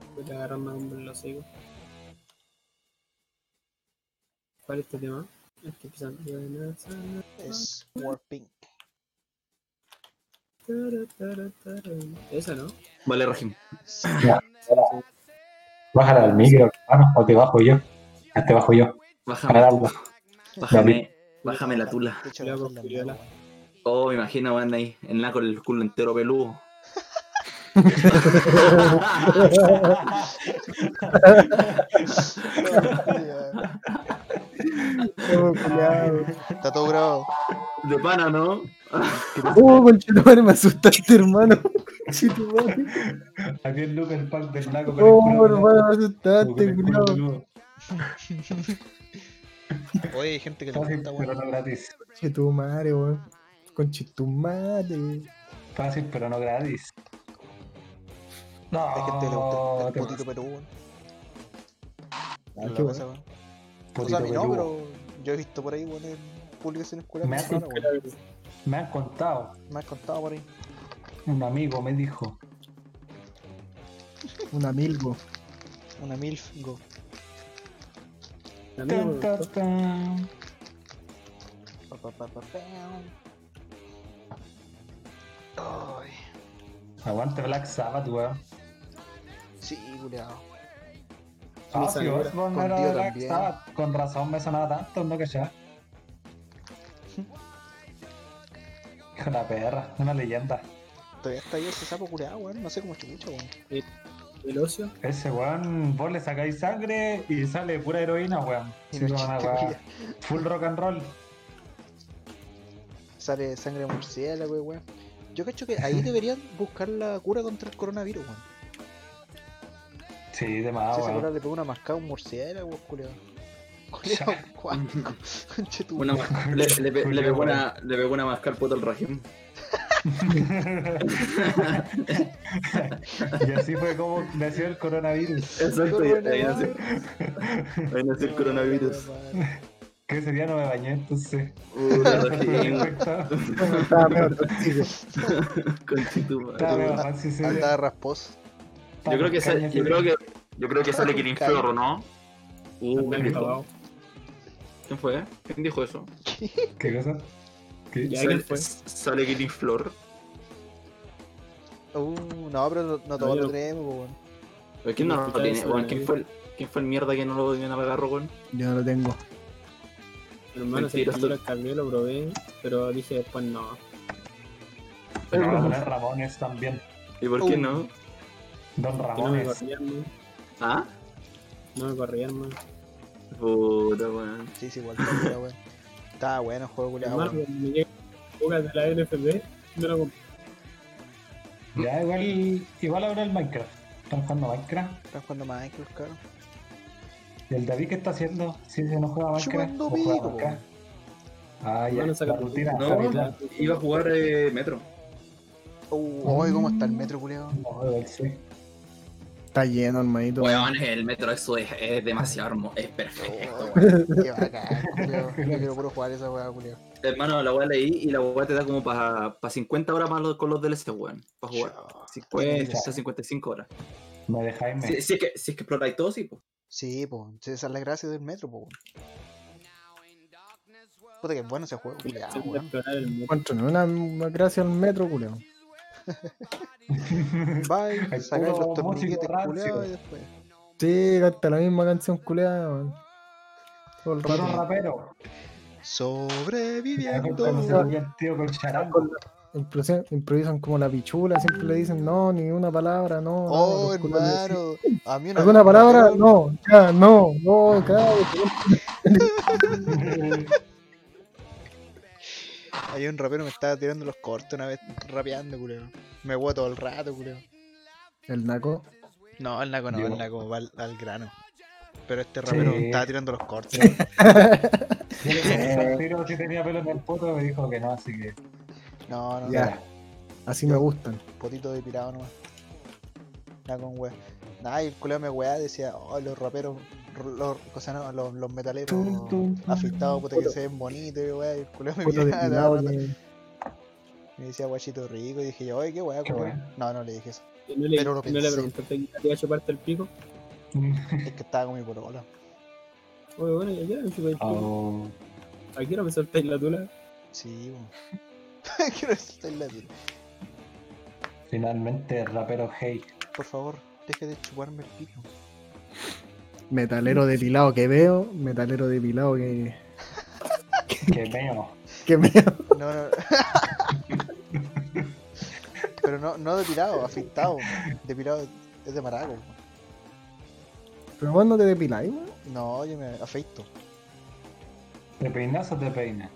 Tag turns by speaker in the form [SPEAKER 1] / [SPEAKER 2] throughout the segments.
[SPEAKER 1] Después le agarran más un lo seco. ¿Cuál es este tema? El que empieza
[SPEAKER 2] Es Warping.
[SPEAKER 1] Esa, ¿no?
[SPEAKER 3] Vale, Rajim.
[SPEAKER 4] Bájala al micro, hermano, o te bajo yo. Ah, te bajo yo.
[SPEAKER 3] Bájame,
[SPEAKER 4] Para darlo.
[SPEAKER 3] bájame, bájame la tula.
[SPEAKER 2] De hecho, la tula,
[SPEAKER 1] Ya,
[SPEAKER 2] weón.
[SPEAKER 3] Oh, me imagino, van ahí, el naco con el culo entero peludo.
[SPEAKER 2] Está todo bravo.
[SPEAKER 3] De pana, ¿no?
[SPEAKER 5] Oh, conchetumare, me asustaste, hermano. Conchetumare.
[SPEAKER 4] A 10 lucas el pack del Naco
[SPEAKER 5] Oh, este
[SPEAKER 4] culo
[SPEAKER 5] hermano, me
[SPEAKER 4] peludo, con
[SPEAKER 5] asustaste,
[SPEAKER 4] el culo
[SPEAKER 5] culiao.
[SPEAKER 4] peludo.
[SPEAKER 2] Oye, hay gente que le
[SPEAKER 4] Fácil,
[SPEAKER 2] gusta,
[SPEAKER 4] pero
[SPEAKER 2] weón.
[SPEAKER 4] no gratis.
[SPEAKER 5] Conchetumare, weón. Conchetumare.
[SPEAKER 4] Fácil, pero no gratis.
[SPEAKER 2] Hay gente que le gusta
[SPEAKER 4] No,
[SPEAKER 2] el
[SPEAKER 4] te
[SPEAKER 2] potito Perú, weón.
[SPEAKER 5] Ah,
[SPEAKER 2] No
[SPEAKER 5] qué
[SPEAKER 2] la
[SPEAKER 5] bueno.
[SPEAKER 2] pasa, weón.
[SPEAKER 4] potito
[SPEAKER 2] O sea, a mí no,
[SPEAKER 4] peludo.
[SPEAKER 2] pero yo he visto por ahí, weón, en publicaciones curadas.
[SPEAKER 4] Me
[SPEAKER 2] que
[SPEAKER 4] ha-
[SPEAKER 2] se van, weón.
[SPEAKER 4] Me han contado,
[SPEAKER 2] Me has contado por ahí.
[SPEAKER 4] un amigo me dijo,
[SPEAKER 5] Un amigo.
[SPEAKER 2] Una milf, go.
[SPEAKER 1] A mí no me
[SPEAKER 4] "Tan,
[SPEAKER 1] gustó.
[SPEAKER 4] tan, tan".
[SPEAKER 2] Pa, pa, pa, pa, pam. Ay,
[SPEAKER 4] aguante Black Sabbath, weón.
[SPEAKER 2] sí, culiao.
[SPEAKER 4] Ah,
[SPEAKER 1] Mi
[SPEAKER 4] si
[SPEAKER 1] señora,
[SPEAKER 4] Osborne
[SPEAKER 2] con
[SPEAKER 4] era
[SPEAKER 2] tío
[SPEAKER 4] Black
[SPEAKER 2] también.
[SPEAKER 4] Sabbath, con razón me sonaba tanto, no cachá. Hijo de la perra, una leyenda.
[SPEAKER 2] Todavía está ahí ese sapo culiao, weón. No sé cómo chucha, weón.
[SPEAKER 1] El ocio.
[SPEAKER 4] Ese weón, vos le sacáis sangre y sale pura heroína, weón.
[SPEAKER 2] Y
[SPEAKER 4] Sí,
[SPEAKER 2] no
[SPEAKER 4] como una
[SPEAKER 2] existe,
[SPEAKER 4] weá. Full rock and roll.
[SPEAKER 2] Sale sangre de murciélago, weón. Yo cacho que ahí deberían buscar la cura contra el coronavirus, weón.
[SPEAKER 4] Sí, de
[SPEAKER 2] Si
[SPEAKER 4] más,
[SPEAKER 2] esa cura
[SPEAKER 4] Ah, weón.
[SPEAKER 2] le pegó una mascada a un murciélago, culiao.
[SPEAKER 4] Ya.
[SPEAKER 2] Culiao, cuático. Conche tu
[SPEAKER 3] Una, ma- le, le pe- le pegó una, le pegó una mascar puto al Rajim.
[SPEAKER 4] y así fue como nació el coronavirus.
[SPEAKER 3] Exacto, y ahí nació, ahí nació el coronavirus.
[SPEAKER 4] Que ese día no me bañé, entonces.
[SPEAKER 3] Puta, Rajim,
[SPEAKER 4] Perfecto.
[SPEAKER 5] Estaba medio tóxico.
[SPEAKER 3] conchetumare.
[SPEAKER 4] Estaba medio fancy ese día.
[SPEAKER 2] Andaba rasposo.
[SPEAKER 4] Estaba
[SPEAKER 3] Yo creo que
[SPEAKER 4] con caña
[SPEAKER 3] sale, yo
[SPEAKER 4] ese
[SPEAKER 3] creo
[SPEAKER 4] día.
[SPEAKER 3] que, yo creo que sale Kirin Flor, ¿no? Uh, buen
[SPEAKER 1] También
[SPEAKER 3] grito.
[SPEAKER 1] cagado.
[SPEAKER 3] ¿Quién fue? ¿Quién dijo eso?
[SPEAKER 4] ¿Qué cosa? ¿Qué?
[SPEAKER 1] Ya,
[SPEAKER 3] Sale,
[SPEAKER 1] ¿quién fue?
[SPEAKER 3] sale Kirin Flor.
[SPEAKER 2] Uh, no, pero no, no
[SPEAKER 1] No,
[SPEAKER 2] todos
[SPEAKER 1] yo
[SPEAKER 2] lo
[SPEAKER 1] no.
[SPEAKER 2] creemos, weón.
[SPEAKER 3] Pero ¿Quién no lo
[SPEAKER 1] Escucha
[SPEAKER 3] tiene?
[SPEAKER 1] eso,
[SPEAKER 3] weón?
[SPEAKER 1] eh.
[SPEAKER 3] ¿Quién fue el, quién fue el mierda que no lo debían apagar, weón?
[SPEAKER 5] Yo no lo tengo.
[SPEAKER 1] Hermano, se
[SPEAKER 3] Mentira,
[SPEAKER 1] cambió,
[SPEAKER 3] esto-
[SPEAKER 1] lo cambié, lo probé, pero dije después no.
[SPEAKER 4] Pero vamos a poner Ramones también.
[SPEAKER 3] ¿Y por qué
[SPEAKER 2] Uh.
[SPEAKER 3] no?
[SPEAKER 4] Don
[SPEAKER 1] Que no me
[SPEAKER 4] Ramones.
[SPEAKER 1] corrían, man.
[SPEAKER 3] ¿Ah?
[SPEAKER 1] No me corrían, man.
[SPEAKER 3] Puta, weón.
[SPEAKER 2] Sí, sí, igual está culiao, weón. Estaba bueno el juego, culiao,
[SPEAKER 1] Además,
[SPEAKER 2] weón.
[SPEAKER 1] me llegan pocas de la NFB, no lo compré.
[SPEAKER 4] Ya, igual, igual ahora el Minecraft. Están jugando Minecraft.
[SPEAKER 2] Están jugando Minecraft, cabrón.
[SPEAKER 4] ¿Y el David qué está haciendo? Si se no juega Minecraft.
[SPEAKER 2] Chupando
[SPEAKER 4] ¿O juega
[SPEAKER 2] pico,
[SPEAKER 4] Minecraft? Ah, ya,
[SPEAKER 1] Bueno, saca
[SPEAKER 4] la
[SPEAKER 1] tu-
[SPEAKER 4] rutina.
[SPEAKER 1] No,
[SPEAKER 4] la rutina.
[SPEAKER 3] Iba a jugar eh, Metro.
[SPEAKER 2] Uh, oye, ¿cómo está el metro, culiao?
[SPEAKER 4] No, igual sí.
[SPEAKER 5] Está lleno, hermanito.
[SPEAKER 3] Weón, el Metro eso es, es demasiado hermoso, es perfecto, weón.
[SPEAKER 2] Qué bacán, culiao. Yo quiero puro jugar esa weá, culiao.
[SPEAKER 3] Hermano, la weá leí y la weá te da como para 50 horas más los- con los DLC, weón. Para jugar. 50, 55 horas.
[SPEAKER 4] Me dejáis
[SPEAKER 3] Si, si es que, si es que explotáis todo, sí, po.
[SPEAKER 2] Sí, po, sí, esa es la gracia del metro, po. weón. Puta que es bueno ese juego, culiao,
[SPEAKER 1] Siempre
[SPEAKER 2] weón.
[SPEAKER 1] explorar el mundo.
[SPEAKER 5] Encuentro una una gracia al metro, culeo.
[SPEAKER 2] Bye,
[SPEAKER 4] Hay
[SPEAKER 2] sacáis
[SPEAKER 4] puro
[SPEAKER 2] los torniquetes,
[SPEAKER 4] músico rancio.
[SPEAKER 2] culiao, y después.
[SPEAKER 5] Sí, canta la misma canción culeada, weón. Todo el
[SPEAKER 4] Puro
[SPEAKER 5] rato.
[SPEAKER 4] rapero. Ya
[SPEAKER 2] Sobreviviendo.
[SPEAKER 4] cuando se murió el tío con charango.
[SPEAKER 5] Improvisan, improvisan como la pichula, siempre le dicen no, ni una palabra, no. no,
[SPEAKER 2] Oh,
[SPEAKER 5] los culeos le decían,
[SPEAKER 2] hermano. A mí una
[SPEAKER 5] ¿Alguna
[SPEAKER 2] vez me
[SPEAKER 5] palabra?
[SPEAKER 2] pegaron-
[SPEAKER 5] No, ya, no, no, cállate.
[SPEAKER 2] Hay un rapero me estaba tirando los cortes una vez rapeando, culiao. Me huevo todo el rato, culiao.
[SPEAKER 5] El naco.
[SPEAKER 2] No, el Naco no,
[SPEAKER 4] Digo.
[SPEAKER 2] el Naco va al, al grano. Pero este rapero
[SPEAKER 4] Sí.
[SPEAKER 2] estaba tirando los cortes.
[SPEAKER 4] Yo le pregunté al tiro si tenía pelo en el poto y me dijo que no, así que.
[SPEAKER 2] No, no,
[SPEAKER 5] Ya. Así me gustan.
[SPEAKER 2] no. Potito de pirado nomás. Nada con wea. Nah, y el culo me weá decía, oh, los raperos, los, o sea, no, los, los metaleros
[SPEAKER 4] Tum, tum, tum.
[SPEAKER 2] afectados, puta que se ven bonitos y weá. Y el culo me
[SPEAKER 5] Puto
[SPEAKER 2] miraba,
[SPEAKER 5] depilado
[SPEAKER 2] me
[SPEAKER 5] que-
[SPEAKER 2] decía guachito rico y dije yo, oye, qué weá,
[SPEAKER 4] Qué
[SPEAKER 2] weón.
[SPEAKER 4] weá.
[SPEAKER 2] No, no le dije eso.
[SPEAKER 1] Y no le,
[SPEAKER 2] Pero
[SPEAKER 1] no
[SPEAKER 2] lo
[SPEAKER 1] le
[SPEAKER 2] pensé.
[SPEAKER 1] preguntaste que te iba a chuparte el pico.
[SPEAKER 4] mm.
[SPEAKER 2] Es que estaba con mi polola.
[SPEAKER 1] Oye, bueno, ya qué hora me chupé el pico?
[SPEAKER 4] Oh,
[SPEAKER 1] ¿A qué hora me soltáis la tula?
[SPEAKER 2] Sí, weón. Quiero decirte la tula.
[SPEAKER 4] finalmente, rapero hey.
[SPEAKER 2] Por favor, deje de chuparme el pico.
[SPEAKER 5] Metalero depilado que veo, metalero depilado que,
[SPEAKER 4] Que veo.
[SPEAKER 5] que me...
[SPEAKER 2] No, no. Pero no, no depilado, afeitado. Depilado es de maraco. weón.
[SPEAKER 5] Pero vos no te depiláis, weón.
[SPEAKER 2] No, yo me afeito.
[SPEAKER 4] ¿Te peinas o te peinas?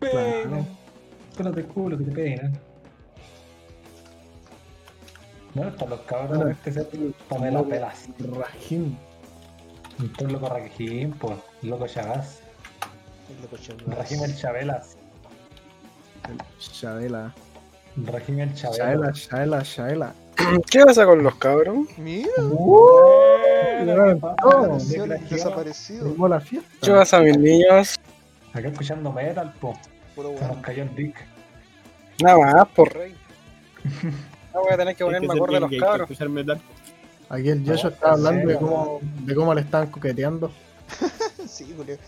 [SPEAKER 5] Claro.
[SPEAKER 4] Pero te culo que te peinas. No, para los cabros
[SPEAKER 5] Bueno,
[SPEAKER 4] que se pone las pelas.
[SPEAKER 5] Rajín.
[SPEAKER 4] Esto es loco Rajijín, pues. Loco Chavás.
[SPEAKER 2] El loco chavo.
[SPEAKER 4] Régimen Chabelas.
[SPEAKER 5] Shaela.
[SPEAKER 4] Régimen Chabelas.
[SPEAKER 5] Shaela, Shaela, Shaela.
[SPEAKER 6] ¿Qué pasa con los cabros?
[SPEAKER 2] Mira,
[SPEAKER 5] weón, ¿cómo?
[SPEAKER 2] apareció el desaparecido.
[SPEAKER 5] Llegó la
[SPEAKER 6] ¿Qué
[SPEAKER 5] fiesta.
[SPEAKER 6] pasa mis niños?
[SPEAKER 4] Acá escuchando metal, po.
[SPEAKER 2] Puro
[SPEAKER 4] Se nos
[SPEAKER 2] weón.
[SPEAKER 4] cayó el dick.
[SPEAKER 6] Nada más, por rey. No voy a tener que
[SPEAKER 1] Hay que
[SPEAKER 6] ponerme
[SPEAKER 1] ser
[SPEAKER 6] acorde a los
[SPEAKER 1] bien gay para
[SPEAKER 6] cabros.
[SPEAKER 1] escuchar metal.
[SPEAKER 5] Aquí el Yoshi
[SPEAKER 4] No,
[SPEAKER 5] está
[SPEAKER 4] en
[SPEAKER 5] hablando de
[SPEAKER 4] serio,
[SPEAKER 5] cómo, de cómo le están coqueteando.
[SPEAKER 2] Sí, culio.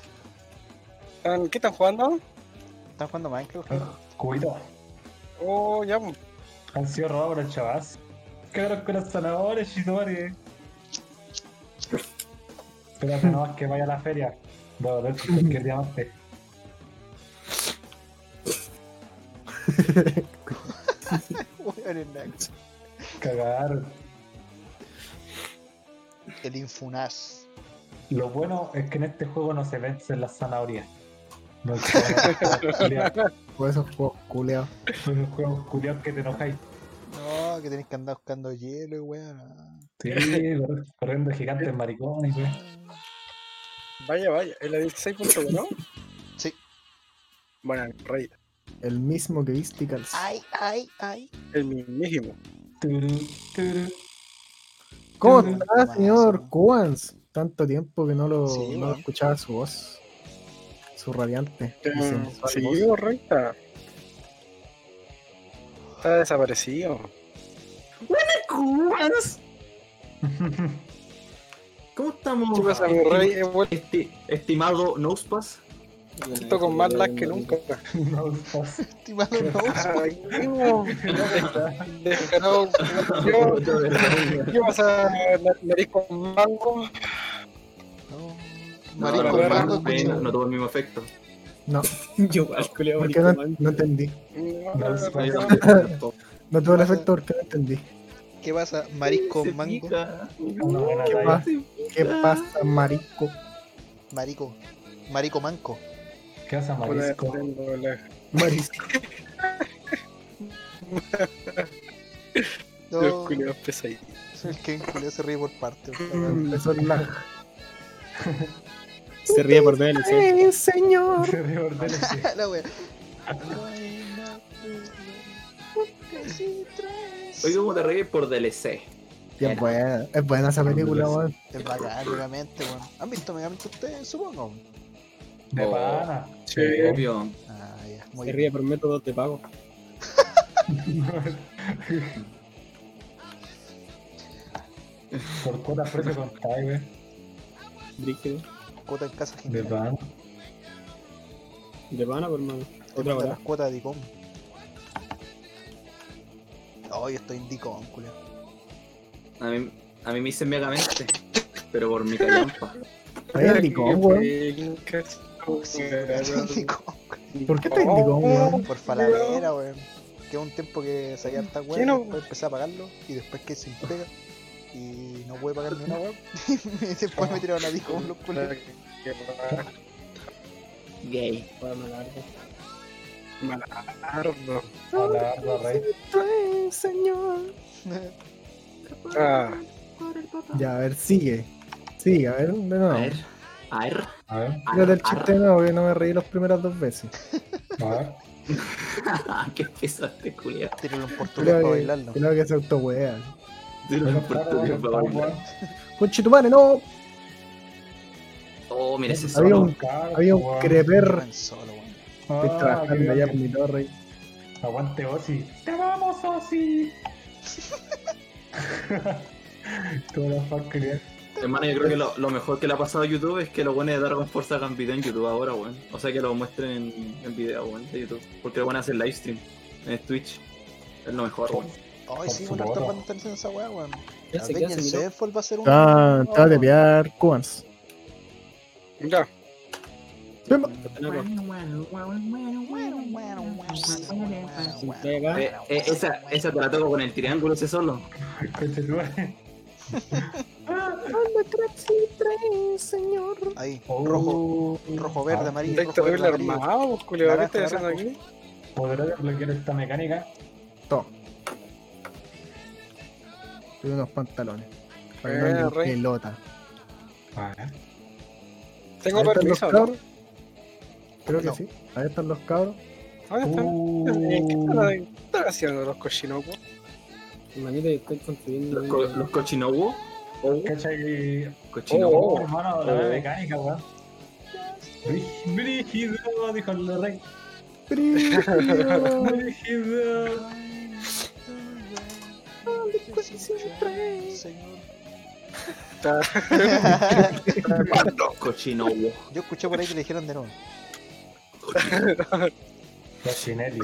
[SPEAKER 6] ¿Están- ¿Qué están jugando?
[SPEAKER 2] ¿Están jugando Minecraft?
[SPEAKER 4] Cuidado.
[SPEAKER 6] Oh, ya. pues.
[SPEAKER 4] Han sido robados por el Chavás. Cabros con los zanahorias, Shizuari. Espérate nomás que vaya a la feria. Va a ver si cualquier diamante.
[SPEAKER 2] Weón, el naco.
[SPEAKER 4] Cagar.
[SPEAKER 2] El Infunaz.
[SPEAKER 4] Lo bueno es que en este juego no se vencen las zanahorias. No es como
[SPEAKER 5] Por esos juegos culeados.
[SPEAKER 4] los juegos culiados que te enojáis.
[SPEAKER 2] No, que tenés que andar buscando hielo y weón.
[SPEAKER 4] Sí, cor- corriendo gigantes maricones, güey.
[SPEAKER 6] Vaya, vaya. ¿El 16.1?
[SPEAKER 2] Sí.
[SPEAKER 6] Bueno, rey.
[SPEAKER 5] El mismo que Visticals.
[SPEAKER 2] Ay, ay, ay.
[SPEAKER 6] El mismísimo.
[SPEAKER 4] Turu, turu.
[SPEAKER 5] ¿Cómo
[SPEAKER 4] Mm.
[SPEAKER 5] está, señor Cubans? Tanto tiempo que no lo,
[SPEAKER 2] Sí,
[SPEAKER 5] no lo
[SPEAKER 2] weón.
[SPEAKER 5] escuchaba su voz. Su radiante. y
[SPEAKER 6] Mm,
[SPEAKER 5] sensual
[SPEAKER 6] Sí,
[SPEAKER 5] voz.
[SPEAKER 6] por rey. Está está desaparecido.
[SPEAKER 3] ¿Cómo estamos?
[SPEAKER 6] ¿Qué pasa, mi rey? He vuelto
[SPEAKER 3] Esti- estimado Nosepass.
[SPEAKER 6] con más lag que nunca.
[SPEAKER 4] No, pues, estás-
[SPEAKER 2] Estimado no.
[SPEAKER 6] Aquí, mo. Descarado. ¿Qué pasa, na- nariz con mango?
[SPEAKER 2] No.
[SPEAKER 3] No,
[SPEAKER 2] Marisco
[SPEAKER 3] la verdad,
[SPEAKER 2] mango,
[SPEAKER 3] no,
[SPEAKER 2] escucha.
[SPEAKER 3] no, no tuvo el mismo efecto.
[SPEAKER 1] Yo igual, culiao,
[SPEAKER 5] Porque
[SPEAKER 1] marico,
[SPEAKER 5] no,
[SPEAKER 1] man.
[SPEAKER 5] no entendí.
[SPEAKER 6] No,
[SPEAKER 4] No, es
[SPEAKER 3] No, yo
[SPEAKER 6] no,
[SPEAKER 3] tampoco.
[SPEAKER 5] No tuvo el efecto porque no entendí.
[SPEAKER 2] ¿Qué pasa? Marisco
[SPEAKER 3] Se
[SPEAKER 2] mango.
[SPEAKER 3] pica.
[SPEAKER 4] una buena
[SPEAKER 5] ¿Qué
[SPEAKER 4] talla.
[SPEAKER 5] pasa? ¿Qué pasa, marico?
[SPEAKER 2] Marico. Marico manco.
[SPEAKER 4] ¿Qué pasa, marisco?
[SPEAKER 6] no, no,
[SPEAKER 5] Marisco.
[SPEAKER 2] No,
[SPEAKER 6] Los culiados pesaditos.
[SPEAKER 2] el Ken culiao se ríe por parte.
[SPEAKER 5] Eso es la...
[SPEAKER 1] Se ríe por DLC.
[SPEAKER 5] ¡Eh, señor!
[SPEAKER 4] Se ríe por DLC.
[SPEAKER 2] La wea.
[SPEAKER 3] Oye, ¿cómo te reí por DLC?
[SPEAKER 5] Y es buena,
[SPEAKER 1] pues,
[SPEAKER 5] es buena esa película, weón.
[SPEAKER 2] Es bacán, obviamente, weón. ¿Han visto Megamente ustedes, supongo?
[SPEAKER 4] De pana.
[SPEAKER 6] Sí.
[SPEAKER 3] Obvio.
[SPEAKER 2] Ah, ya. Muy
[SPEAKER 1] Se
[SPEAKER 2] bien.
[SPEAKER 1] ríe por métodos de pago.
[SPEAKER 4] Por cuota precio con Kai, güey.
[SPEAKER 1] Brígido.
[SPEAKER 2] Cuota en casa
[SPEAKER 4] De
[SPEAKER 2] genial.
[SPEAKER 4] pana.
[SPEAKER 1] De pana, por mano. Otra
[SPEAKER 2] Otra
[SPEAKER 1] hora.
[SPEAKER 2] las cuotas de Dicom. Hoy estoy en Dicom, culiao.
[SPEAKER 3] A mí, a mí me hice megamente. Pero por mi callampa.
[SPEAKER 5] Está en Licón, weón.
[SPEAKER 6] Pencas,
[SPEAKER 2] Sí,
[SPEAKER 6] weón.
[SPEAKER 2] estoy en Dicom.
[SPEAKER 5] ¿Por qué está en Licón, weón?
[SPEAKER 2] Por faladera, weón. Que un tiempo que salía harta weón,
[SPEAKER 6] no?
[SPEAKER 2] después empecé a pagarlo y después que sin pega y no pude pagar ni una weón. Y me- después me tiraron a disco los culos.
[SPEAKER 6] Qué
[SPEAKER 3] Gay.
[SPEAKER 1] Para una larga.
[SPEAKER 6] malardo.
[SPEAKER 4] Hola, Ardo Rey.
[SPEAKER 5] señor!
[SPEAKER 6] Ah,
[SPEAKER 5] Ya, a ver, sigue. Sigue, a ver, de
[SPEAKER 3] A
[SPEAKER 5] nuevo.
[SPEAKER 3] ver. A ver.
[SPEAKER 4] A ver,
[SPEAKER 5] Tírate
[SPEAKER 3] A
[SPEAKER 5] el chiste de nuevo que no me reí las primeras dos veces.
[SPEAKER 4] a ver.
[SPEAKER 3] Qué pesante, culiao.
[SPEAKER 2] Tiraron un portugués para
[SPEAKER 5] Creo que,
[SPEAKER 2] bailarlo.
[SPEAKER 5] creo que se autowea.
[SPEAKER 3] Duro
[SPEAKER 4] Pero
[SPEAKER 3] en portugués
[SPEAKER 4] claro,
[SPEAKER 3] para
[SPEAKER 4] güey,
[SPEAKER 3] bailar.
[SPEAKER 5] ¡Conche tu madre, no!
[SPEAKER 3] Oh, mira ese
[SPEAKER 5] Había
[SPEAKER 3] solo.
[SPEAKER 5] un,
[SPEAKER 3] Oh,
[SPEAKER 4] claro,
[SPEAKER 5] había un
[SPEAKER 4] güey.
[SPEAKER 5] creper
[SPEAKER 2] Iban solo, weón.
[SPEAKER 4] Ah,
[SPEAKER 5] Estoy
[SPEAKER 4] qué
[SPEAKER 5] trabajando allá por
[SPEAKER 4] bien.
[SPEAKER 5] mi torre.
[SPEAKER 4] Aguante, Ozzy. ¡Te vamos, Ozzy! Toda la facilidad.
[SPEAKER 3] Hermano, yo creo que lo, lo mejor que le ha pasado a YouTube es que los buenos de Dragon Force hagan video en YouTube ahora, weón. O sea, que lo muestren en, en video, weón, de YouTube. Porque lo van a hacer live stream en Twitch. Es lo mejor, weón.
[SPEAKER 2] Ay, sí, bueno, harto cuando están haciendo esa weá, weón.
[SPEAKER 1] ¿Qué
[SPEAKER 2] La
[SPEAKER 1] hace?
[SPEAKER 2] Peña
[SPEAKER 1] ¿Qué
[SPEAKER 2] en
[SPEAKER 1] hace? Miró.
[SPEAKER 2] Seafall va a ser un.
[SPEAKER 5] Está, está Ah, de piar Cubans.
[SPEAKER 6] Ya.
[SPEAKER 5] Pimba.
[SPEAKER 1] Ahí va.
[SPEAKER 3] Eh, eh, esa, esa te la toco con el triángulo ese solo.
[SPEAKER 4] Coche tu madre.
[SPEAKER 2] Ahí,
[SPEAKER 4] Oh.
[SPEAKER 2] rojo, rojo, verde,
[SPEAKER 4] Ah,
[SPEAKER 2] amarillo,
[SPEAKER 6] Directo
[SPEAKER 2] rojo,
[SPEAKER 6] de
[SPEAKER 2] verde,
[SPEAKER 6] la
[SPEAKER 2] amarillo.
[SPEAKER 6] armado, pues, culiao. ¿Qué estás
[SPEAKER 2] Naranjo,
[SPEAKER 6] haciendo aquí?
[SPEAKER 4] ¿Podrá desbloquear esta mecánica?
[SPEAKER 5] Todo. Y unos pantalones. Para
[SPEAKER 6] Eh,
[SPEAKER 5] andar en
[SPEAKER 6] rey.
[SPEAKER 5] pelota.
[SPEAKER 4] Ah,
[SPEAKER 6] Tengo
[SPEAKER 5] Ahí están los
[SPEAKER 6] permiso, ¿no?
[SPEAKER 5] cabros. Creo que
[SPEAKER 2] No.
[SPEAKER 5] sí. Ahí están los cabros.
[SPEAKER 6] ¿Dónde están? ¿Qué
[SPEAKER 4] Uh.
[SPEAKER 6] están ahí? ¿Qué están haciendo los cochinocos?
[SPEAKER 1] Manito, yo estoy construyendo.
[SPEAKER 3] Los, co los cochinobos. Oh,
[SPEAKER 4] ¿Cachai?
[SPEAKER 3] cochinobos.
[SPEAKER 4] Oh, hermano, la
[SPEAKER 3] Oh.
[SPEAKER 4] mecánica, weón. Brí- Brígido, dijo el rey. Brígido.
[SPEAKER 6] Está-
[SPEAKER 3] Cochinobo.
[SPEAKER 2] Yo escuché por ahí que le dijeron de nuevo.
[SPEAKER 4] Cochinelli.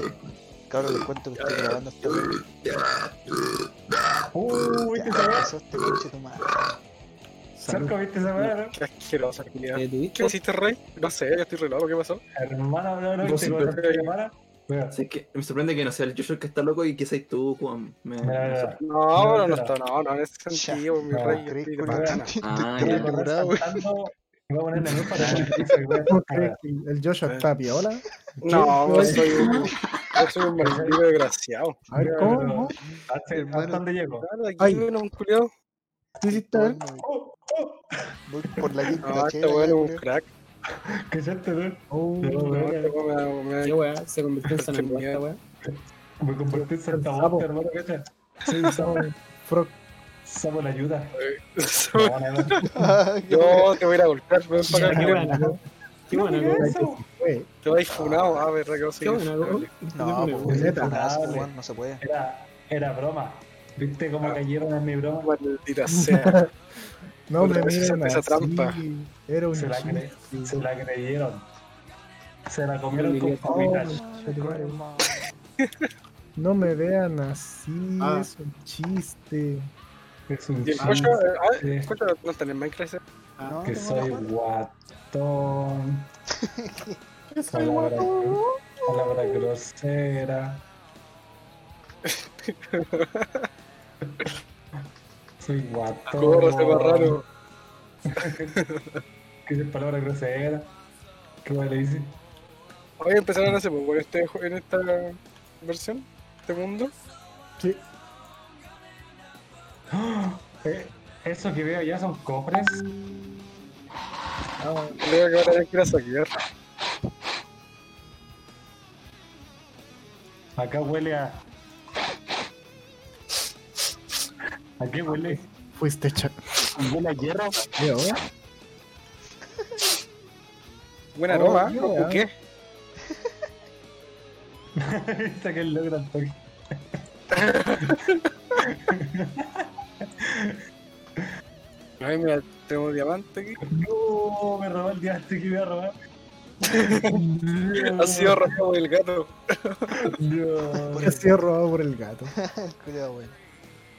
[SPEAKER 2] Cabrón, les cuento que estoy grabando este esta weá.
[SPEAKER 4] Uh, ¿viste esa
[SPEAKER 2] Ya,
[SPEAKER 4] weá?
[SPEAKER 2] Eso este coche tu madre.
[SPEAKER 5] Salud.
[SPEAKER 4] Cerco, ¿viste esa weá, no?
[SPEAKER 6] Qué asquerosa, culiao.
[SPEAKER 1] ¿Te
[SPEAKER 6] ¿Qué
[SPEAKER 1] tuviste?
[SPEAKER 6] hiciste, rey? No sé, yo estoy re loco, ¿qué pasó?
[SPEAKER 4] Hermano, no, no,
[SPEAKER 3] No,
[SPEAKER 4] ¿viste
[SPEAKER 3] sí,
[SPEAKER 4] cómo
[SPEAKER 3] pero-
[SPEAKER 4] te llamara? Weón,
[SPEAKER 3] Sé que me sorprende que no sea el Joshua el que está loco y que seas tú, Juan. Me- me
[SPEAKER 4] mira, mira, mira.
[SPEAKER 6] No,
[SPEAKER 4] No,
[SPEAKER 6] pero no
[SPEAKER 4] no.
[SPEAKER 6] está, no, no, en ese sentido, mi
[SPEAKER 4] No,
[SPEAKER 6] rey. yo estoy de
[SPEAKER 2] Ridículo.
[SPEAKER 6] pana.
[SPEAKER 3] Ah,
[SPEAKER 4] Voy a
[SPEAKER 3] ya.
[SPEAKER 4] correr
[SPEAKER 6] curado, weón.
[SPEAKER 4] saltando, me voy a poner la luz para que me dice, weón,
[SPEAKER 5] ¿Cómo
[SPEAKER 4] cara.
[SPEAKER 5] crees que El Joshua está piola.
[SPEAKER 6] No, yo
[SPEAKER 5] ¿Qué?
[SPEAKER 6] soy un, yo soy un maldito desgraciado.
[SPEAKER 5] A ver,
[SPEAKER 4] Mira,
[SPEAKER 5] ¿cómo?
[SPEAKER 4] pero-
[SPEAKER 5] ¿Cómo?
[SPEAKER 4] ¿Hasta
[SPEAKER 2] Hermano.
[SPEAKER 4] hasta dónde llego?
[SPEAKER 6] Claro, aquí
[SPEAKER 5] Ay.
[SPEAKER 6] menos un culiao.
[SPEAKER 5] ¿Qué hiciste? A ver.
[SPEAKER 4] Oh, oh,
[SPEAKER 2] Voy por la Jeep
[SPEAKER 6] No, este
[SPEAKER 2] Crachera,
[SPEAKER 6] weón es un
[SPEAKER 2] creo.
[SPEAKER 6] crack.
[SPEAKER 4] cállate, weón.
[SPEAKER 5] Oh,
[SPEAKER 4] No,
[SPEAKER 6] No,
[SPEAKER 4] weón,
[SPEAKER 6] este weón me-
[SPEAKER 1] ¿Qué
[SPEAKER 6] me-
[SPEAKER 1] weá? Se convirtió en San
[SPEAKER 6] Qué
[SPEAKER 1] Andrés,
[SPEAKER 6] mierda.
[SPEAKER 1] esta weá.
[SPEAKER 4] Me convertí en Santa
[SPEAKER 5] Sapo.
[SPEAKER 4] Bota, hermano, cacha.
[SPEAKER 5] sí, sabe. Frog.
[SPEAKER 4] Sapo la ayuda.
[SPEAKER 6] me-
[SPEAKER 4] No, no, no.
[SPEAKER 2] Ah, qué weón.
[SPEAKER 6] Yo te voy a ir a golpear, ven para acá,
[SPEAKER 1] Qué
[SPEAKER 6] culiao.
[SPEAKER 1] buena, ¿no? Qué buena,
[SPEAKER 4] No,
[SPEAKER 1] ¿no?
[SPEAKER 5] La
[SPEAKER 4] Eso.
[SPEAKER 5] que se fue.
[SPEAKER 6] Te vas funado, a ver, qué
[SPEAKER 1] Qué buena, ¿no?
[SPEAKER 2] No,
[SPEAKER 1] Qué
[SPEAKER 2] pues
[SPEAKER 1] buena.
[SPEAKER 2] weón,
[SPEAKER 5] Neta.
[SPEAKER 2] funazo, weón, no se puede.
[SPEAKER 4] Era, era broma. ¿Viste cómo
[SPEAKER 6] Ah.
[SPEAKER 4] cayeron en mi broma?
[SPEAKER 6] Maldita sea.
[SPEAKER 5] No, hombre,
[SPEAKER 6] Puta, esa-
[SPEAKER 5] miren
[SPEAKER 6] esa
[SPEAKER 5] así.
[SPEAKER 6] trampa.
[SPEAKER 5] Era un
[SPEAKER 4] Se la, cre- se la creyeron. Se la comieron con
[SPEAKER 1] diría
[SPEAKER 5] Oh,
[SPEAKER 4] papitas.
[SPEAKER 5] chetumare. No me vean así,
[SPEAKER 1] Ah.
[SPEAKER 5] es un chiste.
[SPEAKER 4] Es un
[SPEAKER 6] Y el
[SPEAKER 4] chiste.
[SPEAKER 6] cocho, eh, ah, el cocho no está en el Minecraft. eh. ese.
[SPEAKER 1] Ah,
[SPEAKER 4] Que
[SPEAKER 2] No,
[SPEAKER 4] soy
[SPEAKER 2] no, no.
[SPEAKER 4] guatón. palabra, palabra grosera. soy guatón.
[SPEAKER 6] Gorro ese marrano.
[SPEAKER 4] ¿Qué es palabra grosera? ¿Qué más le dice?
[SPEAKER 6] Hoy empezaron a hacer, pues, bueno, este, ju- en esta versión, este mundo.
[SPEAKER 5] Sí.
[SPEAKER 4] ¡Ah! Eh, ¿Eso que veo ya son cofres?
[SPEAKER 6] Creo que ahora ya quiero saquear.
[SPEAKER 4] Acá huele a. ¿A qué huele?
[SPEAKER 5] Fuiste hecha.
[SPEAKER 4] ¿Huele a hierro?
[SPEAKER 5] Yo, ¿eh?
[SPEAKER 6] Buen
[SPEAKER 5] Oh,
[SPEAKER 6] aroma,
[SPEAKER 5] yeah.
[SPEAKER 6] ¿no? ¿Con qué?
[SPEAKER 4] Esta que logra pues. el toque.
[SPEAKER 6] Ay, mira, tengo diamante aquí.
[SPEAKER 4] No, me robó el diamante que iba a robar.
[SPEAKER 6] Ha sido robado el gato.
[SPEAKER 4] No.
[SPEAKER 5] Ha sido robado por el gato.
[SPEAKER 2] El culiao, weón.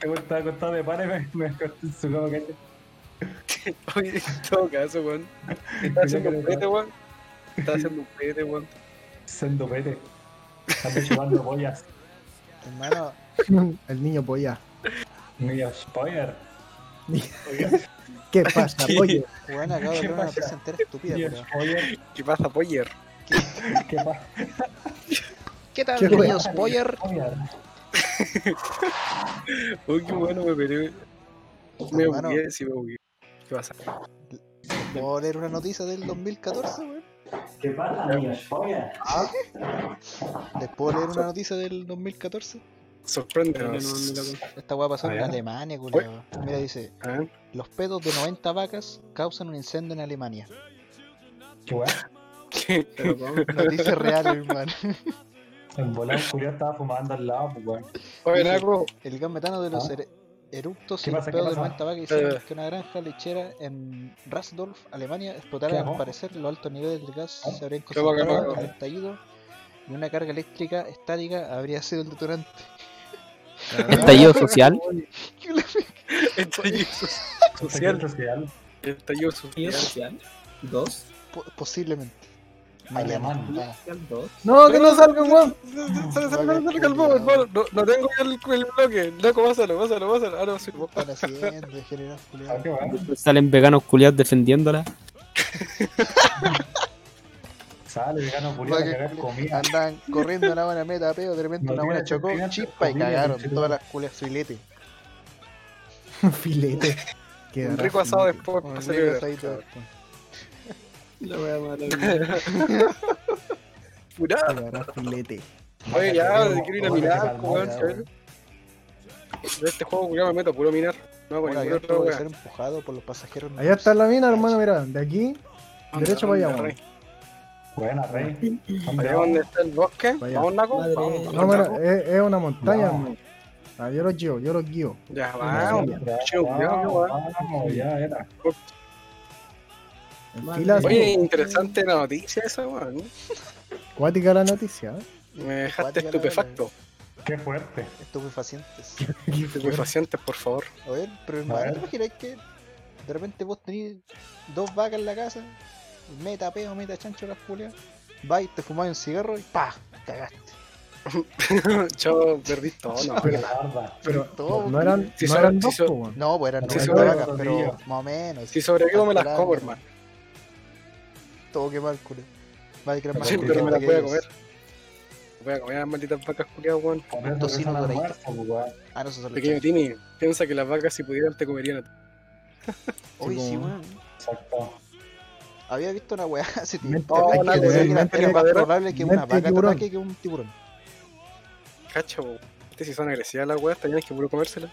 [SPEAKER 4] Yo estaba acostado de pana y me, me acosté en su cama, ¿cachai?
[SPEAKER 6] Oye, en todo caso, weón. Está haciendo un pete, weón. Está haciendo un pete, weón.
[SPEAKER 4] Sendo pete. Estaba chupando pollas.
[SPEAKER 2] Hermano,
[SPEAKER 5] El niño polla.
[SPEAKER 4] Mira, spoiler.
[SPEAKER 5] ¿Qué pasa,
[SPEAKER 6] Sí.
[SPEAKER 5] pollo?
[SPEAKER 2] weón, acabo de
[SPEAKER 4] ¿Qué
[SPEAKER 2] ver una
[SPEAKER 4] pasa?
[SPEAKER 2] pieza entera estúpida,
[SPEAKER 4] Mira,
[SPEAKER 2] weón.
[SPEAKER 4] spoiler.
[SPEAKER 6] ¿Qué pasa, Poyer?
[SPEAKER 4] ¿Qué pasa?
[SPEAKER 2] ¿Qué tal,
[SPEAKER 5] Qué
[SPEAKER 2] queridos Boyer?
[SPEAKER 4] Spoiler.
[SPEAKER 6] Uy, qué bueno me peleé. Me
[SPEAKER 2] Hermano.
[SPEAKER 6] bugué, sí me bugué. ¿Qué pasa?
[SPEAKER 2] Puedo leer una noticia del 2014, weón.
[SPEAKER 4] ¿Qué pasa, mira, spoiler?
[SPEAKER 2] ¿Les puedo leer una noticia del 2014?
[SPEAKER 1] Mira, no,
[SPEAKER 6] Sorpréndenos.
[SPEAKER 1] mi loco.
[SPEAKER 2] Esta weá pasó
[SPEAKER 4] Ah,
[SPEAKER 2] en
[SPEAKER 4] ya.
[SPEAKER 2] Alemania, culiao. Mira, dice:
[SPEAKER 6] ¿Ah?
[SPEAKER 2] Los pedos de 90 vacas causan un incendio en Alemania.
[SPEAKER 4] ¿Qué weá?
[SPEAKER 1] Pero ¿cómo?
[SPEAKER 2] Noticias reales, hermano.
[SPEAKER 4] En volar, el culiao estaba fumando al lado, pues, weón.
[SPEAKER 6] Oye, Naco,
[SPEAKER 2] El gas metano de los
[SPEAKER 4] ¿Ah?
[SPEAKER 2] ere- eructos
[SPEAKER 4] ¿Qué
[SPEAKER 2] y el
[SPEAKER 4] pasa? ¿Qué
[SPEAKER 2] pedo del
[SPEAKER 4] pasa?
[SPEAKER 2] mal tabaco hicieron
[SPEAKER 6] Eh.
[SPEAKER 2] que una granja lechera en Rasdorf, Alemania, explotara
[SPEAKER 4] ¿Qué
[SPEAKER 2] al
[SPEAKER 4] hago?
[SPEAKER 2] parecer los altos niveles del gas
[SPEAKER 4] ¿Ah?
[SPEAKER 2] se habrían
[SPEAKER 6] ¿Qué hago? ¿Qué hago?
[SPEAKER 2] concentrado al estallido y una carga eléctrica estática habría sido el detonante.
[SPEAKER 7] Estallido social.
[SPEAKER 6] estallido social.
[SPEAKER 4] Estallido social.
[SPEAKER 6] Estallido social.
[SPEAKER 3] Dos.
[SPEAKER 2] Po- posiblemente.
[SPEAKER 4] Alemán.
[SPEAKER 6] Ah.
[SPEAKER 2] Mañana.
[SPEAKER 3] Dos.
[SPEAKER 5] No, que no salga, weón.
[SPEAKER 6] Sale, sale, sale, sale, calmado, hermano. No, no tengo yo el, el bloque. Naco, pásalo, pásalo, pásalo. Ah, no, sí, vos.
[SPEAKER 2] Para siempre, general
[SPEAKER 4] ¿A
[SPEAKER 2] culiado.
[SPEAKER 4] qué weón?
[SPEAKER 7] Salen veganos culiados defendiéndola.
[SPEAKER 4] Sale, vegano culiao, a cagar comida.
[SPEAKER 2] Andaban corriendo una buena meta, peo, de repente
[SPEAKER 4] No
[SPEAKER 2] una
[SPEAKER 4] tiene
[SPEAKER 2] buena chocó,
[SPEAKER 4] sentido,
[SPEAKER 2] chispa y
[SPEAKER 4] comida,
[SPEAKER 2] cagaron
[SPEAKER 4] conchetumare.
[SPEAKER 2] todas las culias filetes.
[SPEAKER 5] Filete. Quedará
[SPEAKER 6] Un rico asado
[SPEAKER 5] filete.
[SPEAKER 6] después.
[SPEAKER 2] Con
[SPEAKER 6] para
[SPEAKER 2] el
[SPEAKER 6] celebrar.
[SPEAKER 2] negro asadito después.
[SPEAKER 1] La wea mala.
[SPEAKER 6] Curado.
[SPEAKER 5] Quedará filete.
[SPEAKER 6] Oye, ya,
[SPEAKER 4] Ojalá
[SPEAKER 6] quiero ir a
[SPEAKER 4] que
[SPEAKER 6] minar,
[SPEAKER 4] calmado,
[SPEAKER 6] pues, weón.
[SPEAKER 4] ya,
[SPEAKER 6] chévere. De este juego, culiao, me meto a puro minar. No, hago
[SPEAKER 2] Ahora,
[SPEAKER 6] ninguna
[SPEAKER 2] que
[SPEAKER 6] otra
[SPEAKER 2] tuvo que
[SPEAKER 6] wea.
[SPEAKER 2] ser empujado por los pasajeros.
[SPEAKER 5] Allá está la mina, hermano, mira. De aquí, derecho para allá, weón.
[SPEAKER 4] Buena, rey. ¿Dónde
[SPEAKER 6] Allá
[SPEAKER 4] vamos?
[SPEAKER 6] donde está el bosque.
[SPEAKER 5] Vaya.
[SPEAKER 6] Vamos, Naco.
[SPEAKER 1] Madre.
[SPEAKER 6] Vamos, vamos,
[SPEAKER 5] No, mira,
[SPEAKER 6] Naco.
[SPEAKER 5] es, es una montaña,
[SPEAKER 4] No.
[SPEAKER 5] hermano. Ah, yo los guío, yo los guío.
[SPEAKER 6] Ya,
[SPEAKER 5] Vamos.
[SPEAKER 6] vamos. Chido, culiao, weón.
[SPEAKER 4] Vamos, ya era.
[SPEAKER 5] En
[SPEAKER 1] Madre.
[SPEAKER 5] filas,
[SPEAKER 6] Oye, interesante la noticia esa, weón.
[SPEAKER 5] cuática la noticia. ¿eh?
[SPEAKER 6] Me dejaste
[SPEAKER 2] Cuática la
[SPEAKER 6] estupefacto.
[SPEAKER 4] Qué fuerte.
[SPEAKER 2] Estupefacientes.
[SPEAKER 6] Estupefacientes, por favor.
[SPEAKER 2] A ver, pero hermano, ¿te imaginas que de repente vos tenés dos vacas en la casa? Meta peo, meta chancho las culias. Vais, te fumáis un cigarro y ¡pa! Cagaste.
[SPEAKER 6] Yo perdí todo, no.
[SPEAKER 4] Qué barba.
[SPEAKER 5] Pero
[SPEAKER 2] Todo.
[SPEAKER 5] no eran,
[SPEAKER 6] Oh, Si
[SPEAKER 5] no
[SPEAKER 6] son-
[SPEAKER 5] eran
[SPEAKER 6] si
[SPEAKER 5] dos,
[SPEAKER 6] son-
[SPEAKER 5] po, weón.
[SPEAKER 2] No, pues eran
[SPEAKER 4] Sí,
[SPEAKER 2] dos
[SPEAKER 4] sobre-
[SPEAKER 2] vacas, pero
[SPEAKER 4] rodillas.
[SPEAKER 2] más o menos.
[SPEAKER 6] Si sobrevivo me las como, hermano.
[SPEAKER 2] Todo quemado, culo. Va a crear más
[SPEAKER 6] Sí,
[SPEAKER 4] Porque
[SPEAKER 6] pero me las
[SPEAKER 2] que
[SPEAKER 6] voy a
[SPEAKER 2] ellos.
[SPEAKER 6] comer. Me Voy a comer las malditas vacas culiadas, weón.
[SPEAKER 4] Comer
[SPEAKER 2] tocino
[SPEAKER 4] cerveza al
[SPEAKER 2] doradito.
[SPEAKER 4] almuerzo, pues, weón.
[SPEAKER 2] Ah, no, eso son los
[SPEAKER 6] Pequeño
[SPEAKER 2] chanchos.
[SPEAKER 6] Timmy, piensa que las vacas si pudieran te comerían a ti.
[SPEAKER 2] Uy, sí,
[SPEAKER 5] como-
[SPEAKER 2] weón.
[SPEAKER 4] Exacto.
[SPEAKER 2] Había visto una weá hace tiempo.
[SPEAKER 5] Mente-
[SPEAKER 6] Oh,
[SPEAKER 5] hay
[SPEAKER 6] la
[SPEAKER 5] que
[SPEAKER 2] Decía
[SPEAKER 5] tener
[SPEAKER 2] que era-
[SPEAKER 5] mente-
[SPEAKER 2] era más
[SPEAKER 6] tiburón.
[SPEAKER 2] probable que una
[SPEAKER 5] Mente
[SPEAKER 2] vaca te
[SPEAKER 5] tiburón.
[SPEAKER 2] ataque que un tiburón.
[SPEAKER 6] Cacho, weón. Ustedes si son agresivas las weas, tenían que puro comérselas.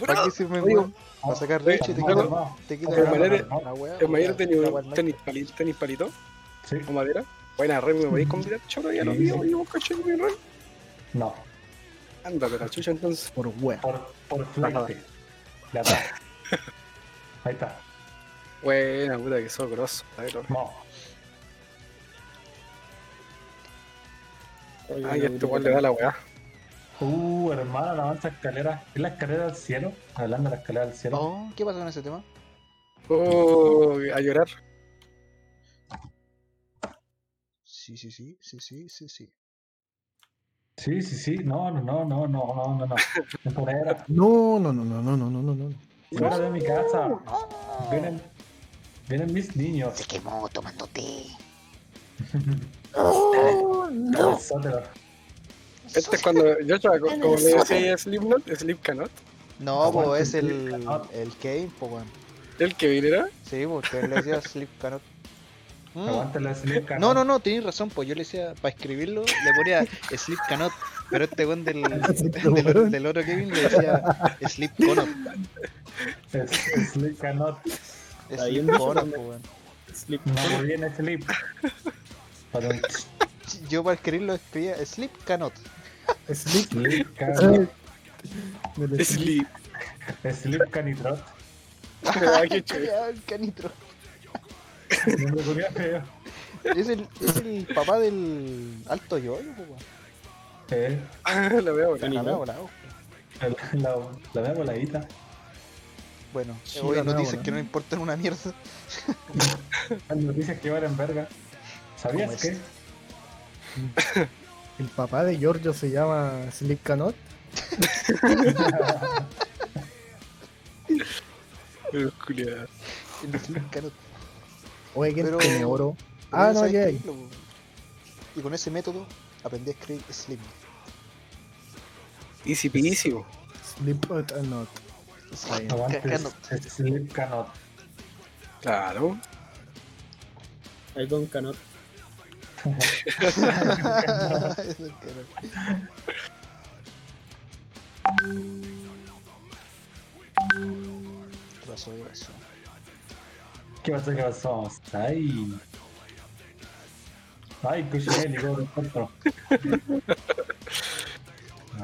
[SPEAKER 2] ¿Para qué sirve, weón? Para sacar
[SPEAKER 4] Ah,
[SPEAKER 6] Oye,
[SPEAKER 2] leche y te
[SPEAKER 6] oye,
[SPEAKER 2] quita
[SPEAKER 4] Calmado.
[SPEAKER 2] te quita
[SPEAKER 6] Oye,
[SPEAKER 2] la-
[SPEAKER 6] Valere,
[SPEAKER 2] la weá.
[SPEAKER 6] ¿Imagínate tenis,
[SPEAKER 2] La weá blanca.
[SPEAKER 6] tenis, palito, tenis palito
[SPEAKER 4] Sí.
[SPEAKER 6] o madera? Buena, Remy, ¿me podéis convidar? Choro, ya lo
[SPEAKER 4] Sí,
[SPEAKER 6] vi,
[SPEAKER 4] sí.
[SPEAKER 6] oye, vos caché, mi Remy.
[SPEAKER 4] No.
[SPEAKER 6] Anda, pero chucha, entonces.
[SPEAKER 5] Por wea.
[SPEAKER 4] Por, por flight. La ta- Ahí está.
[SPEAKER 6] Buena, puta, que sos grosso. A ver, ahora.
[SPEAKER 4] No.
[SPEAKER 6] Ay, este weón le da la weá.
[SPEAKER 4] Uh, hermano, la avanza escalera. ¿Es la escalera al cielo? Hablando de la escalera al cielo.
[SPEAKER 2] No, ¿qué pasa con ese tema?
[SPEAKER 6] Oh, a llorar.
[SPEAKER 2] Sí, sí, sí, sí, sí, sí, sí.
[SPEAKER 4] Sí, sí, sí. No, no, no, no, no, no, no, no. Fuera,
[SPEAKER 5] No, no, no, no, no, no, no, no, no.
[SPEAKER 4] fuera de mi casa. Vienen, vienen mis niños.
[SPEAKER 2] quemó tomando té.
[SPEAKER 4] No. Sótero.
[SPEAKER 6] Este es cuando. Yo, chava, co- como le decía ahí a Slipknot, Slipknot,
[SPEAKER 2] No,
[SPEAKER 4] Aguante,
[SPEAKER 2] po, es el,
[SPEAKER 4] Slip Canot.
[SPEAKER 2] el Kane, po, weón.
[SPEAKER 6] el que viniera.
[SPEAKER 2] Sí, po, usted le decía Slip Canot. Mm.
[SPEAKER 4] Aguanta la slipka.
[SPEAKER 2] No, no, no, tenéis razón, pues yo le decía, para escribirlo, le ponía Slip Canot, pero este weón del,
[SPEAKER 5] Sí,
[SPEAKER 2] del,
[SPEAKER 5] weón.
[SPEAKER 2] del otro Kevin le decía Slip Conot.
[SPEAKER 4] Es, slipka not.
[SPEAKER 1] Ahí
[SPEAKER 2] Slip
[SPEAKER 1] en
[SPEAKER 2] Conot, po, weón.
[SPEAKER 1] Sleep.
[SPEAKER 4] No viene slip. Pero
[SPEAKER 2] Yo para escribirlo escribía Slip Canot.
[SPEAKER 5] Sleep.
[SPEAKER 4] slipka.
[SPEAKER 5] Eh, Ah. Del sleep.
[SPEAKER 6] Slip.
[SPEAKER 4] Slipka nitrot.
[SPEAKER 6] Ay, Ah, qué chulo.
[SPEAKER 2] Ya, el canitro.
[SPEAKER 4] No me ocurrió feo.
[SPEAKER 2] Es el, es el papá del Alto Yoyo, po, weón.
[SPEAKER 4] Eh,
[SPEAKER 6] La veo ahora.
[SPEAKER 2] Ah,
[SPEAKER 1] Canino.
[SPEAKER 2] me ha volado.
[SPEAKER 4] el- la, la vea voladita.
[SPEAKER 2] Bueno,
[SPEAKER 5] Sí,
[SPEAKER 2] hoy
[SPEAKER 5] la nueva,
[SPEAKER 2] noticias
[SPEAKER 5] ¿no?
[SPEAKER 2] que no importan una mierda.
[SPEAKER 4] Las noticias que valen verga. ¿Sabías
[SPEAKER 2] ¿Cómo
[SPEAKER 4] que?
[SPEAKER 5] El papá de Giorgio se llama Sleep Canot.
[SPEAKER 6] Pero, culiao.
[SPEAKER 2] El Slip Canot.
[SPEAKER 5] Oye, que
[SPEAKER 2] Pero-
[SPEAKER 5] tiene oro.
[SPEAKER 2] Pero
[SPEAKER 5] Ah,
[SPEAKER 2] ya
[SPEAKER 5] no,
[SPEAKER 2] sabes
[SPEAKER 5] aquí hay.
[SPEAKER 2] escribirlo, po. Y con ese método aprendí a escribir Slim.
[SPEAKER 6] Easy peasy, bo.
[SPEAKER 5] Sleep Canot.
[SPEAKER 2] Slip
[SPEAKER 4] Aguante.
[SPEAKER 2] Canot.
[SPEAKER 4] Slipka not.
[SPEAKER 6] Claro.
[SPEAKER 1] Ahí con Canot.
[SPEAKER 2] Es el canot. ¿Qué pasó, qué pasó?
[SPEAKER 4] ¿Qué pasó? ¿Qué pasó? Ay. Ay, Cuchinelli, cómo te encuentro.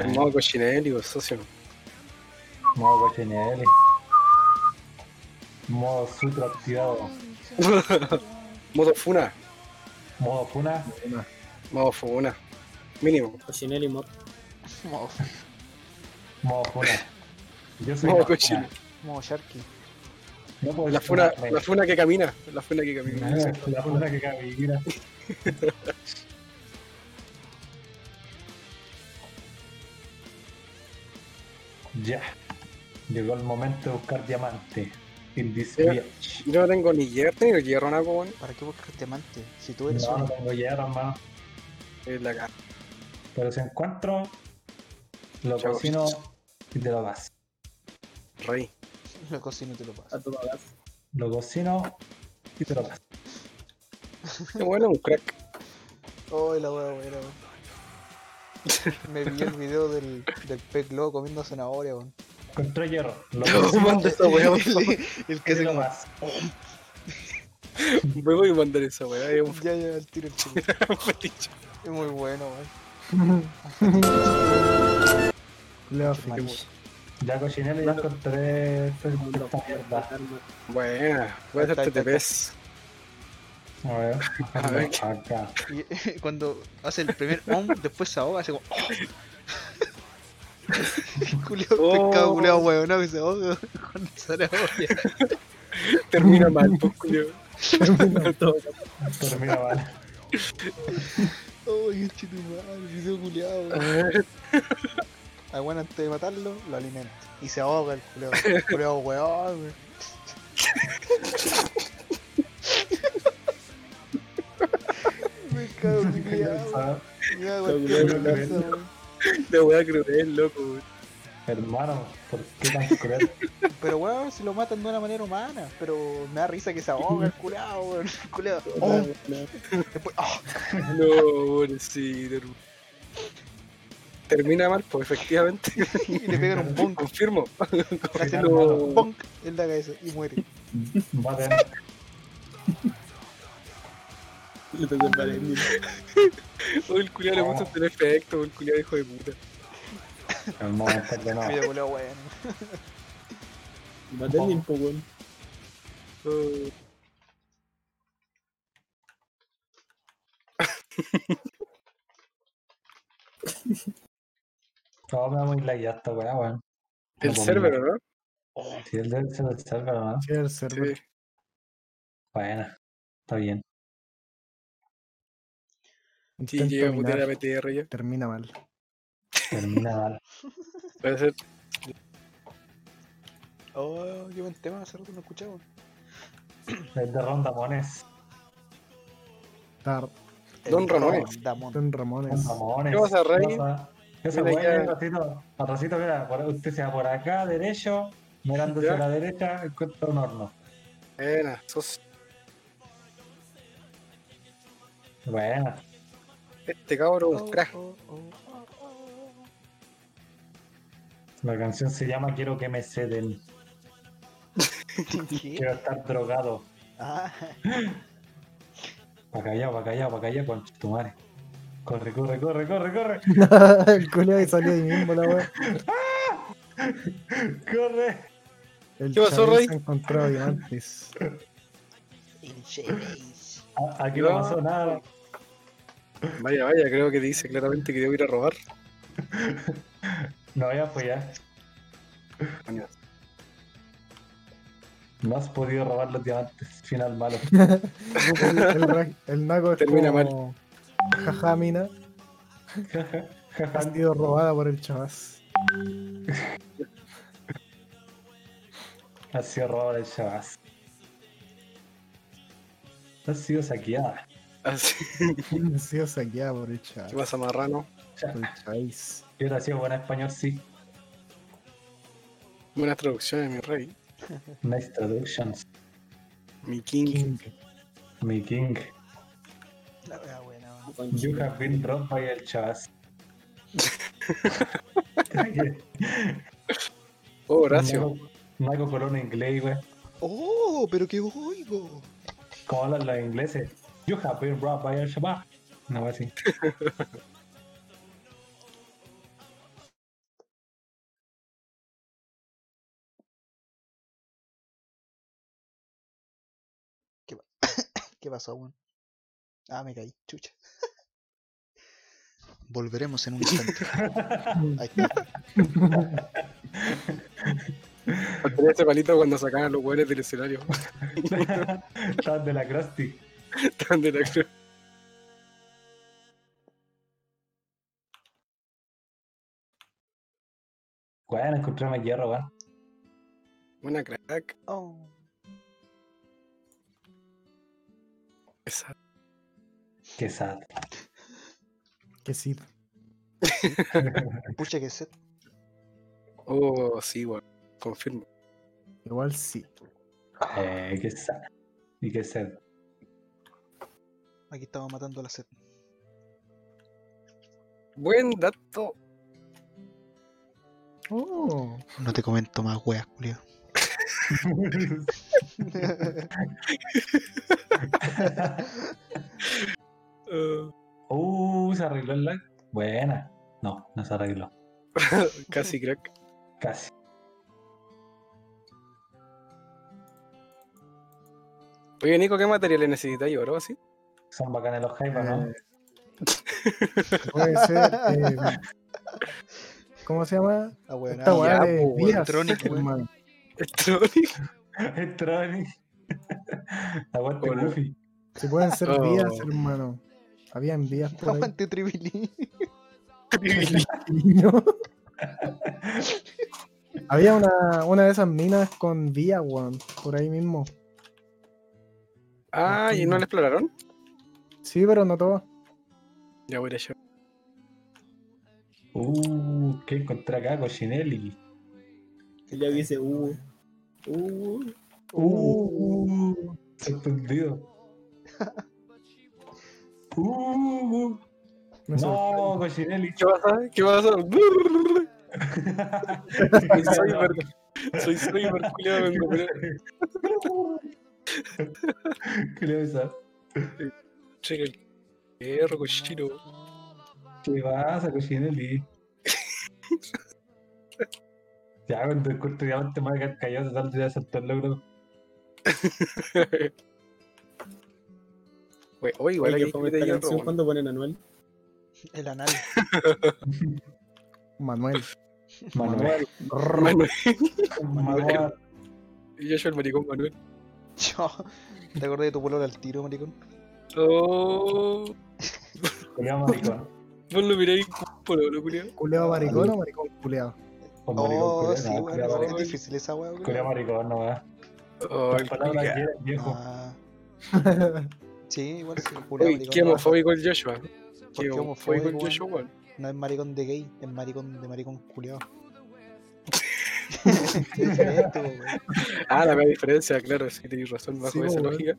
[SPEAKER 6] El modo cochinelli, pues, socio.
[SPEAKER 4] Modo Cuchinelli. Modo sutra activado.
[SPEAKER 6] Modo funa.
[SPEAKER 4] Modo Puna.
[SPEAKER 6] Modo funa. Mínimo.
[SPEAKER 1] Cochinelli Mor.
[SPEAKER 2] Modo,
[SPEAKER 4] Modo Puna. Yo soy
[SPEAKER 6] Modo
[SPEAKER 4] la Funa.
[SPEAKER 6] Cuchinelli.
[SPEAKER 2] modo Sharky.
[SPEAKER 4] No puedo
[SPEAKER 6] La
[SPEAKER 4] decir
[SPEAKER 6] funa,
[SPEAKER 4] nada.
[SPEAKER 6] la funa que camina. La funa que camina.
[SPEAKER 4] Ah, La Funa que camina. Ya. Llegó el momento de buscar diamante. In this
[SPEAKER 6] Ya.
[SPEAKER 4] bitch.
[SPEAKER 6] Yo no tengo ni hierro ni hierro, nada, weón.
[SPEAKER 2] ¿Para qué buscas diamante? Si tú eres
[SPEAKER 4] No, no
[SPEAKER 2] uno.
[SPEAKER 4] tengo hierro, hermano.
[SPEAKER 6] Es la cara.
[SPEAKER 4] Pero si encuentro, lo
[SPEAKER 6] Chao.
[SPEAKER 4] cocino y te lo das.
[SPEAKER 6] Rey.
[SPEAKER 2] Lo cocino y te lo paso.
[SPEAKER 6] Ah.
[SPEAKER 4] Lo cocino y te lo das.
[SPEAKER 6] Este weón es un crack.
[SPEAKER 2] Oh, la wea buena, weón. Me vi el video del, del pez globo comiendo zanahoria, weón.
[SPEAKER 4] Encontré hierro. Lo
[SPEAKER 6] No,
[SPEAKER 4] cocino
[SPEAKER 6] manda esa weá, por favor.
[SPEAKER 2] el, el
[SPEAKER 4] y
[SPEAKER 2] que
[SPEAKER 4] te
[SPEAKER 2] se
[SPEAKER 4] lo
[SPEAKER 2] come.
[SPEAKER 4] das.
[SPEAKER 6] Me voy a mandar esa weá. Es un
[SPEAKER 2] Ya, ya, el tiro el chico.
[SPEAKER 6] fetiche.
[SPEAKER 2] Es muy bueno, weón.
[SPEAKER 5] Culeado fetiche.
[SPEAKER 4] Ya cociné y ya encontré esta esta mierda.
[SPEAKER 6] Buena. Voy a hacerte TPS.
[SPEAKER 4] A ver,
[SPEAKER 6] A ver.
[SPEAKER 4] acá.
[SPEAKER 2] Y eh, cuando hace el primer on, después se ahoga, hace como. "Oh". culeado,
[SPEAKER 6] Oh.
[SPEAKER 2] pescado culeado, weón, no, que se ahoga con zanahoria.
[SPEAKER 6] Termina mal, pues, culiao.
[SPEAKER 4] Termina mal.
[SPEAKER 2] Oh, qué chido, el video culeado, weón. Ah, bueno, antes de matarlo, lo alimenta. Y se ahoga el culeo. El culeo, weón. weón. Me cago en mi culiao, weón. Me da cualquier
[SPEAKER 4] Está culeo,
[SPEAKER 2] cosa, weón.
[SPEAKER 6] La weá cruel, loco, weón.
[SPEAKER 4] Hermano, ¿por qué tan cruel?
[SPEAKER 2] Pero weón, si lo matan de una manera humana. Pero me da risa que se ahoga el culeo, weón. El culeo. Oh, después, oh,
[SPEAKER 6] No, pobrecito, hermano. Termina mal, pues efectivamente.
[SPEAKER 2] y le pegan un bonk.
[SPEAKER 6] Confirmo.
[SPEAKER 2] Le hacen
[SPEAKER 4] Confirmado.
[SPEAKER 2] un bonk en la cabeza y muere.
[SPEAKER 4] Va a tener
[SPEAKER 1] Le tocó el Valentín.
[SPEAKER 6] Oh, el culiao le gusta hacer efecto, el culiao hijo de puta.
[SPEAKER 4] el momento de no.
[SPEAKER 2] Mira, culeo, weón.
[SPEAKER 1] Valentín, po, weón.
[SPEAKER 6] Oh.
[SPEAKER 4] Todo me da muy lagueado esta weá, weón.
[SPEAKER 6] El server, ¿no?
[SPEAKER 4] Sí, el del el server, ¿no?
[SPEAKER 5] Sí, el server.
[SPEAKER 6] Sí.
[SPEAKER 4] Bueno, está bien.
[SPEAKER 6] Sí, llega a
[SPEAKER 5] Intento
[SPEAKER 6] putear a
[SPEAKER 5] minar,
[SPEAKER 6] PTR ya.
[SPEAKER 5] Termina mal.
[SPEAKER 4] Termina mal.
[SPEAKER 6] Puede ser.
[SPEAKER 2] Oh, qué buen tema, hace rato no escuchaba.
[SPEAKER 4] Es de Rondamones.
[SPEAKER 5] Tar-
[SPEAKER 6] Don Ramón.
[SPEAKER 2] Damón.
[SPEAKER 5] Don Ramones.
[SPEAKER 4] Rondamones.
[SPEAKER 6] Pues, ¿Qué pasa, Rey?
[SPEAKER 4] Esa
[SPEAKER 6] Mira
[SPEAKER 4] weá,
[SPEAKER 6] ya.
[SPEAKER 4] ratito, al ratito, mira, por- usted se va por acá, derecho, mirando
[SPEAKER 6] Ya.
[SPEAKER 4] hacia la derecha, encuentra un horno.
[SPEAKER 6] Buena, sos.
[SPEAKER 4] Bueno,
[SPEAKER 6] Este cabrón es un crack.
[SPEAKER 2] Oh, oh, oh, oh, oh.
[SPEAKER 4] la canción se llama Quiero que me ceden.
[SPEAKER 2] ¿Qué?
[SPEAKER 4] Quiero estar drogado.
[SPEAKER 2] Ah,
[SPEAKER 4] Pa' allá, pa' allá, pa' allá, con tu madre. Corre, corre, corre, corre, corre.
[SPEAKER 5] el culeado que salió ahí mismo, la wea.
[SPEAKER 4] Corre.
[SPEAKER 5] El
[SPEAKER 6] ¿Qué pasó,
[SPEAKER 5] Chavín
[SPEAKER 6] Rey?
[SPEAKER 5] Se encontró diamantes.
[SPEAKER 2] el Chevys.
[SPEAKER 4] A- Ah, Aquí no
[SPEAKER 6] No.
[SPEAKER 4] pasó nada.
[SPEAKER 6] Vaya, vaya, creo que dice claramente que debo ir a robar.
[SPEAKER 4] No, ya fue ya.
[SPEAKER 6] Coño.
[SPEAKER 4] No has podido robar los diamantes. Final malo.
[SPEAKER 5] El, el, Ra- el Naco es
[SPEAKER 6] Termina
[SPEAKER 5] como... Jaja, mina. Ha
[SPEAKER 4] Jaja,
[SPEAKER 5] sido robada por el chavaz.
[SPEAKER 4] has sido robada el chavas. Has sido saqueada.
[SPEAKER 6] Así.
[SPEAKER 5] Ha sido saqueada por el chavaz.
[SPEAKER 6] ¿Qué Ah, pasa, marrano?
[SPEAKER 5] Por el chavis.
[SPEAKER 4] Yo ahora sido buen español, sí.
[SPEAKER 6] Buenas traducciones, mi rey.
[SPEAKER 4] Nice traductions.
[SPEAKER 6] Mi king.
[SPEAKER 5] King.
[SPEAKER 4] Mi king.
[SPEAKER 2] La wea buena, va.
[SPEAKER 4] You have been robbed by el chavas.
[SPEAKER 6] Oh, Horacio. Oh,
[SPEAKER 4] Naco Colón inglés, güey.
[SPEAKER 2] ¡Oh! ¡Pero qué oigo!
[SPEAKER 4] Como hablan los ingleses. You have been robbed by Al-Shabaab. No, así.
[SPEAKER 2] ¿Qué pasó, weón? Ah, me caí, chucha. Volveremos en un instante. Ahí está.
[SPEAKER 6] Tenía ese este palito cuando sacaban los hueones del escenario.
[SPEAKER 4] Estaban de la Krusty.
[SPEAKER 6] Estaban de la cruz.
[SPEAKER 4] Weón, encontré más hierro, weón.
[SPEAKER 6] Buena crack.
[SPEAKER 2] Oh.
[SPEAKER 6] Esa.
[SPEAKER 4] Qué sad.
[SPEAKER 5] Que sí.
[SPEAKER 2] Pucha que set.
[SPEAKER 6] Oh, sí, weón. Confirmo.
[SPEAKER 5] Igual sí.
[SPEAKER 4] Eh, qué sad. Y qué sad.
[SPEAKER 2] Aquí estamos matando a la set.
[SPEAKER 6] Buen dato.
[SPEAKER 5] Oh,
[SPEAKER 2] No te comento más weas, culiao.
[SPEAKER 6] Eh,
[SPEAKER 4] Uh, se arregló el lag. Buena. No, no se arregló.
[SPEAKER 6] casi crack.
[SPEAKER 4] Casi.
[SPEAKER 6] Oye, Nico, ¿qué materiales necesitas yo, bro? ¿Así?
[SPEAKER 4] Son bacanes los jaivas, ¿no?
[SPEAKER 5] Eh. puede ser. eh, ¿Cómo se llama?
[SPEAKER 2] La wea,
[SPEAKER 5] Esta weá
[SPEAKER 2] nada.
[SPEAKER 5] de Díaz,
[SPEAKER 2] Tronic, ah, pues, weón.
[SPEAKER 5] hermano.
[SPEAKER 6] Electronic.
[SPEAKER 4] El Tronic. Aguante,
[SPEAKER 6] Hola.
[SPEAKER 4] Goofy.
[SPEAKER 5] Si pueden ser
[SPEAKER 6] Oh.
[SPEAKER 5] días, hermano. Habían días por ahí.
[SPEAKER 2] Aguante tribilín.
[SPEAKER 5] ¿no? Había una, una de esas minas con vía, weón, por ahí mismo.
[SPEAKER 6] Ah, ¿y no la exploraron?
[SPEAKER 5] Sí, pero no todo.
[SPEAKER 6] Ya voy a ir allá.
[SPEAKER 4] Uh, que encontré acá, Cochinelli.
[SPEAKER 1] Y le dice, uh, uh,
[SPEAKER 4] Uh, sorprendido. Uh,
[SPEAKER 5] Me sorprende.
[SPEAKER 4] no, Cochinelli.
[SPEAKER 6] ¿Qué pasa? ¿Qué pasa? Brrr. Soy cyber. Soy cyber, culiao, vengo, pero-
[SPEAKER 4] ¿Qué le pasa?
[SPEAKER 6] Che, el perro cochino.
[SPEAKER 4] ¿Qué pasa, Cochinelli? Ya, cuando encuentro diamante, me voy a quedar callado, total, voy a saltar el logro.
[SPEAKER 6] Wey, oh, igual
[SPEAKER 1] Oye,
[SPEAKER 6] aquí
[SPEAKER 1] fome
[SPEAKER 6] te
[SPEAKER 1] esta
[SPEAKER 6] hierro,
[SPEAKER 1] canción
[SPEAKER 6] weón.
[SPEAKER 1] cuando ponen anual.
[SPEAKER 2] El anal.
[SPEAKER 5] Manuel.
[SPEAKER 4] Manuel.
[SPEAKER 6] Manuel.
[SPEAKER 4] Manuel.
[SPEAKER 6] Y yo soy el maricón Manuel.
[SPEAKER 2] Yo. Te acordé de tu pueblo al tiro, maricón.
[SPEAKER 6] Oh,
[SPEAKER 4] Culeado maricón.
[SPEAKER 6] vos lo miráis por lo culiao.
[SPEAKER 5] ¿Culeado maricón o maricón culeado?
[SPEAKER 4] O maricón,
[SPEAKER 2] Oh,
[SPEAKER 4] culeado,
[SPEAKER 2] sí,
[SPEAKER 4] no,
[SPEAKER 2] weón.
[SPEAKER 4] culeado
[SPEAKER 2] Es
[SPEAKER 4] maricón.
[SPEAKER 2] difícil esa wea, weón.
[SPEAKER 4] Culeado maricón, no va.
[SPEAKER 6] Oh, el
[SPEAKER 4] Las palabras
[SPEAKER 6] culiao.
[SPEAKER 4] que eres, viejo.
[SPEAKER 2] Ah. Sí, igual sí, culiao
[SPEAKER 6] Uy,
[SPEAKER 2] maricón.
[SPEAKER 6] qué
[SPEAKER 2] no.
[SPEAKER 6] homofóbico el Joshua.
[SPEAKER 2] ¿Por
[SPEAKER 6] Qué
[SPEAKER 2] qué
[SPEAKER 6] homofóbico el
[SPEAKER 2] homofóbico,
[SPEAKER 6] Joshua, weón.
[SPEAKER 2] No es maricón de gay, es maricón de maricón culiao.
[SPEAKER 6] Ah, la gran diferencia, claro, sí, tenéis razón, bajo
[SPEAKER 5] Sí,
[SPEAKER 6] esa
[SPEAKER 5] weón.
[SPEAKER 6] lógica.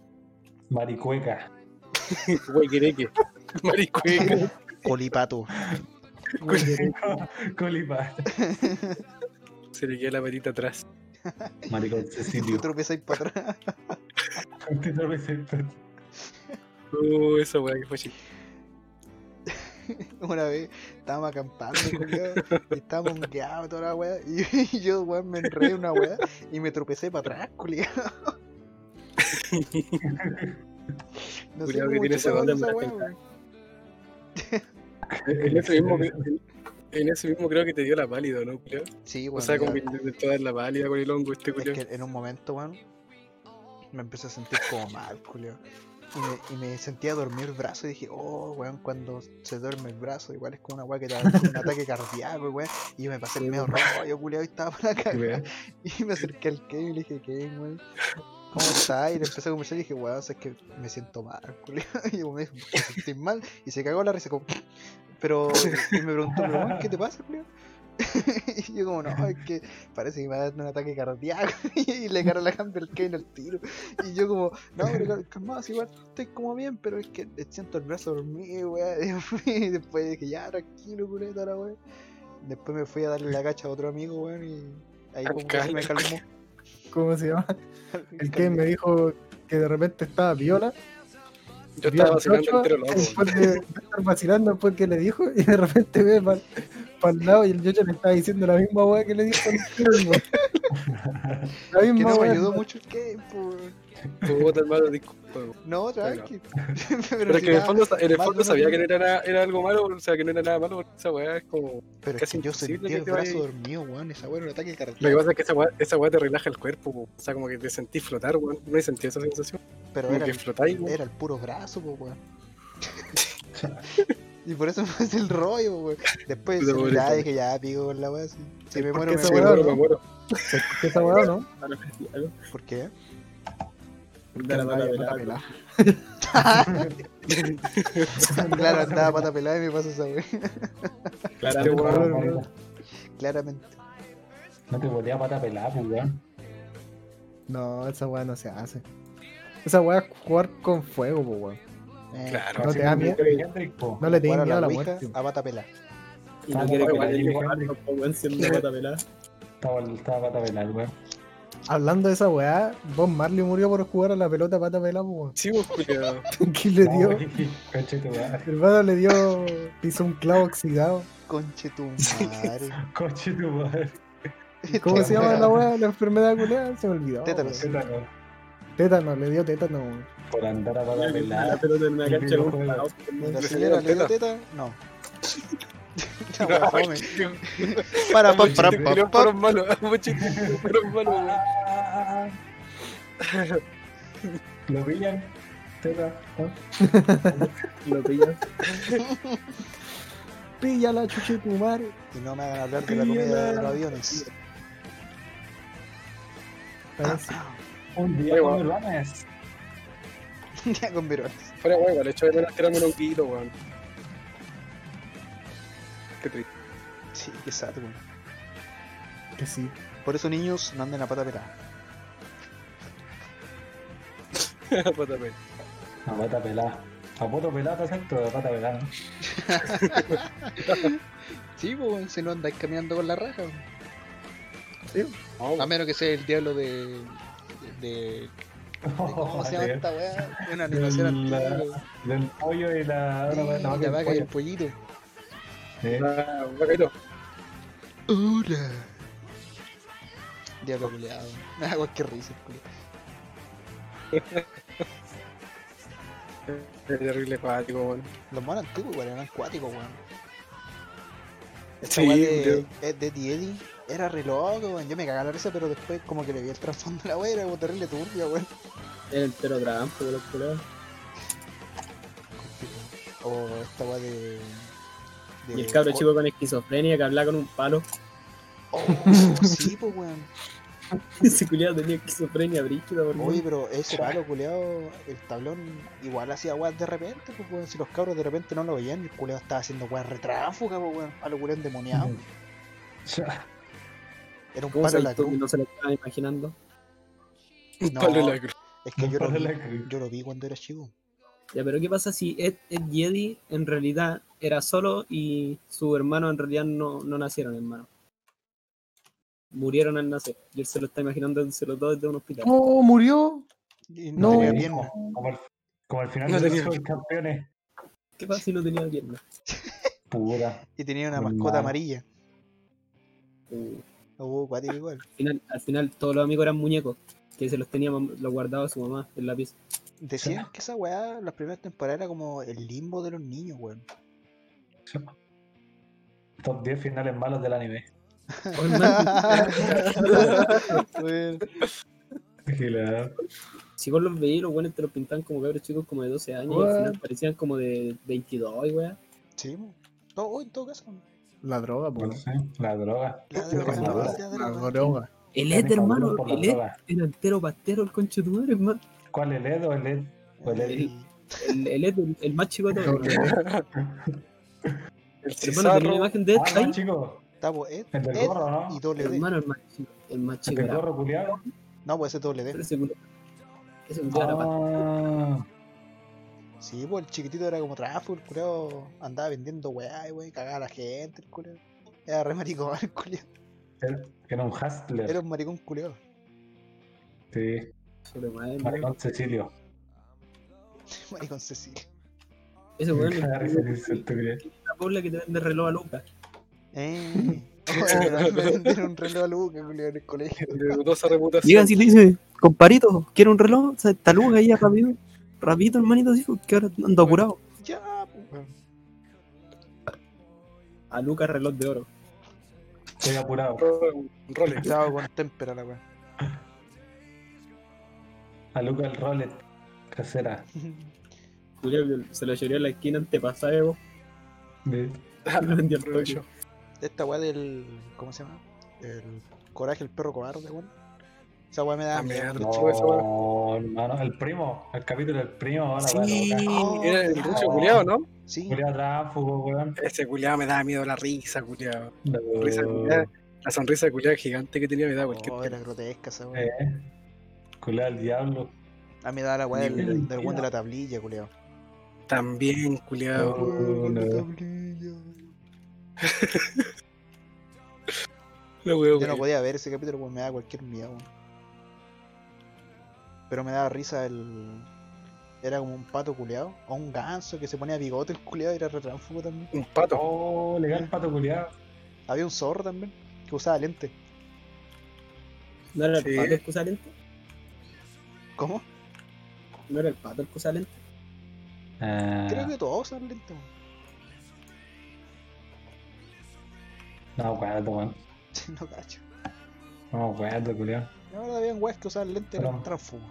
[SPEAKER 4] Maricueca.
[SPEAKER 6] Wey, quereque. Maricueca.
[SPEAKER 2] Colipato.
[SPEAKER 4] Colipa.
[SPEAKER 6] Se le queda la patita atrás.
[SPEAKER 4] Maricón Cecilio.
[SPEAKER 2] Te tropezáis para atrás.
[SPEAKER 4] Te tropezaste.
[SPEAKER 6] Oh, esa weá que fue chica.
[SPEAKER 2] Una vez estábamos acampando, culiao, y estábamos hongueados toda la wea. Y, y yo, weón, me enredé en una wea y me tropecé para atrás, culiao. No
[SPEAKER 6] Culiao que
[SPEAKER 2] cómo
[SPEAKER 6] tiene ese
[SPEAKER 2] chucha
[SPEAKER 6] don de
[SPEAKER 2] pasó esa
[SPEAKER 6] matar
[SPEAKER 2] wea, weón.
[SPEAKER 6] En ese mismo, en ese mismo creo que te dio la pálida, ¿no, culiao?
[SPEAKER 2] Sí,
[SPEAKER 6] O
[SPEAKER 2] weón.
[SPEAKER 6] sea, como que
[SPEAKER 2] ya.
[SPEAKER 6] intentó dar la pálida con el hongo este
[SPEAKER 2] Es
[SPEAKER 6] culiao.
[SPEAKER 2] que en un momento, weón, me empecé a sentir como mal, culiao. Y me, y me sentía dormir el brazo y dije, oh, weón, cuando se duerme el brazo, igual es como una weá que te da como un ataque cardíaco, weón. Y yo me pasé el medio rollo, culiao, y estaba para acá. Y me acerqué al Kevin y le dije, Kevin, weón, ¿cómo estás? Y le empecé a conversar y dije, weón, o sea, es que me siento mal, culiao. Y yo me dijo, me sentí mal. Y se cagó la risa, como, pero, y me preguntó, pero, weón, ¿qué te pasa, culiao? y yo como, no, es que parece que me va a dar un ataque cardíaco y le agarró la cambio al Kevin al tiro. Y yo como, no, pero cal- calmado, si igual estoy como bien, pero es que siento el brazo dormido, weón. Y después dije, ya, tranquilo, culeta, la weón. Después me fui a darle la cacha a otro amigo, weón, y ahí como que se me calmó.
[SPEAKER 5] ¿cómo se llama? El que me dijo que de repente estaba viola.
[SPEAKER 6] Yo
[SPEAKER 5] viola
[SPEAKER 6] estaba vacilando
[SPEAKER 5] chocho,
[SPEAKER 6] entero loco.
[SPEAKER 5] Después de, de estar vacilando, después que le dijo, y de repente ve para el lado y el Yocho le estaba diciendo la misma weá que le dijo al Kevin, weón. La
[SPEAKER 2] Que
[SPEAKER 5] misma
[SPEAKER 2] no me
[SPEAKER 5] weá.
[SPEAKER 2] ayudó mucho el game, pues.
[SPEAKER 6] Puta, hermano, disculpa. weón.
[SPEAKER 2] No, tranqui.
[SPEAKER 6] Pero es
[SPEAKER 2] si
[SPEAKER 6] que en el
[SPEAKER 2] nada-
[SPEAKER 6] fondo, sa- en el
[SPEAKER 2] más
[SPEAKER 6] fondo
[SPEAKER 2] de
[SPEAKER 6] sabía
[SPEAKER 2] una-
[SPEAKER 6] que no era, nada- era algo malo, o sea, que no era nada malo, porque esa weá es como...
[SPEAKER 2] Pero es
[SPEAKER 6] casi
[SPEAKER 2] que yo
[SPEAKER 6] imposible
[SPEAKER 2] sentí
[SPEAKER 6] que
[SPEAKER 2] el
[SPEAKER 6] te vaya-
[SPEAKER 2] brazo dormido, weón. Esa weón, un ataque
[SPEAKER 6] Lo que
[SPEAKER 2] cardíaco.
[SPEAKER 6] pasa es que esa weá, esa weá te relaja el cuerpo, po. o sea, como que te sentís flotar, weón. No he sentido esa sensación.
[SPEAKER 2] Pero
[SPEAKER 6] Como
[SPEAKER 2] era
[SPEAKER 6] que
[SPEAKER 2] el,
[SPEAKER 6] flotáis, weón.
[SPEAKER 2] era el puro brazo, pues, weón. y por eso me hace el rollo, po, weón. Después
[SPEAKER 6] Puta,
[SPEAKER 2] se-
[SPEAKER 6] pobre
[SPEAKER 2] ya
[SPEAKER 6] chavo.
[SPEAKER 2] dije, ya pico con la weá. Si, si me muero,
[SPEAKER 5] qué
[SPEAKER 2] me
[SPEAKER 5] esa
[SPEAKER 6] Sí, me
[SPEAKER 5] weá,
[SPEAKER 2] muero.
[SPEAKER 5] ¿no?
[SPEAKER 6] muero, me muero.
[SPEAKER 5] ¿Qué esa weá, no?
[SPEAKER 2] ¿Por qué?
[SPEAKER 3] De la pata pelada.
[SPEAKER 2] Claro, andaba pata pelada y me pasa esa weón.
[SPEAKER 6] Este
[SPEAKER 3] Claramente.
[SPEAKER 6] weón,
[SPEAKER 2] Claramente.
[SPEAKER 4] No te volví a pata pelada, pues, weón.
[SPEAKER 5] No, esa weá no se hace. Esa weá es jugar con fuego, po, weón.
[SPEAKER 2] Eh,
[SPEAKER 6] Claro.
[SPEAKER 5] No
[SPEAKER 4] Así
[SPEAKER 5] te
[SPEAKER 4] como
[SPEAKER 5] da miedo.
[SPEAKER 4] Jimi Hendrix, po.
[SPEAKER 5] No le tenés
[SPEAKER 2] jugar a
[SPEAKER 5] miedo a
[SPEAKER 2] la
[SPEAKER 5] la
[SPEAKER 2] Ouija
[SPEAKER 5] muerte.
[SPEAKER 2] a pata pelada.
[SPEAKER 3] Y no quiere que
[SPEAKER 4] Igual,
[SPEAKER 3] nadie
[SPEAKER 4] igual.
[SPEAKER 3] le jale, weón, siendo pata pelada.
[SPEAKER 4] Estaba, estaba pata pelada, weón.
[SPEAKER 5] Hablando de esa weá, Bob Marley murió por jugar a la pelota pata pelada, po, weón.
[SPEAKER 6] Sí, vos, culiao.
[SPEAKER 5] ¿Qué le dio?
[SPEAKER 4] No, coche tu madre.
[SPEAKER 5] El hermano le dio. Hizo un clavo oxidado.
[SPEAKER 2] Conche tu madre.
[SPEAKER 4] Coche tu madre.
[SPEAKER 5] ¿Cómo se llama la weá? La enfermedad culiada. Se me olvidó.
[SPEAKER 2] Tétanos.
[SPEAKER 5] weón.
[SPEAKER 4] Tétano.
[SPEAKER 5] Tétano, le dio tétano. weón.
[SPEAKER 4] Por andar a pata
[SPEAKER 3] La
[SPEAKER 4] pelada.
[SPEAKER 3] pelota en una cancha con un parado.
[SPEAKER 2] ¿La señora le dio teta? No. Esa weá, fome.
[SPEAKER 6] Este Ah,
[SPEAKER 2] Para, para,
[SPEAKER 6] muchachos,
[SPEAKER 2] para,
[SPEAKER 6] culiao, fueron malos, ah, muchachos, fueron malos, weón.
[SPEAKER 4] Ah, ah, ah. Lo pillan. Teta. ¿no?
[SPEAKER 3] Lo pillas.
[SPEAKER 5] Píllala, chuchitumare.
[SPEAKER 2] Y no me hagan hablar de la comida de los aviones.
[SPEAKER 5] Parece.
[SPEAKER 2] Ah.
[SPEAKER 4] Un
[SPEAKER 6] Oye,
[SPEAKER 4] día
[SPEAKER 6] weón.
[SPEAKER 4] con urbanas.
[SPEAKER 2] Ya con virones.
[SPEAKER 6] Fuera, weón, igual, hecho de menos tirarme un kilo, weón. Qué triste.
[SPEAKER 2] Sí, qué sad, weón.
[SPEAKER 5] Que sí.
[SPEAKER 2] Por eso, niños, no anden a pata pelada.
[SPEAKER 6] Pata pelada.
[SPEAKER 4] A pata pelada. A poto pelada, está cierto, a pata pelada. ¿no?
[SPEAKER 2] Sí, pues, si no andáis caminando con la raja. weón.
[SPEAKER 6] No,
[SPEAKER 4] Oh.
[SPEAKER 6] weón.
[SPEAKER 2] A menos que sea el diablo de. de. de- ¿Cómo se llama esta weá? Una animación
[SPEAKER 4] Oh, La-
[SPEAKER 2] antigua. weón.
[SPEAKER 4] Del pollo y la.
[SPEAKER 2] Sí,
[SPEAKER 4] la- la vaca y
[SPEAKER 2] La
[SPEAKER 4] el
[SPEAKER 2] vaca y
[SPEAKER 4] pollo.
[SPEAKER 2] el pollito.
[SPEAKER 4] Sí.
[SPEAKER 6] Ah, bacano.
[SPEAKER 2] Hola. Diablo culeado. Ah, weón, qué risa, culiao.
[SPEAKER 6] Es terrible cuático, weón.
[SPEAKER 2] Los monos antiguos, weón, eran cuáticos, weón. Esta
[SPEAKER 6] Sí,
[SPEAKER 2] weá
[SPEAKER 6] culiao.
[SPEAKER 2] de, eh, de Eddie era re loco, weón. Yo me cagaba la risa, pero después, como que le vi el trasfondo a la weá, era como terrible turbia, weón.
[SPEAKER 3] Era el pelo trampo, los culeados.
[SPEAKER 2] O esta weá de.
[SPEAKER 3] Y el cabro chico con esquizofrenia que hablaba con un palo.
[SPEAKER 2] Oh, sí, pues, weón.
[SPEAKER 3] Ese culiado tenía esquizofrenia brígida, por
[SPEAKER 2] Oye,
[SPEAKER 3] mí.
[SPEAKER 2] pero ese palo culeado, el tablón, igual hacía guas de repente, pues, weón. Si los cabros de repente no lo veían, el culeado estaba haciendo guas retráfuga, pues, weón. Palo culeado endemoniado.
[SPEAKER 4] Ya.
[SPEAKER 2] Era un
[SPEAKER 3] ¿Cómo
[SPEAKER 2] palo de la
[SPEAKER 3] sabes tú que
[SPEAKER 2] cruz.
[SPEAKER 3] no se lo estaban imaginando?
[SPEAKER 6] Un
[SPEAKER 2] No.
[SPEAKER 6] palo en la cruz.
[SPEAKER 2] Es que yo lo,
[SPEAKER 4] Para
[SPEAKER 2] vi,
[SPEAKER 4] la cruz.
[SPEAKER 2] yo lo vi cuando era chico.
[SPEAKER 3] Ya, pero ¿qué pasa si Ed, Ed Jedi en realidad era solo y su hermano en realidad no, no nacieron, hermano? Murieron al nacer. Y él se lo está imaginando, se lo todo desde un hospital.
[SPEAKER 5] ¡Oh, murió!
[SPEAKER 2] Y
[SPEAKER 5] No.
[SPEAKER 2] tenía pierna.
[SPEAKER 4] Como el, como el final
[SPEAKER 6] No
[SPEAKER 4] de
[SPEAKER 6] tenía-
[SPEAKER 4] los campeones.
[SPEAKER 3] ¿Qué pasa si no tenía piernas?
[SPEAKER 4] Puta.
[SPEAKER 2] Y tenía una
[SPEAKER 4] Muy
[SPEAKER 2] mascota
[SPEAKER 4] mal.
[SPEAKER 2] amarilla.
[SPEAKER 3] Uh,
[SPEAKER 2] Oh, cuático igual.
[SPEAKER 3] al, final, al final todos los amigos eran muñecos, que se los tenía, mam- los guardaba su mamá en la pieza.
[SPEAKER 2] Decían que esa weá, las primeras temporadas, era como el limbo de los niños, weón.
[SPEAKER 4] Top 10 finales malos del anime.
[SPEAKER 3] Oh, hermano,
[SPEAKER 2] Weón.
[SPEAKER 3] si vos los veías, los buenos te los pintaban como cabros chicos como de 12 años y al final parecían como de 22, weón.
[SPEAKER 2] Sí, mo. todo, oh, en todo caso.
[SPEAKER 5] La droga, po.
[SPEAKER 4] No sé, la droga.
[SPEAKER 2] La
[SPEAKER 4] Sí,
[SPEAKER 2] droga,
[SPEAKER 4] sí,
[SPEAKER 2] la
[SPEAKER 4] sí.
[SPEAKER 2] droga, la
[SPEAKER 5] La
[SPEAKER 2] droga.
[SPEAKER 5] droga.
[SPEAKER 7] El
[SPEAKER 4] Están
[SPEAKER 7] Ed, hermano,
[SPEAKER 4] inmaduros por la
[SPEAKER 7] el Ed
[SPEAKER 4] droga.
[SPEAKER 7] era entero pastero, el concho de tu madre, hermano.
[SPEAKER 4] ¿Cuál el Ed o el Ed? O el Ed.
[SPEAKER 3] El, el, el Ed, el, el más chico de todos.
[SPEAKER 5] Doble.
[SPEAKER 3] hermano.
[SPEAKER 6] El
[SPEAKER 3] Hermano, tenía la
[SPEAKER 6] Cizarro.
[SPEAKER 3] imagen de Ed
[SPEAKER 4] Ah, no,
[SPEAKER 3] ahí.
[SPEAKER 4] chico.
[SPEAKER 2] Tabo Ed,
[SPEAKER 4] El del
[SPEAKER 2] Ed
[SPEAKER 4] gorro, ¿no?
[SPEAKER 2] y doble D.
[SPEAKER 7] Hermano, el más chico. El más
[SPEAKER 4] El
[SPEAKER 7] chico
[SPEAKER 4] del
[SPEAKER 7] era.
[SPEAKER 4] gorro culiado.
[SPEAKER 2] No, pues ese es doble D.
[SPEAKER 7] Pero ese culo- ese culo era pa-
[SPEAKER 4] Ah,
[SPEAKER 2] Sí, pues el chiquitito era como trafo, el curado andaba vendiendo weá, y wey, cagaba a la gente, el curado. Era re maricón, el culiao.
[SPEAKER 4] era un hustler.
[SPEAKER 2] Era un maricón culiao.
[SPEAKER 4] Sí,
[SPEAKER 7] Pero madre,
[SPEAKER 4] Maricón Cecilio.
[SPEAKER 2] Maricón Cecil.
[SPEAKER 7] Ese
[SPEAKER 4] Me
[SPEAKER 7] weón es
[SPEAKER 4] caga Ah, risa que se estuviera.
[SPEAKER 7] la pobla que te vende reloj a Lucas.
[SPEAKER 2] Eh. Oye, me vendieron un reloj a Luca, culiao, en el colegio.
[SPEAKER 6] De dudosa reputación.
[SPEAKER 7] Llegan si te dicen, comparito, quiero un reloj, o sea, esta luz ahí a rápido. Rapidito, hermanito, dijo que ahora ando apurado.
[SPEAKER 2] Ya, pues, weón.
[SPEAKER 7] A Lucas reloj de oro.
[SPEAKER 4] Estoy apurado.
[SPEAKER 6] Un Rolex.
[SPEAKER 2] Estaba con témpera la weón.
[SPEAKER 4] A Luca el Rolet. Casera.
[SPEAKER 1] Julio se lo lloró en la esquina antepasada, eh, vos.
[SPEAKER 4] De-
[SPEAKER 1] Lo vendió al
[SPEAKER 6] Aprovecho.
[SPEAKER 1] toque.
[SPEAKER 2] Esta weá del. ¿Cómo se llama? El coraje, el perro cobarde, weón. Esa weá me da
[SPEAKER 6] Ah,
[SPEAKER 2] miedo.
[SPEAKER 6] mierda. Pero esa weá.
[SPEAKER 4] No, hermano. El primo. El capítulo del primo. Ahora weá loca.
[SPEAKER 2] Oh,
[SPEAKER 6] Era el ruso
[SPEAKER 4] no.
[SPEAKER 6] culiao, ¿no?
[SPEAKER 2] Sí,
[SPEAKER 4] Culeado tráfugo, weón.
[SPEAKER 6] Ese culiao me daba miedo la risa, culiao.
[SPEAKER 4] La
[SPEAKER 6] Risa culiao. La sonrisa culiao gigante que tenía me daba cualquier
[SPEAKER 2] oh, era grotesca esa weá.
[SPEAKER 4] Eh. Culeado al diablo.
[SPEAKER 2] Ah, me da la weá
[SPEAKER 4] Nivel
[SPEAKER 2] del, del
[SPEAKER 4] mentira.
[SPEAKER 2] weón de la tablilla, culiao.
[SPEAKER 6] También, culiao.
[SPEAKER 4] Oh, no.
[SPEAKER 6] Lo huevo,
[SPEAKER 2] Yo no
[SPEAKER 6] culiao.
[SPEAKER 2] podía ver ese capítulo, weón. Me da cualquier miedo, weón. Pero me daba risa el. Era como un pato culeado. O un ganso que se ponía bigote el culeado y era retránfugo también.
[SPEAKER 6] Un pato.
[SPEAKER 4] Oh, legal pato culeado.
[SPEAKER 2] Había un zorro también que usaba lente.
[SPEAKER 1] ¿No era el
[SPEAKER 6] Sí.
[SPEAKER 1] pato el que usaba lente?
[SPEAKER 2] ¿Cómo?
[SPEAKER 1] ¿No era el pato el que usaba lente?
[SPEAKER 4] Ah.
[SPEAKER 2] Creo que todos usan lente, weón.
[SPEAKER 4] No me acuerdo, weón.
[SPEAKER 2] No cacho.
[SPEAKER 4] No me acuerdo, culiao.
[SPEAKER 2] La verdad, habían weas que usaban lentes
[SPEAKER 4] Pero-
[SPEAKER 2] eran transfugo.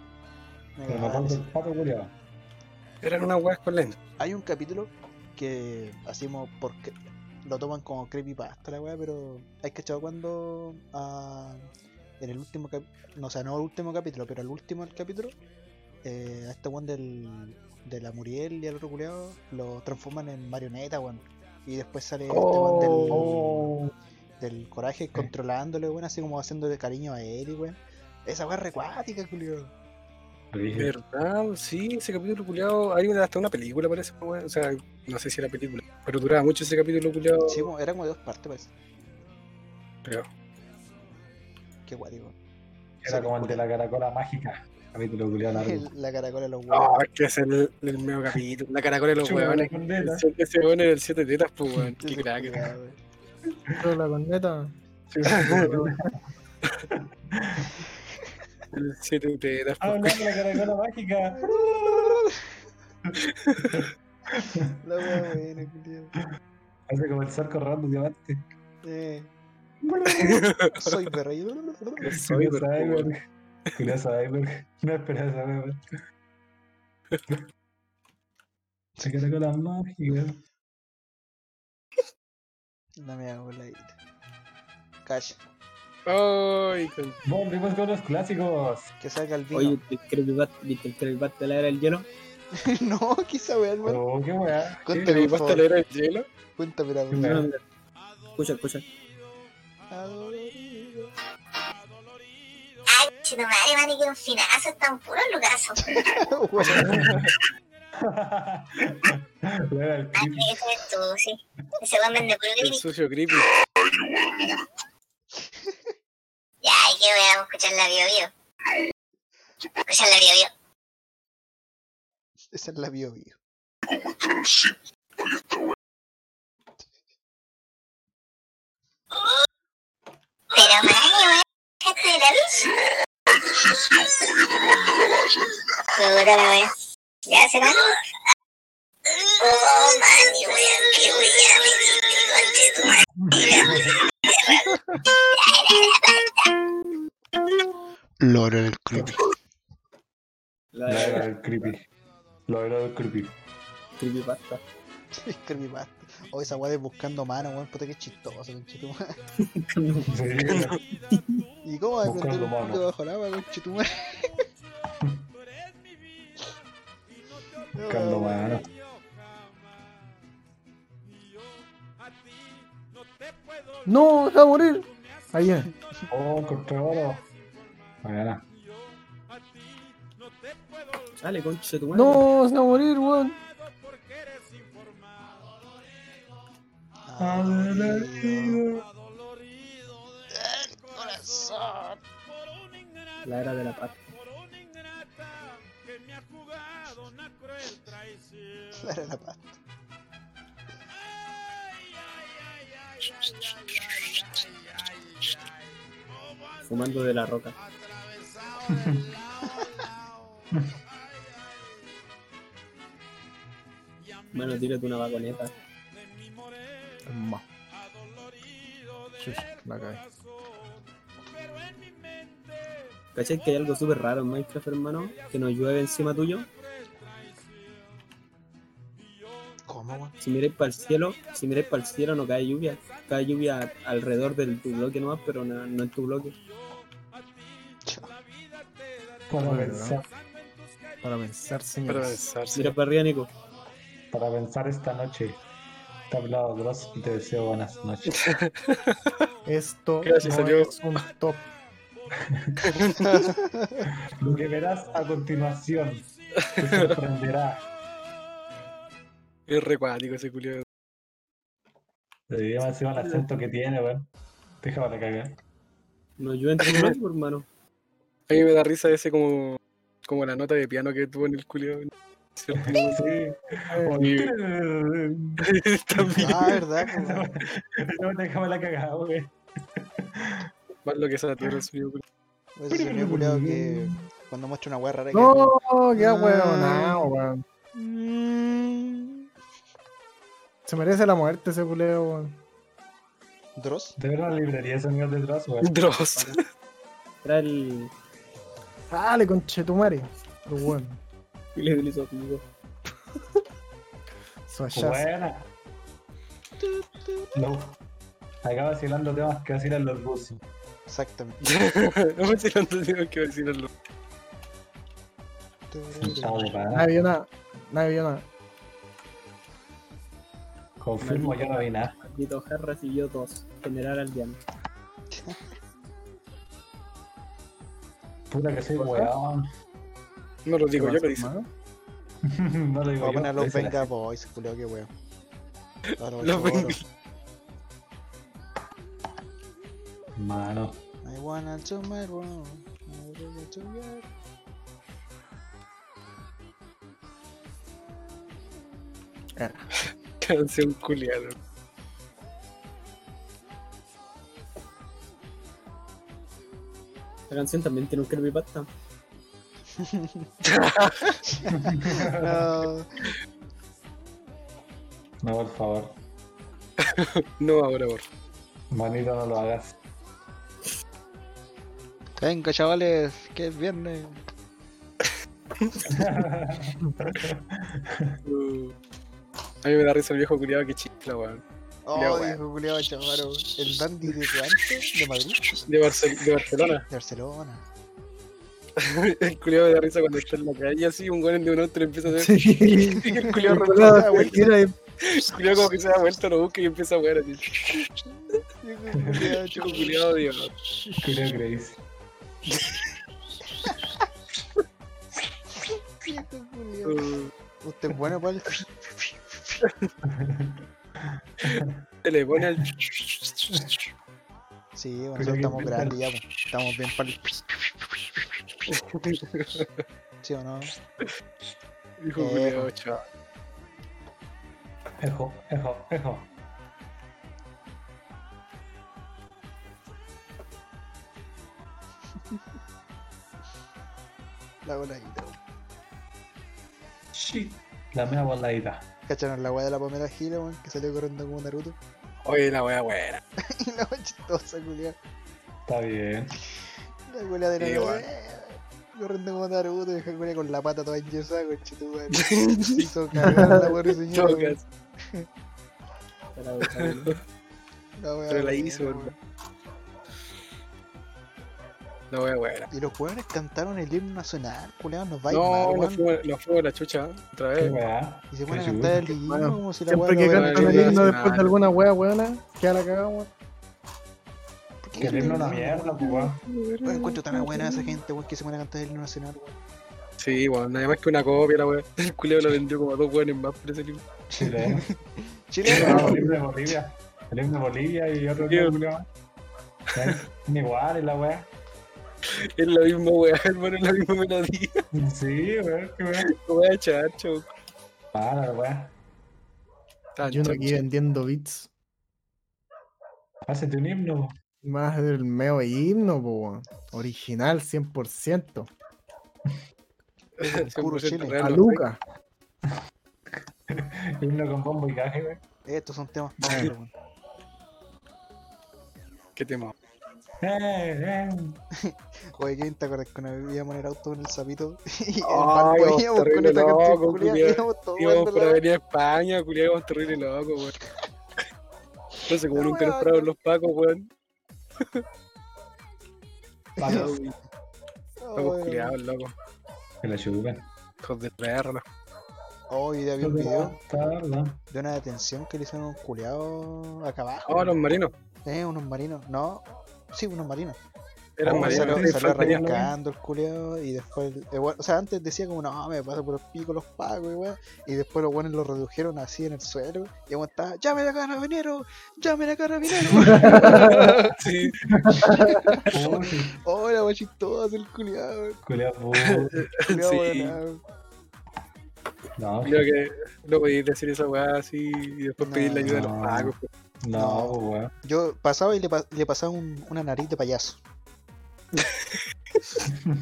[SPEAKER 2] Me
[SPEAKER 4] Pero
[SPEAKER 2] cagaba la
[SPEAKER 4] me acuerdo
[SPEAKER 2] risa.
[SPEAKER 4] del pato culeado.
[SPEAKER 6] Eran unas weas con lentes.
[SPEAKER 2] Hay un capítulo que hacemos porque lo toman como creepypasta la wea, pero hay cachado cuando ah, en el último cap- no, o sea, no el último capítulo, pero el último del capítulo, eh, a este weón del, de la Muriel y al otro culeado lo transforman en marioneta, weón. Y después sale este weón del,
[SPEAKER 4] Oh,
[SPEAKER 2] del coraje controlándole, weón, así como haciéndole cariño a él, y weón. Esa weá es recuática, culiao.
[SPEAKER 4] origen.
[SPEAKER 6] ¿Verdad? Sí, ese capítulo culiao. Hay una, hasta una película, parece. weón. O sea, no sé si era película. Pero duraba mucho ese capítulo culiao.
[SPEAKER 2] Sí, mo- era como de dos partes, pues. parece.
[SPEAKER 6] Creo.
[SPEAKER 2] Qué guático.
[SPEAKER 4] Era como el de la caracola mágica. Capítulo culeado largo.
[SPEAKER 2] La caracola de los huevos.
[SPEAKER 6] Ah, es que es el, el medio capítulo. La caracola de los
[SPEAKER 4] Chupa,
[SPEAKER 6] huevones.
[SPEAKER 4] con neta.
[SPEAKER 6] Ese weón era el 7 tetas, pues weón. Qué
[SPEAKER 2] Ese
[SPEAKER 6] crack.
[SPEAKER 2] culiao, weón.
[SPEAKER 5] Pero la corneta.
[SPEAKER 6] El 7 tetas,
[SPEAKER 5] Ah,
[SPEAKER 6] pues,
[SPEAKER 4] Hablando
[SPEAKER 6] po.
[SPEAKER 4] de la caracola mágica.
[SPEAKER 2] La wea buena, culiao.
[SPEAKER 4] Hace como el zarco robando diamantes.
[SPEAKER 2] Eh. Soy rey
[SPEAKER 6] Soy
[SPEAKER 4] Culeado
[SPEAKER 6] Cyber, po, weón.
[SPEAKER 4] Cyber. Culeado Cyber. No esperaba esa wea, weón. La caracola mágica.
[SPEAKER 2] No me hago la idea. Cash.
[SPEAKER 6] Ay, con-
[SPEAKER 4] Volvemos con los clásicos.
[SPEAKER 2] Que salga el vino.
[SPEAKER 1] Oye, ¿viste el creepypasta- ¿viste el creepypasta de la era del hielo?
[SPEAKER 2] no, quizá weón, weón.
[SPEAKER 4] Pero Oh, qué weá.
[SPEAKER 2] Cuéntame,
[SPEAKER 6] ¿Te
[SPEAKER 2] por
[SPEAKER 6] basta
[SPEAKER 2] favor.
[SPEAKER 6] leer el hielo?
[SPEAKER 2] Cuéntame la
[SPEAKER 4] Qué weá.
[SPEAKER 1] Escucha, escucha.
[SPEAKER 2] Adolorido.
[SPEAKER 8] Ay, si no madre, mani, que un finazo, están puros lucazos.
[SPEAKER 2] Weón,
[SPEAKER 4] Weá, el
[SPEAKER 8] Ay,
[SPEAKER 4] creepy.
[SPEAKER 8] eso Este es todo, sí. Ese weón vende puro
[SPEAKER 6] El
[SPEAKER 8] creepy.
[SPEAKER 6] sucio creepy.
[SPEAKER 8] Ya, ay, que voy a escuchar la bio bio. Escuchar la bio bio.
[SPEAKER 2] Esa es la bio bio.
[SPEAKER 8] Pero madre, weón, dejaste de la luz. Puta la weón. Ya será. Oh, mani, weón, que voy a venir, conche tu madre.
[SPEAKER 2] Loro del creepy.
[SPEAKER 1] La
[SPEAKER 4] La
[SPEAKER 1] era
[SPEAKER 4] era del creepy. La era del creepy.
[SPEAKER 1] creepypasta.
[SPEAKER 2] Es creepypasta. O esa weá de buscando mano, weón. Puta que chistoso, conchetumare.
[SPEAKER 4] Sí,
[SPEAKER 2] ¿Y cómo va a prender
[SPEAKER 4] Buscando
[SPEAKER 2] un
[SPEAKER 4] mano.
[SPEAKER 2] puto bajo el agua, conchetumare? Oh,
[SPEAKER 4] buscando mano.
[SPEAKER 5] ¡No! ¡Se va a morir! Ahí es.
[SPEAKER 4] Oh, encontré oro. Mañana.
[SPEAKER 1] Sale, concha de tu madre.
[SPEAKER 5] ¡No! ¡Se va a morir, weón!
[SPEAKER 2] ah, Adolorido. El corazón.
[SPEAKER 1] La era de la paz.
[SPEAKER 2] Clara la pasta.
[SPEAKER 7] Fumando de la roca. Mano, tírate una vagoneta.
[SPEAKER 5] Ma. Chuch, la cae.
[SPEAKER 7] ¿Cachai que hay algo súper raro en Minecraft, hermano? Que nos llueve encima tuyo.
[SPEAKER 2] ¿Cómo, weón?
[SPEAKER 7] Si miráis para el cielo, si miráis para el cielo no cae lluvia. Cae lluvia alrededor de tu bloque nomás, pero no, no en tu bloque.
[SPEAKER 4] Para
[SPEAKER 5] Bueno,
[SPEAKER 4] pensar,
[SPEAKER 5] Para pensar,
[SPEAKER 6] Para
[SPEAKER 5] señores.
[SPEAKER 6] pensar, sí.
[SPEAKER 7] Mira para arriba, Nico.
[SPEAKER 4] para pensar esta noche. Te ha hablado Gross y te deseo buenas noches.
[SPEAKER 5] Esto
[SPEAKER 6] Creo que sí
[SPEAKER 5] no
[SPEAKER 6] salió.
[SPEAKER 5] es un top.
[SPEAKER 4] Lo que verás a continuación te sorprenderá.
[SPEAKER 6] Es recuático ese culiado.
[SPEAKER 4] Le diría más encima el acento que tiene, weón. Deja la cagar.
[SPEAKER 7] Nos llueve en tu bloque, pues, hermano.
[SPEAKER 6] A mí me da risa ese como, como la nota de piano que tuvo en el culiado. ¿Cierto?
[SPEAKER 4] Sí.
[SPEAKER 6] También,
[SPEAKER 2] Ah, verdad, po, weón.
[SPEAKER 4] No, déjame la cagada, weón.
[SPEAKER 6] más lo que satura el sonido. culiao.
[SPEAKER 2] Pues Ese sonido culiado que cuando muestra una weá rara que.
[SPEAKER 5] No, qué
[SPEAKER 2] Ah.
[SPEAKER 5] huevonao, weón.
[SPEAKER 2] Mm.
[SPEAKER 5] Se merece la muerte ese culeo, weón.
[SPEAKER 2] Dross.
[SPEAKER 4] De verdad, librería sonidos detrás, weón.
[SPEAKER 6] Dross.
[SPEAKER 7] Trae el.
[SPEAKER 5] Dale, conchetumare. Pero bueno,
[SPEAKER 7] Y le utilizo conmigo.
[SPEAKER 5] su hallazo.
[SPEAKER 4] Buena. No. Acá vacilando temas que vacilan los buses.
[SPEAKER 2] Exactamente.
[SPEAKER 6] no me sé tanto tengo que decirlo.
[SPEAKER 4] Sentado de parada.
[SPEAKER 5] Nadie vio nada. Nadie vio nada.
[SPEAKER 4] Confirmo, yo no vi nada.
[SPEAKER 7] Tito Jar recibió dos. General Aldeano.
[SPEAKER 4] Puta que soy weón.
[SPEAKER 6] No lo digo, yo lo hice.
[SPEAKER 5] hermano?
[SPEAKER 4] no lo digo.
[SPEAKER 2] Vamos a poner
[SPEAKER 4] yo,
[SPEAKER 2] los
[SPEAKER 4] dice la
[SPEAKER 2] Venga Boys, culiado, qué weón. Claro,
[SPEAKER 6] Los
[SPEAKER 2] choro.
[SPEAKER 6] Venga.
[SPEAKER 4] gente. Mano.
[SPEAKER 2] I wanna do my wrong. I wanna do my-
[SPEAKER 6] Canción culiado.
[SPEAKER 7] La canción también tiene un creepypasta.
[SPEAKER 2] No.
[SPEAKER 4] No, por favor.
[SPEAKER 6] No ahora, por favor.
[SPEAKER 4] Manito, no lo hagas.
[SPEAKER 2] Venga, chavales, que es viernes.
[SPEAKER 6] Uh. A mí me da risa el viejo culiado que chifla, weón.
[SPEAKER 2] Oh,
[SPEAKER 6] Ya, weón.
[SPEAKER 2] dijo culiado chavaro. El dandy de cuánto? ¿De Madrid?
[SPEAKER 6] De, Barcel de Barcelona.
[SPEAKER 2] De Barcelona.
[SPEAKER 6] el culiado me da risa cuando está en la calle así, un weón de un auto le empieza a hacer.
[SPEAKER 5] Sí.
[SPEAKER 6] Y el
[SPEAKER 5] El
[SPEAKER 6] culiado
[SPEAKER 5] culeo
[SPEAKER 6] se da
[SPEAKER 5] se
[SPEAKER 6] vuelta.
[SPEAKER 5] tira y-
[SPEAKER 6] El culiado como que se da vuelta, lo busca y empieza a wear así.
[SPEAKER 2] Dijo culiao,
[SPEAKER 6] Chico
[SPEAKER 2] chavaro.
[SPEAKER 6] culiado, Dios.
[SPEAKER 4] Creo que dice.
[SPEAKER 2] Dijo culiao.
[SPEAKER 6] Uh,
[SPEAKER 2] Usted es bueno para el.
[SPEAKER 6] Se le pone al.
[SPEAKER 2] Sí, bueno,
[SPEAKER 4] Creo
[SPEAKER 2] nosotros estamos
[SPEAKER 4] que inventa el-
[SPEAKER 2] grandes ya, po. estamos bien para el. ¿Sí o no?
[SPEAKER 6] Viejo culiado, chaval.
[SPEAKER 4] Ejo, ejo, ejo.
[SPEAKER 2] La voladita. po.
[SPEAKER 4] Sí. La mea voladita.
[SPEAKER 2] ¿Cacharon la weá de la Pamela Gila, weón? Que salió corriendo como Naruto.
[SPEAKER 6] Oye, la wea buena.
[SPEAKER 2] Y la weá chistosa, culiao.
[SPEAKER 4] Está bien.
[SPEAKER 2] La abuela de
[SPEAKER 6] Sí,
[SPEAKER 2] la
[SPEAKER 6] weón.
[SPEAKER 2] Corriendo como Naruto, deja culia con la pata toda enyesada, conchito, weón. Hizo cagar la pobre señora. weón.
[SPEAKER 6] Chocas.
[SPEAKER 7] Para dejar-
[SPEAKER 2] La weá,
[SPEAKER 6] Pero la
[SPEAKER 2] weón,
[SPEAKER 6] hizo,
[SPEAKER 2] weón.
[SPEAKER 6] weón. La wea buena.
[SPEAKER 2] Y los weones cantaron el himno nacional, culiados, nos va a ir mal,
[SPEAKER 6] No,
[SPEAKER 2] weón.
[SPEAKER 6] nos fuimos, nos fuimos la chucha, ¿eh? otra
[SPEAKER 4] Qué
[SPEAKER 6] vez.
[SPEAKER 4] weá.
[SPEAKER 2] Y se ponen a
[SPEAKER 4] Qué
[SPEAKER 2] cantar el
[SPEAKER 4] chulo.
[SPEAKER 2] himno
[SPEAKER 5] Bueno,
[SPEAKER 2] como si la weá
[SPEAKER 5] Siempre que
[SPEAKER 2] no hubiera-
[SPEAKER 5] cantan el
[SPEAKER 6] Nacional.
[SPEAKER 5] himno después de alguna wea buena, queda la cagada, weón.
[SPEAKER 4] Que el himno es una mierda, pues, weón.
[SPEAKER 2] Weón, encuentro tan buena esa gente, weón, que se ponen a cantar el himno nacional, weón.
[SPEAKER 6] Sí, weón, nada más que una copia la wea. El culeo la vendió como a dos weones más por ese libro.
[SPEAKER 4] Chile.
[SPEAKER 2] Chile,
[SPEAKER 4] No, el himno de Bolivia. El himno de Bolivia y otro
[SPEAKER 6] Sí.
[SPEAKER 4] que más. Es Igual es la weá.
[SPEAKER 6] Es la misma wea, hermano, es la misma melodía.
[SPEAKER 4] Sí, weón, qué weá.
[SPEAKER 6] Wea chacho.
[SPEAKER 4] Para, weón.
[SPEAKER 6] Tan,
[SPEAKER 9] Yo ando
[SPEAKER 6] tan,
[SPEAKER 9] aquí vendiendo beats.
[SPEAKER 4] Hacete un himno.
[SPEAKER 9] Más del meo himno, po, weón. Original, 100%.
[SPEAKER 2] Puro
[SPEAKER 6] 100%
[SPEAKER 2] chile.
[SPEAKER 6] real,
[SPEAKER 9] A
[SPEAKER 6] ¿no?
[SPEAKER 9] Luca.
[SPEAKER 4] Himno con bombo y caje, weón.
[SPEAKER 2] Estos son temas malos, weón.
[SPEAKER 6] ¿Qué tema?
[SPEAKER 4] Eh, eh.
[SPEAKER 2] Joder, Kevin, ¿te acuerdas que una vez íbamos en el auto con el sapito? Y el
[SPEAKER 6] Ay,
[SPEAKER 2] barco
[SPEAKER 6] vos
[SPEAKER 2] íbamos con
[SPEAKER 6] terrible
[SPEAKER 2] esta canción
[SPEAKER 6] loco,
[SPEAKER 2] culiá,
[SPEAKER 6] culiá.
[SPEAKER 2] íbamos todos
[SPEAKER 6] Íbamos
[SPEAKER 2] bailando
[SPEAKER 6] para
[SPEAKER 2] la-
[SPEAKER 6] venir a España, culiado, íbamos terrible loco, weón. No sé cómo
[SPEAKER 2] La
[SPEAKER 6] nunca nos
[SPEAKER 2] weá,
[SPEAKER 6] pararon los pacos, weón.
[SPEAKER 4] Palos,
[SPEAKER 2] Oh,
[SPEAKER 6] Estamos
[SPEAKER 2] weón.
[SPEAKER 6] culiados, loco.
[SPEAKER 4] que la chupen.
[SPEAKER 6] Hijos de perra.
[SPEAKER 2] Oh, y había un video
[SPEAKER 4] Tarda.
[SPEAKER 2] de una detención que le hicieron a un culiado acá abajo.
[SPEAKER 6] Oh, los marinos.
[SPEAKER 2] Eh, unos marinos. No, sí, unos marinos.
[SPEAKER 6] Eran
[SPEAKER 4] Oh,
[SPEAKER 6] marinos.
[SPEAKER 2] salió,
[SPEAKER 6] de
[SPEAKER 2] salió
[SPEAKER 6] infantería.
[SPEAKER 2] arrancando el culiado y después. el- el weón- o sea, antes decía como, no, me paso por los picos los pagos y weón. Y después los buenos lo redujeron así en el suelo. Y el weón estaba, llamen a carabinero, llamen a carabinero.
[SPEAKER 6] Sí,
[SPEAKER 4] Uy,
[SPEAKER 2] oh, la weón chistosa el culiado, weón.
[SPEAKER 4] culiao, bu.
[SPEAKER 2] culiao,
[SPEAKER 6] Sí.
[SPEAKER 2] weón, ah,
[SPEAKER 4] No,
[SPEAKER 6] creo que no podéis decir esa weá así y después
[SPEAKER 2] No,
[SPEAKER 6] pedir la ayuda de los
[SPEAKER 4] no.
[SPEAKER 6] pacos. weón.
[SPEAKER 4] no, bu, weón.
[SPEAKER 2] Yo pasaba y le, pa- le pasaba un- una nariz de payaso.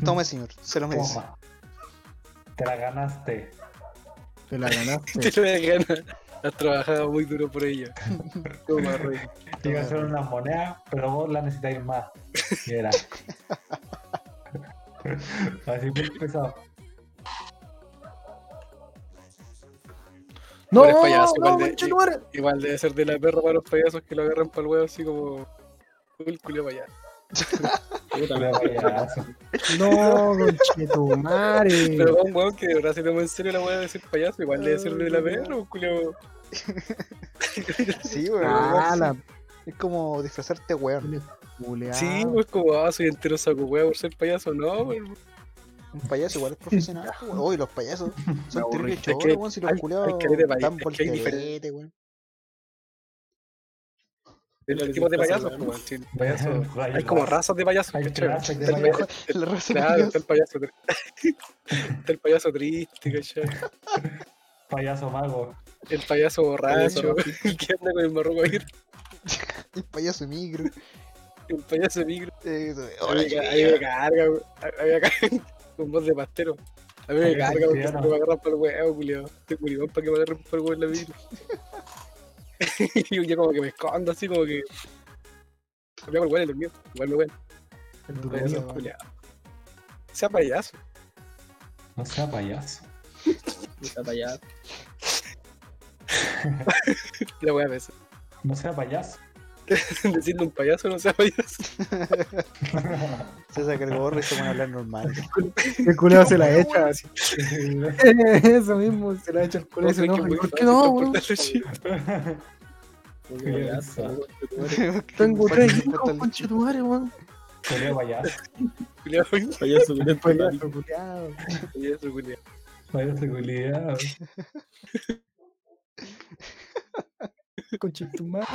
[SPEAKER 2] Tome, señor, se lo merece.
[SPEAKER 4] Toma. Te la ganaste.
[SPEAKER 9] Te la ganaste.
[SPEAKER 6] Te lo dejan. Has trabajado muy duro por ello. Toma, rey.
[SPEAKER 4] Te iba a hacer una moneda, pero vos la necesitáis más. Y era. Así muy pesado.
[SPEAKER 6] No,
[SPEAKER 9] No,
[SPEAKER 6] eres payaso,
[SPEAKER 9] no,
[SPEAKER 6] igual de-
[SPEAKER 9] conchetumare.
[SPEAKER 6] Igual debe ser de la perra para los payasos que lo agarran para el huevo así como. El culiao para allá.
[SPEAKER 1] Puta,
[SPEAKER 4] Culiao payaso.
[SPEAKER 9] No, conchetumare.
[SPEAKER 6] Pero con un weón que de verdad se tomó en serio la weá de decir payaso, igual debe ser de la perra, un culiao.
[SPEAKER 2] Sí, weón.
[SPEAKER 9] Ah, la
[SPEAKER 2] Es como disfrazarte, weón.
[SPEAKER 9] culeada.
[SPEAKER 6] Sí, pues como, ah, soy entero saco weá por ser payaso, no, Pues, weón.
[SPEAKER 4] pues,
[SPEAKER 2] Un payaso igual es profesional, weón. Uy, los payasos son terribles
[SPEAKER 6] aburriste.
[SPEAKER 2] choros, weón. Si los
[SPEAKER 6] Hay-
[SPEAKER 2] culiados
[SPEAKER 6] hay caleta de payasos,
[SPEAKER 2] están
[SPEAKER 6] es que hay
[SPEAKER 2] volterete, weón.
[SPEAKER 6] De los tipos de payasos, pues, weón. sí, payaso-
[SPEAKER 4] Hay
[SPEAKER 6] Hay como razas de payasos,
[SPEAKER 4] Hay
[SPEAKER 6] ¿cachai?
[SPEAKER 4] clases de
[SPEAKER 6] Está el-
[SPEAKER 4] payasos.
[SPEAKER 2] La raza
[SPEAKER 6] Claro,
[SPEAKER 2] curiosa.
[SPEAKER 6] está el payaso triste. Está el payaso triste, ¿cachai?
[SPEAKER 4] Payaso mago.
[SPEAKER 6] El payaso borracho, el que anda con el marroco abierto,
[SPEAKER 2] el payaso micro. Eh,
[SPEAKER 6] el payaso micro.
[SPEAKER 2] Eso,
[SPEAKER 6] A
[SPEAKER 2] hola,
[SPEAKER 6] mí me ca- a mí
[SPEAKER 2] chiquillo.
[SPEAKER 6] me carga, weón. A mí me carga con voz de pastero. A mí me
[SPEAKER 4] Payaso
[SPEAKER 6] carga porque
[SPEAKER 4] cristiano.
[SPEAKER 6] siempre me agarran para el huevo, culiao. Estoy curioso para que me agarren para el huevo en la vida. Y yo como que me escondo así, como que. Me hago el huevo y el mío. Igual me huevo.
[SPEAKER 9] El
[SPEAKER 6] Payaso
[SPEAKER 9] dormido.
[SPEAKER 6] culiao. Sea payaso.
[SPEAKER 4] No sea payaso.
[SPEAKER 1] puta, payaso.
[SPEAKER 6] La voy a veces.
[SPEAKER 4] No sea payaso.
[SPEAKER 6] Decirle un payaso no sea payaso.
[SPEAKER 2] Se saca el gorro y se pone a hablar normal.
[SPEAKER 6] pues,
[SPEAKER 9] El culeado se la echa así. Eso mismo, se la echa el culeado y se
[SPEAKER 6] Otra que
[SPEAKER 9] enoja.
[SPEAKER 6] muy
[SPEAKER 9] ¿Por qué
[SPEAKER 6] fácil
[SPEAKER 9] no, weón?
[SPEAKER 6] transportarlo, sí.
[SPEAKER 1] Puta, payaso,
[SPEAKER 4] Payaso.
[SPEAKER 9] Tengo
[SPEAKER 2] Falta-
[SPEAKER 9] tres
[SPEAKER 2] falta
[SPEAKER 9] hijos,
[SPEAKER 2] el chip.
[SPEAKER 9] conchetumare, weón.
[SPEAKER 4] Culiao payaso.
[SPEAKER 6] Culiao,
[SPEAKER 1] Payaso, culiao,
[SPEAKER 9] Payaso culeado.
[SPEAKER 6] payaso, culiao.
[SPEAKER 4] Payaso culiao.
[SPEAKER 9] Conchetumare.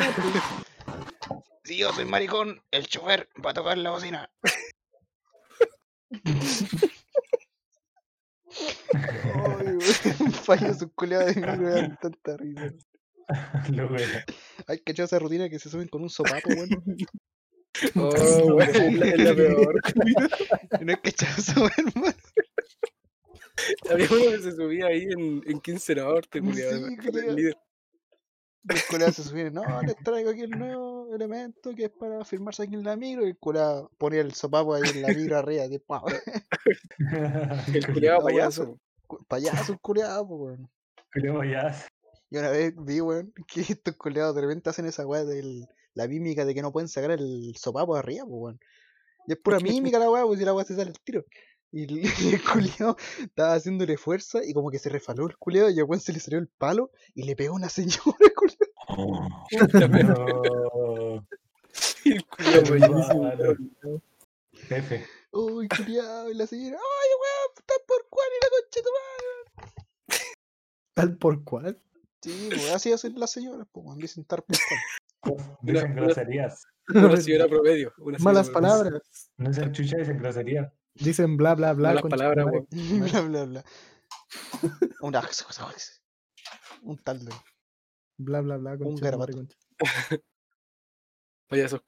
[SPEAKER 8] Si yo soy maricón, el chofer va a tocar la bocina.
[SPEAKER 2] Ay, weón. Payaso culiado de micro, me dan tanta risa.
[SPEAKER 4] Lo wea.
[SPEAKER 2] Hay que echar esa rutina que se suben con un sopapo, weón.
[SPEAKER 6] Oh, weón, es la- es la peor.
[SPEAKER 2] No hay que echar eso, hermano.
[SPEAKER 6] Había uno que se subía ahí en, en 15 Norte, culiao.
[SPEAKER 2] Sí,
[SPEAKER 6] con el
[SPEAKER 2] culiao.
[SPEAKER 6] líder.
[SPEAKER 2] Los culados se subieron, no, les traigo aquí el nuevo elemento que es para firmarse aquí en la micro. Y el culado ponía el sopapo ahí en la micro arriba, tipo, ah,
[SPEAKER 6] El culiao
[SPEAKER 2] No, weón,
[SPEAKER 6] payaso.
[SPEAKER 2] cu- payaso culiado, weón.
[SPEAKER 4] Culiao payaso.
[SPEAKER 2] Y una vez vi, weón, que estos culiados de repente hacen esa weá de la mímica de que no pueden sacar el sopapo de arriba, po, weón. Y es pura mímica la weá, pues si la weá se sale el tiro. Y el, el culiado estaba haciéndole fuerza y como que se refaló el culiado y a weón se le salió el palo y le pegó una señora, culiado.
[SPEAKER 4] No.
[SPEAKER 6] El culiao payaso.
[SPEAKER 4] Malo. F.
[SPEAKER 2] Uy, culiado, y la señora, ay, weón, está por cuál y la concha de tu madre.
[SPEAKER 9] Tal por cual.
[SPEAKER 2] Sí, pues así hacen las señoras, pues, weón, dicen estar por cual.
[SPEAKER 4] Dicen
[SPEAKER 6] Una-
[SPEAKER 4] groserías.
[SPEAKER 6] Una señora promedio. una señora
[SPEAKER 9] Malas
[SPEAKER 6] promedio.
[SPEAKER 9] palabras.
[SPEAKER 4] No sean chucha, dicen groserías.
[SPEAKER 9] Dicen bla, bla, bla.
[SPEAKER 6] Malas palabras,
[SPEAKER 9] conchetumare.
[SPEAKER 6] weón.
[SPEAKER 2] bla, bla, bla. Una cosa, cosa, cosa. Un tal de.
[SPEAKER 5] Bla, bla, bla. concha de
[SPEAKER 2] garabato.
[SPEAKER 5] madre, concha.
[SPEAKER 6] Payasos.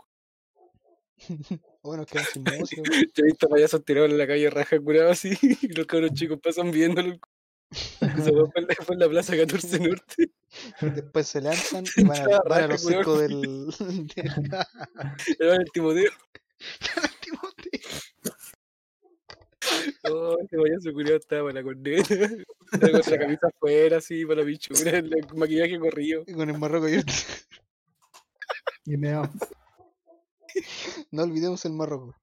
[SPEAKER 2] Bueno, quedan sin música. weón.
[SPEAKER 6] Yo he visto payasos tirados en la calle raja curados así. Y los cabros chicos pasan viéndolo. Eso fue en la, fue en la plaza 14 Norte.
[SPEAKER 2] Después se lanzan y van a, van a los
[SPEAKER 6] Weón.
[SPEAKER 2] circos del. del-
[SPEAKER 6] Era el Timoteo.
[SPEAKER 2] Timoteo.
[SPEAKER 6] Oh, este payaso curado estaba para la corneta. Estaba Con la camisa afuera así, para la pichura, el maquillaje corrido.
[SPEAKER 2] con el Marroco y el-
[SPEAKER 5] Y me da-
[SPEAKER 2] No olvidemos el Marroco.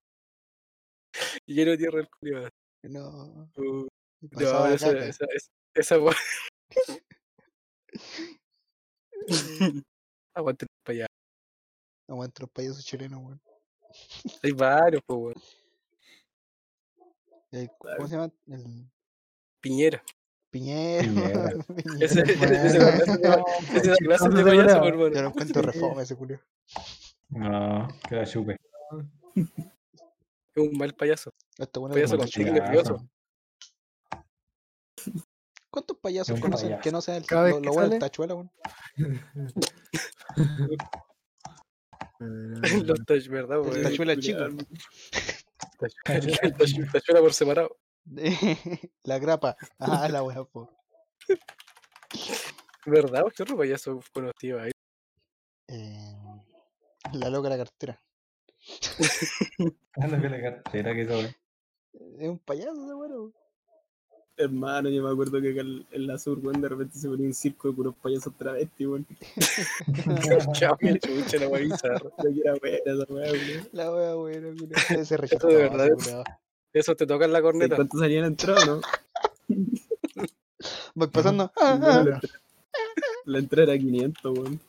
[SPEAKER 6] Y lleno de tierra el curado.
[SPEAKER 2] No.
[SPEAKER 6] Oh.
[SPEAKER 2] pasaba
[SPEAKER 6] No, esa,
[SPEAKER 2] caca.
[SPEAKER 6] esa, esa, esa gua- Aguante los payasos.
[SPEAKER 2] Aguante los payasos chilenos, weón.
[SPEAKER 6] Hay varios, po, weón.
[SPEAKER 2] El- ¿Cómo se llama? El
[SPEAKER 6] Piñera.
[SPEAKER 2] Piñero.
[SPEAKER 4] Piñera.
[SPEAKER 6] Ese, ese, ese,
[SPEAKER 5] Bueno.
[SPEAKER 6] ese, da- ese da clases de
[SPEAKER 5] Entonces,
[SPEAKER 6] payaso,
[SPEAKER 5] ahora-
[SPEAKER 6] po, hermano.
[SPEAKER 2] Yo lo encuentro refome ese culio.
[SPEAKER 4] No, que la chupe.
[SPEAKER 6] Es un mal payaso.
[SPEAKER 2] Hasta bueno
[SPEAKER 6] Payaso
[SPEAKER 2] como
[SPEAKER 6] con
[SPEAKER 2] la
[SPEAKER 6] tic
[SPEAKER 2] chucha.
[SPEAKER 6] nervioso.
[SPEAKER 2] ¿Cuántos
[SPEAKER 4] Es
[SPEAKER 2] payasos
[SPEAKER 4] un
[SPEAKER 2] conocen
[SPEAKER 4] payaso.
[SPEAKER 2] que no sea el
[SPEAKER 5] Cada vez
[SPEAKER 2] lo,
[SPEAKER 5] que
[SPEAKER 2] lo bueno
[SPEAKER 5] sale-
[SPEAKER 2] del tachuela, weón?
[SPEAKER 6] Los touch, ¿verdad,
[SPEAKER 2] El
[SPEAKER 6] weón?
[SPEAKER 2] tachuela chico.
[SPEAKER 6] El touch- Tachuela por separado.
[SPEAKER 2] la grapa. Ah, la weá, po.
[SPEAKER 6] ¿Verdad? ¿Qué otro payaso conocido ahí?
[SPEAKER 2] Eh, la loca de la cartera.
[SPEAKER 4] Anda que la cartera que eso,
[SPEAKER 2] Es un payaso ese weón, weón.
[SPEAKER 1] Hermano, yo me acuerdo que acá en en la sur, weón, de repente se ponía un circo de puros payasos travestis, weón.
[SPEAKER 6] Chao, que chucha la weá bizarra.
[SPEAKER 1] Creo que era buena esa weá, weón.
[SPEAKER 2] La weá, weón, culiao. Ese rechazo,
[SPEAKER 6] de verdad es- Eso te toca en la
[SPEAKER 1] ¿Sabes
[SPEAKER 6] corneta.
[SPEAKER 1] ¿Cuánto salían entrado, no?
[SPEAKER 2] Voy pasando. Ah, ah,
[SPEAKER 1] La entrada- La entrada era 500, weón.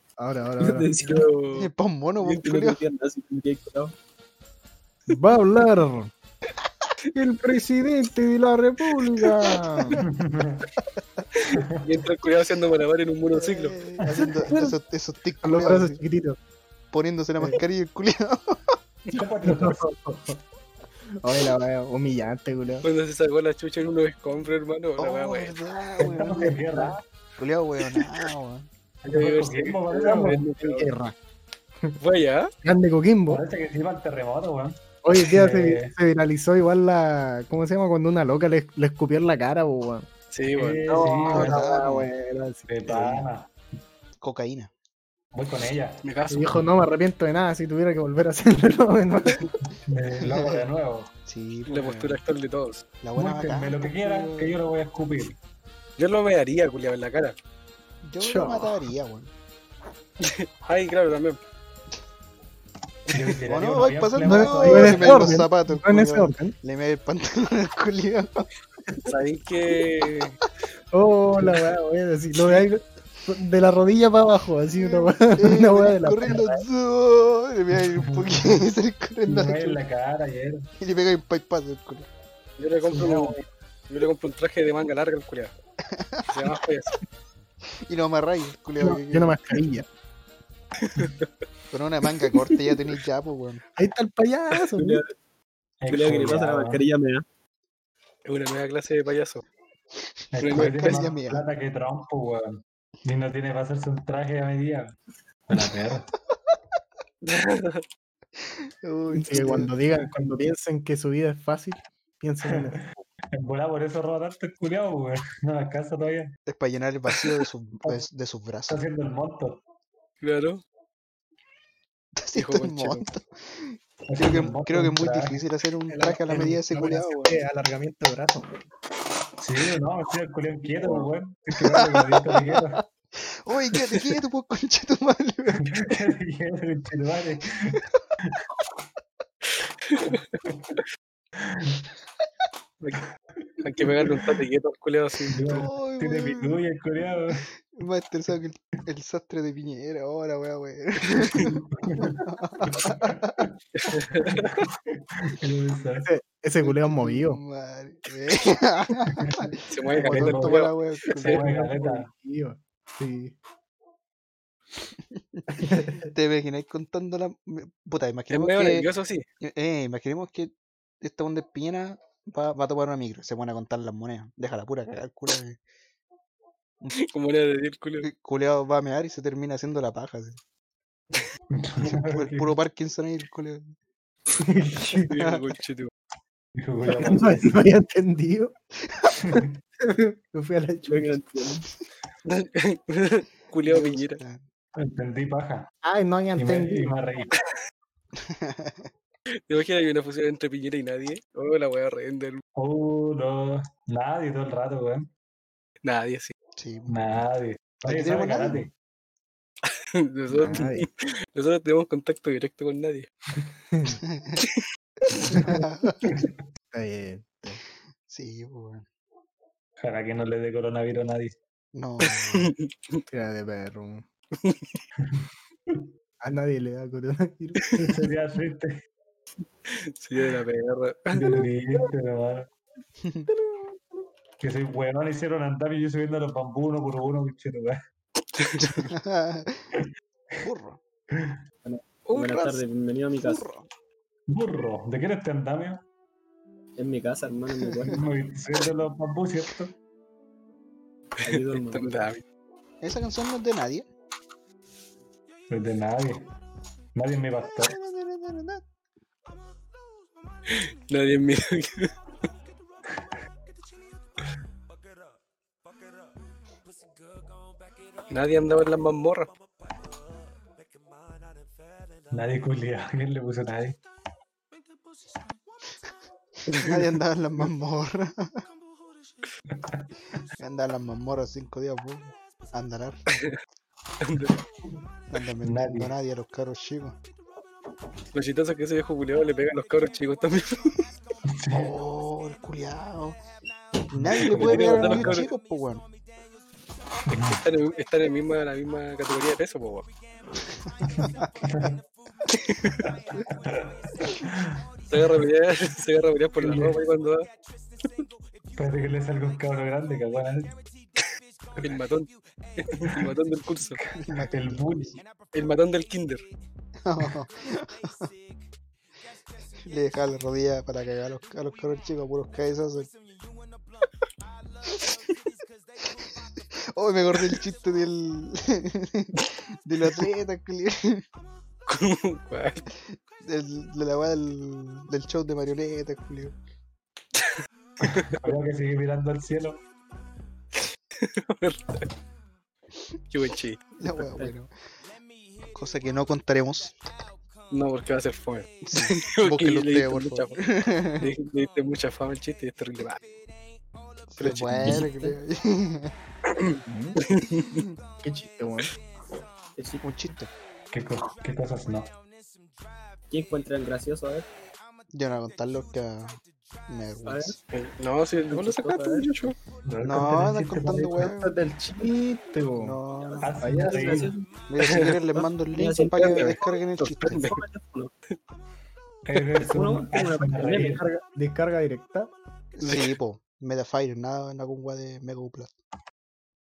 [SPEAKER 5] Ahora, ahora, ahora.
[SPEAKER 1] Decía,
[SPEAKER 6] Pero-
[SPEAKER 2] ah. Pa' un mono,
[SPEAKER 1] "Yo
[SPEAKER 2] weón,
[SPEAKER 1] te lo
[SPEAKER 2] culiao.
[SPEAKER 1] metía en la sur, un día colado".
[SPEAKER 5] Va a hablar el presidente de la República.
[SPEAKER 6] Y entra el culiao haciendo malabar en un monociclo.
[SPEAKER 2] Eh, Haciendo esos, esos tics,
[SPEAKER 5] Con los
[SPEAKER 2] culiao,
[SPEAKER 5] brazos
[SPEAKER 2] así,
[SPEAKER 5] chiquititos.
[SPEAKER 2] poniéndose la mascarilla y el culiao.
[SPEAKER 5] Oye, la wea, humillante, culiao.
[SPEAKER 6] Cuando se sacó la chucha en unos escombros, hermano. La weá,
[SPEAKER 2] Oh,
[SPEAKER 6] weá.
[SPEAKER 2] verdad, weón. Culiao, weón. Ah, weón.
[SPEAKER 6] Yo iba a ver si-
[SPEAKER 5] Guerra.
[SPEAKER 6] Fue allá.
[SPEAKER 5] Grande Coquimbo.
[SPEAKER 4] Parece que se iba al terremoto, weón.
[SPEAKER 5] Hoy en día se,
[SPEAKER 4] Eh.
[SPEAKER 5] se viralizó igual la. ¿Cómo se llama? Cuando una loca le, le escupió en la cara, po, weón.
[SPEAKER 6] Sí,
[SPEAKER 4] Sí,
[SPEAKER 6] weón.
[SPEAKER 4] sí, weón.
[SPEAKER 2] verdad,
[SPEAKER 5] Ah,
[SPEAKER 2] weón.
[SPEAKER 5] weón, sí.
[SPEAKER 4] De pana.
[SPEAKER 2] Cocaína.
[SPEAKER 4] Voy con ella.
[SPEAKER 6] Me caso.
[SPEAKER 5] Y dijo, no me arrepiento de nada si tuviera que volver a hacerlo de nuevo.
[SPEAKER 4] Me Eh, lo hago de nuevo.
[SPEAKER 2] Sí,
[SPEAKER 6] La
[SPEAKER 2] weón.
[SPEAKER 6] postura actual de todos.
[SPEAKER 2] La buena
[SPEAKER 4] Búsquenme
[SPEAKER 2] vaca.
[SPEAKER 4] lo que quieran, que yo lo voy a escupir.
[SPEAKER 6] Yo lo me haría, culiao, en la cara.
[SPEAKER 2] Yo
[SPEAKER 5] Chao.
[SPEAKER 2] lo mataría, weón.
[SPEAKER 6] Ay, claro, también.
[SPEAKER 2] O no, voy pasando.
[SPEAKER 5] no,
[SPEAKER 2] No,
[SPEAKER 5] no,
[SPEAKER 2] le
[SPEAKER 5] no,
[SPEAKER 2] me den los
[SPEAKER 5] no,
[SPEAKER 2] zapatos,
[SPEAKER 5] No en ese
[SPEAKER 2] culiao.
[SPEAKER 5] orden.
[SPEAKER 2] Le me el pantalón al culiao.
[SPEAKER 6] Sabéis que.
[SPEAKER 5] Oh, la weá, weón. Así, lo veáis de la rodilla para abajo, así una weá, una weá de la
[SPEAKER 2] corriendo zoo, le pega ahí un poquito y sale corriendo a la
[SPEAKER 4] en
[SPEAKER 2] chucha,
[SPEAKER 4] la cara ayer.
[SPEAKER 2] y le pega un paipazo al culo.
[SPEAKER 6] Yo le compro un. Yo le compro un traje de manga larga al culiao. Se llama payaso.
[SPEAKER 2] y lo amarráis el culo
[SPEAKER 5] No, y una mascarilla.
[SPEAKER 2] con una manga corta ya tenéis chapo weón
[SPEAKER 5] Ahí está el payaso.
[SPEAKER 1] Culiao- culiao que le pasa la mascarilla me da.
[SPEAKER 6] Es una nueva clase de payaso.
[SPEAKER 2] mascarilla mía.
[SPEAKER 4] plata que trompo, weón. Ni no tiene para hacerse un traje a medida. A la perra.
[SPEAKER 2] Uy,
[SPEAKER 5] Así que cuando digan, cuando piensen que su vida es fácil, piensen en eso.
[SPEAKER 4] En volá, por eso roba tanto el culiao, weón. No la alcanza todavía.
[SPEAKER 2] es para llenar el vacío de sus de, de sus
[SPEAKER 4] Está
[SPEAKER 2] brazos
[SPEAKER 4] haciendo el monto.
[SPEAKER 6] Claro.
[SPEAKER 2] Sí,
[SPEAKER 6] hijo
[SPEAKER 2] está el
[SPEAKER 6] conchetum.
[SPEAKER 2] monto.
[SPEAKER 4] Está
[SPEAKER 2] Este creo
[SPEAKER 4] haciendo el
[SPEAKER 2] que,
[SPEAKER 4] monto
[SPEAKER 2] creo que
[SPEAKER 4] de
[SPEAKER 2] es
[SPEAKER 4] un
[SPEAKER 2] muy
[SPEAKER 4] traje.
[SPEAKER 2] difícil hacer un traje a la medida de ese culiao weón
[SPEAKER 5] Eh, Alargamiento de brazos.
[SPEAKER 4] Sí, no, me estoy el culiao inquieto,
[SPEAKER 2] Oh.
[SPEAKER 4] weón. Estoy quedando con el culiao inquieto.
[SPEAKER 2] oye quédate quieto pues concha tu madre weón.
[SPEAKER 4] Conchetumare.
[SPEAKER 6] Hay que pegarle un tate quieto al culiao así.
[SPEAKER 2] Ay,
[SPEAKER 4] Tiene mi
[SPEAKER 2] weón.
[SPEAKER 4] tuya el culiao.
[SPEAKER 2] más estresado que el, el sastre de Piñera oh, ahora weón weón
[SPEAKER 5] Este Ese culeo es movido.
[SPEAKER 2] madre weón.
[SPEAKER 6] Se mueve
[SPEAKER 2] Como
[SPEAKER 6] caleta el
[SPEAKER 2] tonto para la
[SPEAKER 6] culiao.
[SPEAKER 2] weón
[SPEAKER 6] Sí.
[SPEAKER 4] Buena caleta.
[SPEAKER 5] Movido. Sí.
[SPEAKER 2] Te imagináis contando la. me- Puta,
[SPEAKER 6] Es
[SPEAKER 2] imaginemos
[SPEAKER 6] medio
[SPEAKER 2] que.
[SPEAKER 6] nervioso, sí.
[SPEAKER 2] Eh, imaginemos que esta onda de Piñera va, va a tomar una micro. Se van a contar las monedas. Déjala pura, cagar el culo. eh.
[SPEAKER 6] Como era de decir, culo.
[SPEAKER 2] Culeado va a mear y se termina haciendo la paja. así. El puro Parkinson ahí, el culeado.
[SPEAKER 6] Digo, conchito.
[SPEAKER 4] Dijo, culiao,
[SPEAKER 5] No, no había entendido. Me fui a la chucha.
[SPEAKER 6] Culeado Piñera.
[SPEAKER 4] Entendí paja.
[SPEAKER 5] Ay, no
[SPEAKER 4] Y
[SPEAKER 5] había
[SPEAKER 4] me, y
[SPEAKER 5] entendido.
[SPEAKER 4] me reí.
[SPEAKER 6] ¿Te imaginas que hay una fusión entre Piñera y nadie? Oh, la voy a render.
[SPEAKER 4] Uh, no. Nadie todo el rato, weón.
[SPEAKER 6] Nadie, sí.
[SPEAKER 2] Sí,
[SPEAKER 4] Nadie.
[SPEAKER 2] Aquí
[SPEAKER 4] Oye,
[SPEAKER 2] tenemos
[SPEAKER 4] ¿sabe
[SPEAKER 2] nadie.
[SPEAKER 4] karate?
[SPEAKER 6] Nosotros,
[SPEAKER 5] Nadie.
[SPEAKER 6] nosotros tenemos contacto directo con nadie.
[SPEAKER 5] Está bien.
[SPEAKER 2] sí, weón.
[SPEAKER 4] Ojalá que no le dé coronavirus a nadie.
[SPEAKER 2] No,
[SPEAKER 5] Tira de perro. A nadie le da coronavirus.
[SPEAKER 4] Sería triste.
[SPEAKER 6] Sí, de la perra.
[SPEAKER 4] Yo le dije, hermano. Que soy weón, hicieron andamio y yo subiendo los bambú uno por uno, cuchito, weón.
[SPEAKER 2] burro,
[SPEAKER 1] Buenas tardes, bienvenido a mi casa.
[SPEAKER 2] burro.
[SPEAKER 4] Burro, ¿de qué era este andamio?
[SPEAKER 1] Es mi casa, hermano, en mi cuarto.
[SPEAKER 4] Muy- Subiendo los bambú, ¿cierto?
[SPEAKER 1] Ahí duermo.
[SPEAKER 6] Nadie.
[SPEAKER 2] Esa canción no es de nadie.
[SPEAKER 4] No es de nadie. Nadie me bastó.
[SPEAKER 6] Nadie es mío. Nadie andaba en las mazmorras.
[SPEAKER 4] Nadie culia. ¿Quién le puso nadie?
[SPEAKER 2] Nadie andaba en las mazmorras. Andaba en las mazmorras cinco días, burro. Andalar. Anda vendiendo a nadie a los caros chicos.
[SPEAKER 6] Lo chistoso es que ese viejo culiado le pega a los cabros chicos también.
[SPEAKER 2] Oh, el culiao. Nadie le puede pegar a los niños chicos, pues weón.
[SPEAKER 6] Están en, están en misma, la misma categoría de peso, po, weón. Se agarra a pelear, se agarra a pelear por la ropa y cuando da
[SPEAKER 4] Parece que le salga un cabro grande, cagón.
[SPEAKER 6] el matón. El matón del curso.
[SPEAKER 4] El bully.
[SPEAKER 6] El matón del kinder.
[SPEAKER 2] Le dejaba la rodilla para cagar a los, a los cabros chicos, a puros cabezazos. Oh, me acordé el chiste del. del atleta, culiao.
[SPEAKER 6] ¿Cuál?
[SPEAKER 2] del, de la weá del, del show de marionetas, culiao.
[SPEAKER 4] Había que seguir mirando al cielo.
[SPEAKER 6] Qué buen chiste.
[SPEAKER 2] La weá, bueno. Cosa que no contaremos.
[SPEAKER 6] No, porque va a ser fome.
[SPEAKER 2] Búsquenlo
[SPEAKER 6] le
[SPEAKER 2] ustedes,
[SPEAKER 6] diste
[SPEAKER 2] por
[SPEAKER 6] mucha
[SPEAKER 2] favor.
[SPEAKER 6] fama. Le le diste mucha fama al chiste y es terrible. mal.
[SPEAKER 2] Pero
[SPEAKER 6] chiste.
[SPEAKER 2] bueno, culiao.
[SPEAKER 5] Qué chiste, weón.
[SPEAKER 2] Un chiste.
[SPEAKER 4] ¿Qué, co- qué cosas no?
[SPEAKER 1] ¿Qué encuentran gracioso? A ver,
[SPEAKER 2] Yo no voy a contarlo que me da
[SPEAKER 1] a ver.
[SPEAKER 2] vergüenza.
[SPEAKER 6] Eh, No, si vos lo sacaste, muchacho.
[SPEAKER 2] No,
[SPEAKER 4] no
[SPEAKER 2] andan contando weá.
[SPEAKER 5] Esto es del chiste, weón.
[SPEAKER 2] No.
[SPEAKER 1] Ya, sí,
[SPEAKER 4] weá.
[SPEAKER 1] gracioso.
[SPEAKER 2] Mira, si quieren les mando el
[SPEAKER 1] Mira,
[SPEAKER 2] link
[SPEAKER 1] si
[SPEAKER 2] para que
[SPEAKER 1] entienden.
[SPEAKER 2] descarguen el chiste.
[SPEAKER 1] Toma el teléfono. Uno, tengo una pantalla
[SPEAKER 4] Eres
[SPEAKER 1] que
[SPEAKER 4] un
[SPEAKER 1] carga.
[SPEAKER 5] Descarga directa.
[SPEAKER 2] Sí, po. Metafire, nada en algún weá de Mega Upload.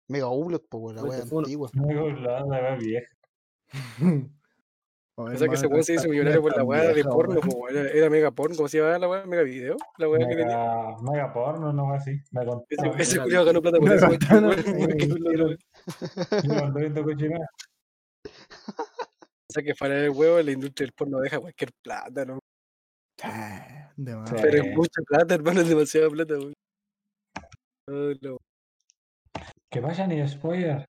[SPEAKER 2] Mega Upload, po, weón, la weá
[SPEAKER 1] Fuente, funo.
[SPEAKER 2] antigua.
[SPEAKER 4] Luego la weá vieja.
[SPEAKER 5] Joder,
[SPEAKER 6] O sea que ese
[SPEAKER 5] hermano,
[SPEAKER 6] weón se hizo
[SPEAKER 5] esta
[SPEAKER 6] millonario
[SPEAKER 5] cuña
[SPEAKER 6] por la
[SPEAKER 5] tan
[SPEAKER 6] weá de
[SPEAKER 5] vieja,
[SPEAKER 6] porno,
[SPEAKER 5] weón.
[SPEAKER 6] po, weón. era, era mega porno, ¿cómo se llamaba la weá? Mega video, la weá que tenía.
[SPEAKER 4] Mega, mega porno, no así. Me contó.
[SPEAKER 6] Ese,
[SPEAKER 4] weón.
[SPEAKER 6] ese
[SPEAKER 1] mega-
[SPEAKER 6] culiao ganó plata por
[SPEAKER 5] mega
[SPEAKER 6] eso. weón.
[SPEAKER 5] porno,
[SPEAKER 6] Weón, que lo logró.
[SPEAKER 4] Me contó viendo cochinada.
[SPEAKER 6] O sea que para el huevo la industria del porno deja cualquier plata, ¿no?
[SPEAKER 5] Ah, De más.
[SPEAKER 4] Sí.
[SPEAKER 6] Pero
[SPEAKER 4] Eh.
[SPEAKER 6] es mucha plata, hermano, es demasiada plata, weón. Oh, no.
[SPEAKER 4] Que vayan y spoiler.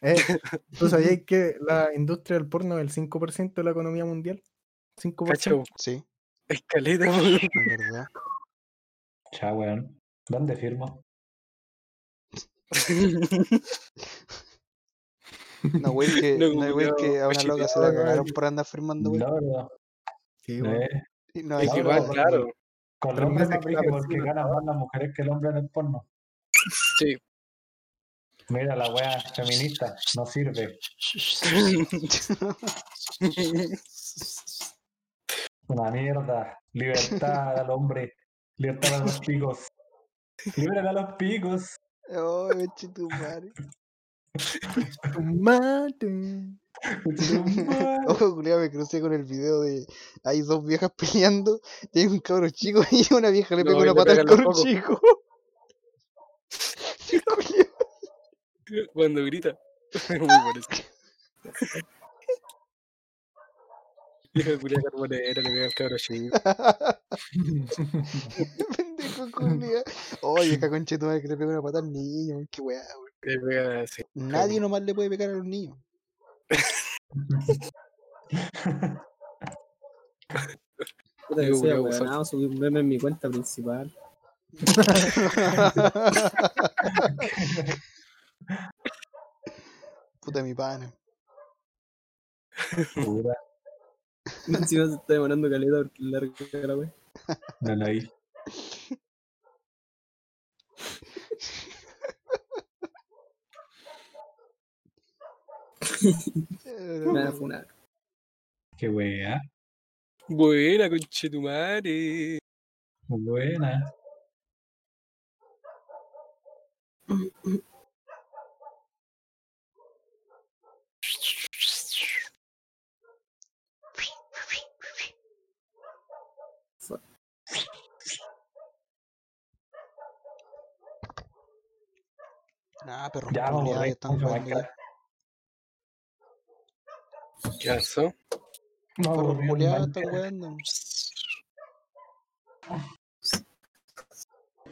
[SPEAKER 5] Eh, ¿Tú sabías que la industria del porno es el 5% de la economía mundial? 5%.
[SPEAKER 6] Cacha, weón.
[SPEAKER 2] Sí,
[SPEAKER 6] escaleta, weón.
[SPEAKER 2] es verdad.
[SPEAKER 4] Chao, weón. ¿Dónde firmo?
[SPEAKER 2] No, güey, que,
[SPEAKER 6] No,
[SPEAKER 2] no, güey,
[SPEAKER 6] culiao,
[SPEAKER 2] que a una
[SPEAKER 6] cachito,
[SPEAKER 2] loca se la cagaron por andar firmando, güey.
[SPEAKER 4] No, no.
[SPEAKER 5] Sí, weón.
[SPEAKER 4] Eh,
[SPEAKER 2] Y No,
[SPEAKER 6] Es
[SPEAKER 2] hay
[SPEAKER 6] que
[SPEAKER 4] igual,
[SPEAKER 6] igual,
[SPEAKER 2] nada.
[SPEAKER 6] claro.
[SPEAKER 4] Con el
[SPEAKER 5] Pero
[SPEAKER 4] hombre
[SPEAKER 5] no
[SPEAKER 4] más
[SPEAKER 5] sé, la
[SPEAKER 4] brillo porque
[SPEAKER 5] persona,
[SPEAKER 4] ganan más las mujeres que el hombre en el porno.
[SPEAKER 6] Sí.
[SPEAKER 4] Mira, la weá feminista no sirve. Una mierda. Libertad al hombre. Libertad a los picos. Libertad a los picos.
[SPEAKER 2] Oh, eche tu madre.
[SPEAKER 5] Tomate.
[SPEAKER 2] Ojo, culiao, me crucé con el video de hay dos viejas peleando, y hay un cabro chico y una vieja le
[SPEAKER 6] No,
[SPEAKER 2] pega
[SPEAKER 6] y
[SPEAKER 2] una
[SPEAKER 6] le
[SPEAKER 2] pata al
[SPEAKER 6] pegan los
[SPEAKER 2] cabro
[SPEAKER 6] cocos.
[SPEAKER 2] chico. Culiao.
[SPEAKER 6] Cuando grita. Es muy bueno eso. Vieja culia carbonera, le pega al cabro chico.
[SPEAKER 2] Pendejo culia. Oye, acá conche tu madre que le pega una patada al niño, weón, qué weá, weón.
[SPEAKER 6] Le pega así.
[SPEAKER 2] Nadie nomás le puede pegar a los niños.
[SPEAKER 1] Puta que
[SPEAKER 6] Digo,
[SPEAKER 1] sea,
[SPEAKER 6] weón,
[SPEAKER 1] weón.
[SPEAKER 6] son-
[SPEAKER 1] Ah, subí un meme en mi cuenta principal.
[SPEAKER 2] Puta mi pana.
[SPEAKER 4] Puta,
[SPEAKER 1] Encima se está demorando caleta porque es larga la wea.
[SPEAKER 4] no la vi.
[SPEAKER 2] Eh,
[SPEAKER 1] Me van a funar.
[SPEAKER 4] Qué wea.
[SPEAKER 6] Buena, conchetumare.
[SPEAKER 4] Buena.
[SPEAKER 2] Nah, perro.
[SPEAKER 4] Ya vamos a
[SPEAKER 2] están jugando ya.
[SPEAKER 6] ¿Qué pasó?
[SPEAKER 2] Perros
[SPEAKER 4] Vamos
[SPEAKER 2] culiados están jugando.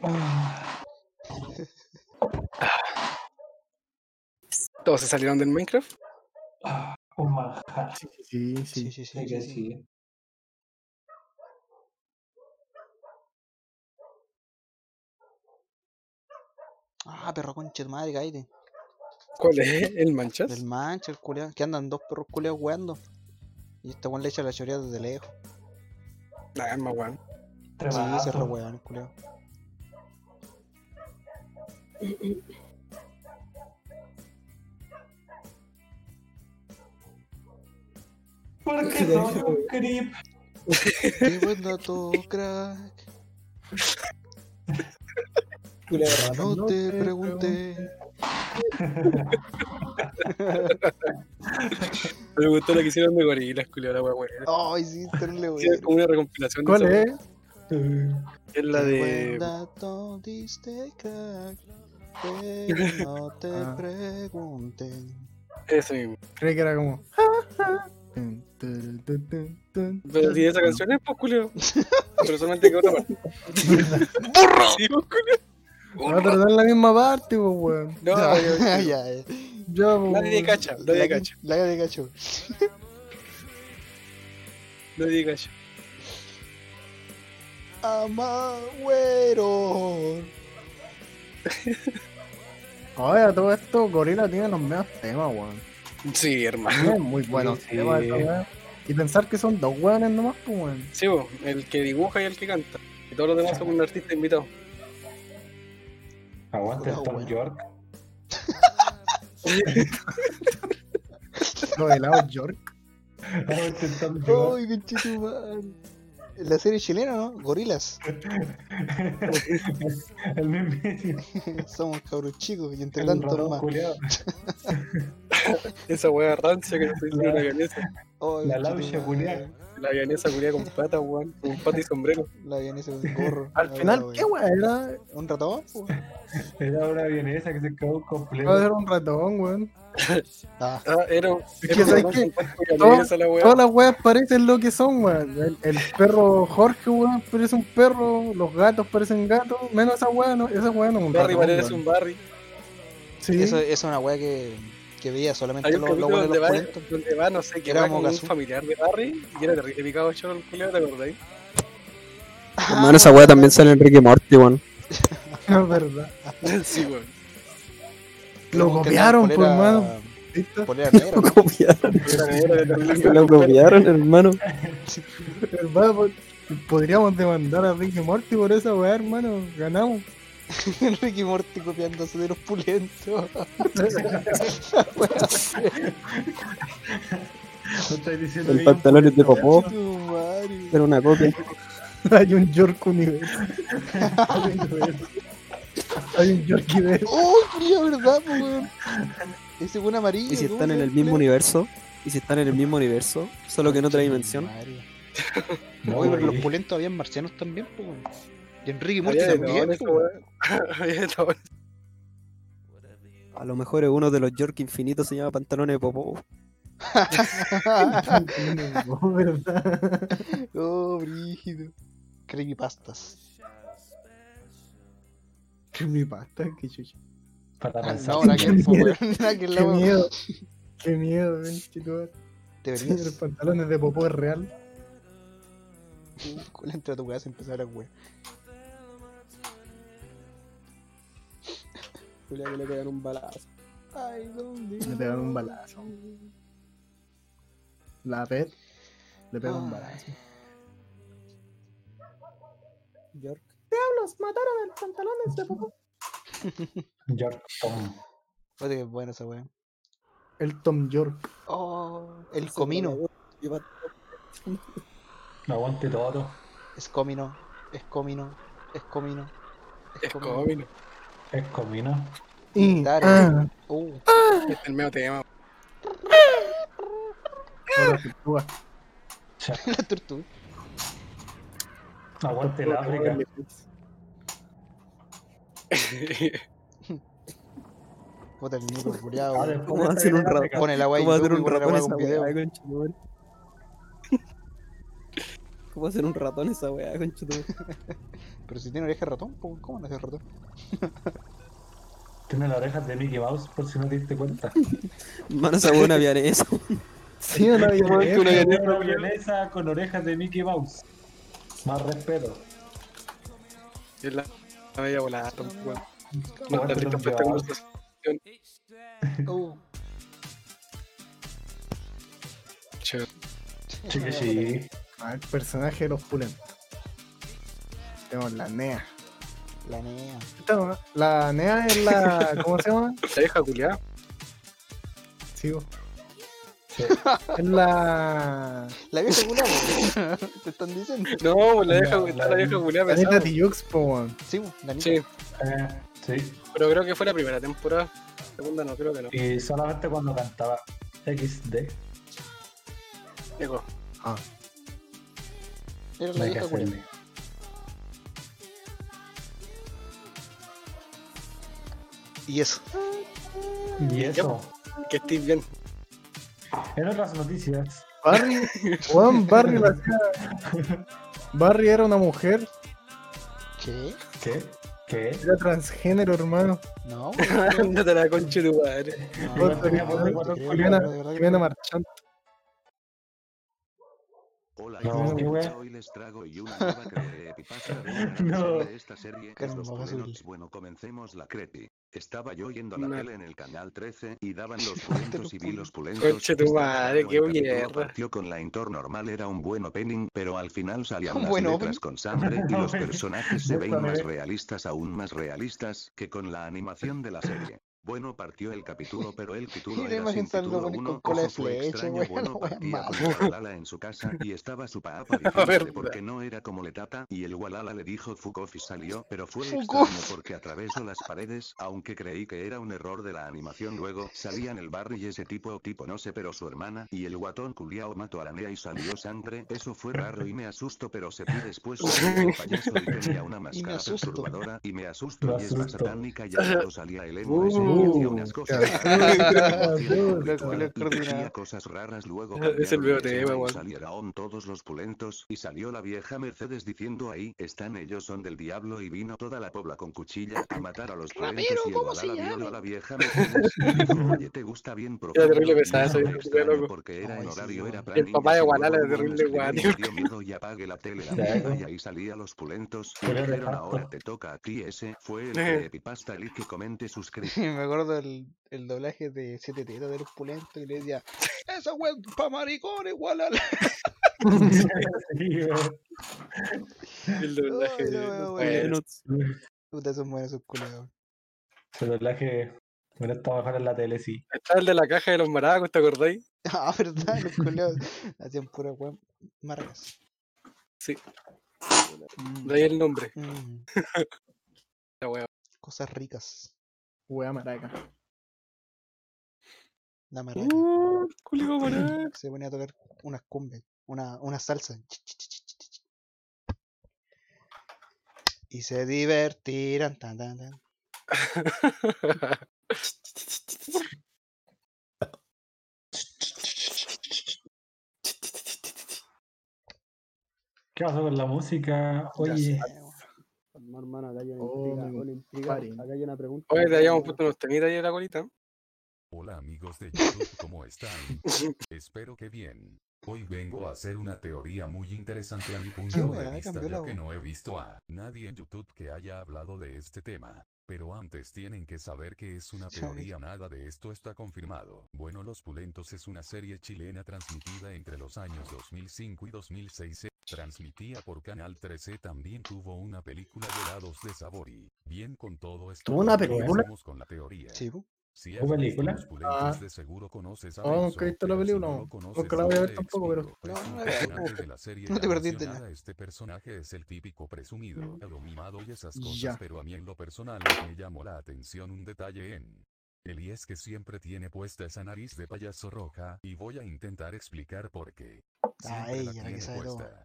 [SPEAKER 4] Ah,
[SPEAKER 6] ¿Todos se salieron del Minecraft?
[SPEAKER 4] Un manjar.
[SPEAKER 2] Sí, sí, sí,
[SPEAKER 4] Sí,
[SPEAKER 2] sí,
[SPEAKER 4] que
[SPEAKER 2] sí.
[SPEAKER 4] sí.
[SPEAKER 2] Ah, perro conche tu madre, cállate.
[SPEAKER 6] ¿Cuál es? ¿El Manchas?
[SPEAKER 2] Del mancha, el culiao. Que andan dos perros culiados jugando. Y este weón le echa la choría desde lejos.
[SPEAKER 6] Nah, Ah, es más weón.
[SPEAKER 2] Sí, ese es re
[SPEAKER 4] Tremazo.
[SPEAKER 2] weón, el culiao.
[SPEAKER 4] ¿Por qué soy un creep?
[SPEAKER 2] Qué buen dato, crack.
[SPEAKER 1] Culia de rata,
[SPEAKER 2] No te pregunté.
[SPEAKER 6] Me gustó la que hicieron de gorilas, culiao, la wea buena.
[SPEAKER 2] Ay, sí, tenle
[SPEAKER 6] Hicieron
[SPEAKER 2] weón.
[SPEAKER 6] como una recompilación de
[SPEAKER 5] ¿Cuál
[SPEAKER 6] esa wea.
[SPEAKER 5] es?
[SPEAKER 6] Es la
[SPEAKER 2] Qué buen
[SPEAKER 6] de.
[SPEAKER 2] dato diste, crack. Pero no te
[SPEAKER 5] Ah.
[SPEAKER 2] pregunté.
[SPEAKER 6] Esa misma.
[SPEAKER 5] Creí que era como.
[SPEAKER 6] Pero si esa canción es, pues, culiao. Pero solamente que otra parte. ¡Burro! Sí, pues, culiao.
[SPEAKER 5] Va a tratar la misma parte, pues, weón.
[SPEAKER 6] No, yo-
[SPEAKER 2] Ya, ya, eh.
[SPEAKER 5] Ya, pues,
[SPEAKER 6] nadie
[SPEAKER 5] weón.
[SPEAKER 6] cacha,
[SPEAKER 2] La
[SPEAKER 6] nadie
[SPEAKER 2] que-
[SPEAKER 6] cacha,
[SPEAKER 2] La de cacho.
[SPEAKER 6] nadie cacha.
[SPEAKER 2] Amagüero.
[SPEAKER 5] Oye, a todo esto, Gorila tiene los mejores temas, weón.
[SPEAKER 6] Sí, hermano.
[SPEAKER 5] Tiene muy buenos
[SPEAKER 4] Sí.
[SPEAKER 5] temas, esa weá. Y pensar que son dos weones nomás, pues, weón.
[SPEAKER 6] Sí, vos, el que dibuja y el que canta. Y todos los demás son un artista invitado.
[SPEAKER 4] Aguante el
[SPEAKER 2] Culiao,
[SPEAKER 4] Tom
[SPEAKER 2] weón.
[SPEAKER 4] York.
[SPEAKER 5] Los helados York.
[SPEAKER 4] Aguante el
[SPEAKER 2] Oh,
[SPEAKER 4] Tom York.
[SPEAKER 2] Ay, pinche mal. La serie chilena, ¿no? Gorilas.
[SPEAKER 4] El mismo.
[SPEAKER 2] Somos cabros chicos y entre
[SPEAKER 4] El
[SPEAKER 2] tantos
[SPEAKER 4] ratón
[SPEAKER 2] más.
[SPEAKER 4] culiao.
[SPEAKER 6] Esa wea rancia que no
[SPEAKER 4] La-
[SPEAKER 6] se hicieron la ganesa.
[SPEAKER 2] Ay,
[SPEAKER 4] La
[SPEAKER 2] conchetumare.
[SPEAKER 4] laucha culiá.
[SPEAKER 6] La ganesa culia con pata, weón. Con pata y sombrero.
[SPEAKER 2] La vienesa con gorro.
[SPEAKER 5] Al
[SPEAKER 2] Ah,
[SPEAKER 5] final,
[SPEAKER 2] weón.
[SPEAKER 5] ¿qué weón era?
[SPEAKER 2] ¿Un ratón? po?
[SPEAKER 4] Era una vienesa que se quedó
[SPEAKER 5] Va a ser
[SPEAKER 4] completo.
[SPEAKER 5] un ratón, weón.
[SPEAKER 2] Ah,
[SPEAKER 6] Ah, era.
[SPEAKER 5] que
[SPEAKER 6] era un
[SPEAKER 5] sabes
[SPEAKER 6] ratón
[SPEAKER 5] que
[SPEAKER 6] con pata y
[SPEAKER 5] todo-
[SPEAKER 6] ganesa, la wea.
[SPEAKER 5] Todas las weas parecen lo que son, weón. El, el perro Jorge, weón, parece un perro. Los gatos parecen gatos. Menos esa wea, no. Esa wea no es un
[SPEAKER 6] Barry
[SPEAKER 5] ratón,
[SPEAKER 6] parece
[SPEAKER 5] weón.
[SPEAKER 6] un Barry.
[SPEAKER 5] Sí.
[SPEAKER 2] eso, eso es una weá que, que veía solamente
[SPEAKER 6] Hay un
[SPEAKER 2] los
[SPEAKER 6] capítulo
[SPEAKER 2] lobos de
[SPEAKER 6] donde
[SPEAKER 2] los
[SPEAKER 6] va,
[SPEAKER 2] cuentos.
[SPEAKER 6] donde va, no sé, que
[SPEAKER 2] Era
[SPEAKER 6] era como un
[SPEAKER 2] Mogazu.
[SPEAKER 6] familiar de Barry y era terrible picado choro el culiao, ¿te acordáis?
[SPEAKER 7] Hermano, esa weá también sale en Ricky Morty, weón.
[SPEAKER 5] Es verdad.
[SPEAKER 6] sí, weón.
[SPEAKER 5] Lo copiaron, pues, hermano.
[SPEAKER 2] mano.
[SPEAKER 5] ¿Viste?
[SPEAKER 2] Polera negra.
[SPEAKER 7] Lo copiaron,
[SPEAKER 6] Era terrible.
[SPEAKER 7] lo copiaron, hermano.
[SPEAKER 5] Hermano, po- Podríamos demandar a Ricky Morty por esa weá, hermano. Ganamos.
[SPEAKER 2] Ricky Morty copiándose de los pulentos.
[SPEAKER 4] No estáis diciendo
[SPEAKER 7] El
[SPEAKER 4] que hay un
[SPEAKER 7] pantalón es de
[SPEAKER 4] pulento,
[SPEAKER 5] Oh.
[SPEAKER 7] popó,
[SPEAKER 2] Tu madre.
[SPEAKER 7] era una copia.
[SPEAKER 5] Hay un York universo. Hay un York universo.
[SPEAKER 2] ¡Oh, culiao, verdad, po, weón! Ese buen amarillo.
[SPEAKER 7] Y si
[SPEAKER 2] ¿cómo
[SPEAKER 7] están
[SPEAKER 2] se
[SPEAKER 7] en
[SPEAKER 2] llama
[SPEAKER 7] el mismo
[SPEAKER 2] culiao?
[SPEAKER 7] universo, y si están en el mismo universo, solo que en otra dimensión.
[SPEAKER 2] Madre.
[SPEAKER 4] No,
[SPEAKER 2] Oye, pero
[SPEAKER 4] güey.
[SPEAKER 2] los pulentos habían marcianos también, po, weón. Y en Ricky Morty pues,
[SPEAKER 6] Había de todo
[SPEAKER 2] también,
[SPEAKER 6] en
[SPEAKER 2] po,
[SPEAKER 6] esa
[SPEAKER 2] weón.
[SPEAKER 6] wea. Había de todo.
[SPEAKER 7] A lo mejor es uno de los York infinitos se llama pantalones de popó.
[SPEAKER 5] No, ¿verdad?
[SPEAKER 2] Oh, brígido. Creepypastas.
[SPEAKER 5] Que mi pasta, qué chucha.
[SPEAKER 4] Para pensar.
[SPEAKER 2] Ah, No, la que
[SPEAKER 5] Qué miedo.
[SPEAKER 2] la que
[SPEAKER 5] Qué
[SPEAKER 2] la weón.
[SPEAKER 5] miedo. Qué miedo, ven, chicos. Los
[SPEAKER 2] Deberías
[SPEAKER 5] pantalones de popó es real.
[SPEAKER 2] cuál entra a tu casa y empezar a hablar, weón.
[SPEAKER 10] Julia que le pegaron un balazo.
[SPEAKER 2] Ay, ¿dónde?
[SPEAKER 5] Le pegaron un balazo. La pet le pega un
[SPEAKER 2] Ay.
[SPEAKER 5] balazo.
[SPEAKER 7] York.
[SPEAKER 4] York Tom.
[SPEAKER 2] Oye, qué bueno esa weón.
[SPEAKER 5] El Tom York.
[SPEAKER 2] Oh, el comino.
[SPEAKER 4] No aguante todo.
[SPEAKER 2] Es comino. Es comino. Es comino.
[SPEAKER 6] Es cómico.
[SPEAKER 4] Es comino.
[SPEAKER 5] Y,
[SPEAKER 2] Dale.
[SPEAKER 5] ah,
[SPEAKER 2] Uh,
[SPEAKER 6] Este es el medio tema.
[SPEAKER 5] hola, tortuga.
[SPEAKER 2] la tortuga.
[SPEAKER 4] Aguante la África.
[SPEAKER 2] Puta el nico culiado,
[SPEAKER 4] Ah,
[SPEAKER 2] weón.
[SPEAKER 4] después
[SPEAKER 7] ¿Cómo va a
[SPEAKER 4] está
[SPEAKER 7] ser
[SPEAKER 4] bien
[SPEAKER 7] un
[SPEAKER 4] África.
[SPEAKER 2] Pon el agua y
[SPEAKER 7] ¿Cómo va a hacer
[SPEAKER 2] YouTube y
[SPEAKER 7] un
[SPEAKER 2] pon la
[SPEAKER 7] ratón esa
[SPEAKER 2] weá con
[SPEAKER 7] weá,
[SPEAKER 2] video.
[SPEAKER 7] conchetumare? ¿Cómo va a ser un ratón esa weá, conchetumare?
[SPEAKER 2] Pero si tiene oreja de ratón, po, ¿cómo nació ratón?
[SPEAKER 4] Tiene las orejas de Mickey Mouse, por si no te diste cuenta.
[SPEAKER 7] Mano, esa weá había eso.
[SPEAKER 5] Sí, una
[SPEAKER 4] Es una
[SPEAKER 5] violeta.
[SPEAKER 4] vienesa con orejas de Mickey Mouse. Más respeto.
[SPEAKER 6] Es la la media volada, Tom, weón. No
[SPEAKER 4] Aguante
[SPEAKER 6] está
[SPEAKER 4] Tom
[SPEAKER 6] listo para
[SPEAKER 4] York.
[SPEAKER 6] esta conversación.
[SPEAKER 2] Uh,
[SPEAKER 6] Che,
[SPEAKER 2] este
[SPEAKER 4] Sí, que sí.
[SPEAKER 5] Ah, El personaje de los pulentos. Tenemos la NEA.
[SPEAKER 2] la nea.
[SPEAKER 5] Esta- La NEA es la. ¿Cómo se llama?
[SPEAKER 6] La vieja culiada.
[SPEAKER 5] Sí, bo.
[SPEAKER 4] Sí.
[SPEAKER 5] es la.
[SPEAKER 2] La vieja culiao, weón. Te están diciendo.
[SPEAKER 6] No, pues, la vieja,
[SPEAKER 4] La-
[SPEAKER 6] está
[SPEAKER 4] la-
[SPEAKER 6] la vieja culiada
[SPEAKER 5] La neta
[SPEAKER 6] pesada.
[SPEAKER 5] Tijux, po, weón.
[SPEAKER 2] Sí, bo, la neta.
[SPEAKER 6] Sí,
[SPEAKER 4] Eh, sí.
[SPEAKER 6] pero creo que fue la primera temporada. Segunda no, creo que no.
[SPEAKER 4] Y solamente cuando cantaba XD.
[SPEAKER 6] Eco.
[SPEAKER 2] Era la
[SPEAKER 4] hay que
[SPEAKER 2] vieja culiao.
[SPEAKER 4] hacerle.
[SPEAKER 2] Y eso.
[SPEAKER 4] Y eso.
[SPEAKER 6] Que estés bien.
[SPEAKER 4] En otras noticias.
[SPEAKER 5] Barry, weón, Barry la hacía. Barry era una mujer,
[SPEAKER 2] ¿Qué?
[SPEAKER 4] ¿Qué? ¿Qué?
[SPEAKER 5] era transgénero, hermano.
[SPEAKER 2] No,
[SPEAKER 6] Ándate a la concha de tu madre.
[SPEAKER 2] no,
[SPEAKER 5] Otra
[SPEAKER 4] tenía voz de
[SPEAKER 2] no,
[SPEAKER 4] guatón
[SPEAKER 2] te creo,
[SPEAKER 5] Jimena,
[SPEAKER 2] de verdad que
[SPEAKER 5] Jimena
[SPEAKER 2] no.
[SPEAKER 5] Marchante.
[SPEAKER 11] Hola,
[SPEAKER 4] No,
[SPEAKER 11] yo
[SPEAKER 4] güey.
[SPEAKER 11] soy hoy les traigo y una nueva creepypasta de una gran
[SPEAKER 4] No.
[SPEAKER 11] serie de esta serie que es Los
[SPEAKER 2] Carnaval.
[SPEAKER 11] Purenots. Bueno, comencemos la creepy. Estaba yo yendo a la
[SPEAKER 6] No.
[SPEAKER 11] tele en el canal 13 y daban los pulentos y vi los pulentos.
[SPEAKER 6] Conche tu
[SPEAKER 11] Estaba
[SPEAKER 6] madre,
[SPEAKER 11] viendo
[SPEAKER 6] qué
[SPEAKER 11] el capítulo,
[SPEAKER 6] mierda.
[SPEAKER 11] Partió con la intor normal era un buen opening, pero al final salían
[SPEAKER 2] Un
[SPEAKER 11] las
[SPEAKER 2] buen
[SPEAKER 11] letras
[SPEAKER 2] opening.
[SPEAKER 11] con sangre y los personajes se
[SPEAKER 4] Esta
[SPEAKER 11] ven
[SPEAKER 4] me
[SPEAKER 11] más
[SPEAKER 4] ve.
[SPEAKER 11] realistas, aún más realistas que con la animación de la serie. Bueno, partió el capítulo, pero el título
[SPEAKER 2] Mira,
[SPEAKER 11] era sin
[SPEAKER 2] imagínate al
[SPEAKER 11] título
[SPEAKER 2] Dominic con
[SPEAKER 11] 1,
[SPEAKER 2] cola de
[SPEAKER 11] ojo fue
[SPEAKER 2] flecha,
[SPEAKER 11] extraño,
[SPEAKER 2] güey,
[SPEAKER 11] bueno,
[SPEAKER 2] la wea
[SPEAKER 11] partía con
[SPEAKER 2] mala.
[SPEAKER 11] el Walala en su casa y estaba su papá diciéndole
[SPEAKER 6] verdad.
[SPEAKER 11] porque no era como le tata y el Walala le dijo fuck off y salió, pero fue
[SPEAKER 2] Fuck
[SPEAKER 11] extraño
[SPEAKER 2] off.
[SPEAKER 11] porque atravesó las paredes, aunque creí que era un error de la animación luego, salían el barrio y ese tipo o tipo no sé pero su hermana y el guatón culiao mató a la nea y salió sangre, eso fue raro y me asustó pero se fue después salió el payaso y tenía una máscara
[SPEAKER 2] asusto.
[SPEAKER 11] perturbadora y me
[SPEAKER 4] Me
[SPEAKER 11] asustó y es más
[SPEAKER 4] asusto.
[SPEAKER 11] satánica y al lado salía el emo
[SPEAKER 6] Uh,
[SPEAKER 11] ese y hacía unas cosas raras, hacía un
[SPEAKER 2] Lo-
[SPEAKER 11] ritual
[SPEAKER 2] lo
[SPEAKER 11] y
[SPEAKER 2] coordinado.
[SPEAKER 11] decía cosas raras luego
[SPEAKER 6] Es el
[SPEAKER 11] cambiaron
[SPEAKER 6] nuevo
[SPEAKER 11] de
[SPEAKER 6] tema,
[SPEAKER 11] escena y
[SPEAKER 6] weón.
[SPEAKER 11] salieron todos los pulentos y salió la vieja Mercedes diciendo ahí están ellos son del diablo y vino toda la pobla con cuchilla a matar a los pulentos y el
[SPEAKER 2] ¿cómo se
[SPEAKER 11] Guadala
[SPEAKER 2] llama?
[SPEAKER 11] vio a la vieja Mercedes y dijo oye te gusta bien profundo
[SPEAKER 6] terrible ¿eh?
[SPEAKER 11] Y
[SPEAKER 6] pesada
[SPEAKER 11] no
[SPEAKER 6] esa
[SPEAKER 11] me
[SPEAKER 6] vieja,
[SPEAKER 11] extraño
[SPEAKER 6] loco.
[SPEAKER 11] porque era
[SPEAKER 2] Ay,
[SPEAKER 11] en
[SPEAKER 2] sí,
[SPEAKER 11] horario
[SPEAKER 2] weón.
[SPEAKER 11] era
[SPEAKER 6] El papá de Guadala
[SPEAKER 11] Guadalajara
[SPEAKER 6] es terrible,
[SPEAKER 11] miedo y apague la tele la
[SPEAKER 4] Ya,
[SPEAKER 11] mierda,
[SPEAKER 4] ¿no?
[SPEAKER 11] y ahí salía los pulentos y
[SPEAKER 4] Pero
[SPEAKER 11] dijeron
[SPEAKER 4] nefasto.
[SPEAKER 11] ahora te toca a ti ese fue el
[SPEAKER 6] Eh.
[SPEAKER 11] creepypasta el que comente suscribe
[SPEAKER 2] Me acuerdo el, el doblaje de Siete Tetas de los Pulentos y le decía, esa wea es pa' maricones, walala.
[SPEAKER 4] Sí, güey.
[SPEAKER 6] El doblaje
[SPEAKER 2] Ay, no,
[SPEAKER 6] de-
[SPEAKER 2] no,
[SPEAKER 6] Oye,
[SPEAKER 2] bueno.
[SPEAKER 6] no,
[SPEAKER 2] Puta, esos buenos esos culiados.
[SPEAKER 4] Ese doblaje hubiera estado mejor en la tele, sí.
[SPEAKER 6] Está el de la caja de los maracos, ¿te acordáis?
[SPEAKER 2] Ah, verdad, los culiados hacían pura wea marcas.
[SPEAKER 6] De ahí el nombre.
[SPEAKER 2] Mm,
[SPEAKER 6] La wea.
[SPEAKER 2] cosas ricas.
[SPEAKER 5] Wea maraca.
[SPEAKER 2] La maraca.
[SPEAKER 6] Uh, culiao maraco.
[SPEAKER 2] Se ponía a tocar unas cumbias, una, una salsa. Y se divertirán. Tan, tan, tan.
[SPEAKER 4] ¿Qué pasó con la música? Oye,
[SPEAKER 1] No, hermano, acá hay una
[SPEAKER 2] Oh,
[SPEAKER 1] intriga,
[SPEAKER 2] mi
[SPEAKER 1] una intriga,
[SPEAKER 2] compadre.
[SPEAKER 1] acá hay una pregunta.
[SPEAKER 6] Oye, le habíamos puesto unos temitas ahí en la colita.
[SPEAKER 11] Hola amigos de YouTube, ¿cómo están? Espero que bien. Hoy vengo a hacer una teoría muy interesante a mi
[SPEAKER 2] Qué
[SPEAKER 11] punto de
[SPEAKER 2] weá,
[SPEAKER 11] vista
[SPEAKER 2] cambió la
[SPEAKER 11] ya que
[SPEAKER 2] voz.
[SPEAKER 11] no he visto a nadie en YouTube que haya hablado de este tema. Pero antes tienen que saber que es una
[SPEAKER 2] Ya ves.
[SPEAKER 11] teoría, nada de esto está confirmado. Bueno, Los Pulentos es una serie chilena transmitida entre los años 2005 y 2006. Se Transmitía por Canal 13 también tuvo una película de lados de sabor y bien con todo esto.
[SPEAKER 9] ¿Tuvo una
[SPEAKER 11] pues,
[SPEAKER 9] película?
[SPEAKER 11] empezamos con la teoría.
[SPEAKER 2] Sí, po.
[SPEAKER 11] Si
[SPEAKER 4] ¿Hubo
[SPEAKER 11] has visto
[SPEAKER 4] película?
[SPEAKER 11] Los Pulentos,
[SPEAKER 9] Ah.
[SPEAKER 11] de seguro
[SPEAKER 2] Oh,
[SPEAKER 11] conoces a
[SPEAKER 9] No, nunca
[SPEAKER 11] Benzo,
[SPEAKER 9] he visto la
[SPEAKER 11] pero si
[SPEAKER 9] película,
[SPEAKER 11] no lo
[SPEAKER 9] no.
[SPEAKER 11] conoces,
[SPEAKER 9] Nunca la voy a
[SPEAKER 11] no
[SPEAKER 9] ver
[SPEAKER 11] te
[SPEAKER 9] tampoco, pero-
[SPEAKER 11] explico. Es
[SPEAKER 2] No,
[SPEAKER 11] un
[SPEAKER 2] no la veo.
[SPEAKER 11] personaje de la serie
[SPEAKER 2] No te
[SPEAKER 11] ya
[SPEAKER 2] perdiste nada.
[SPEAKER 11] mencionada. Este personaje es el típico presumido, domimado y esas cosas,
[SPEAKER 2] Ya.
[SPEAKER 11] pero a mí en lo personal me llamó la atención un detalle en... él y es que siempre tiene puesta esa nariz de payaso roja, y voy a intentar explicar por qué.
[SPEAKER 2] Ah,
[SPEAKER 11] Siempre la
[SPEAKER 2] ella, la que
[SPEAKER 11] tiene
[SPEAKER 2] sabe todo.
[SPEAKER 11] puesta.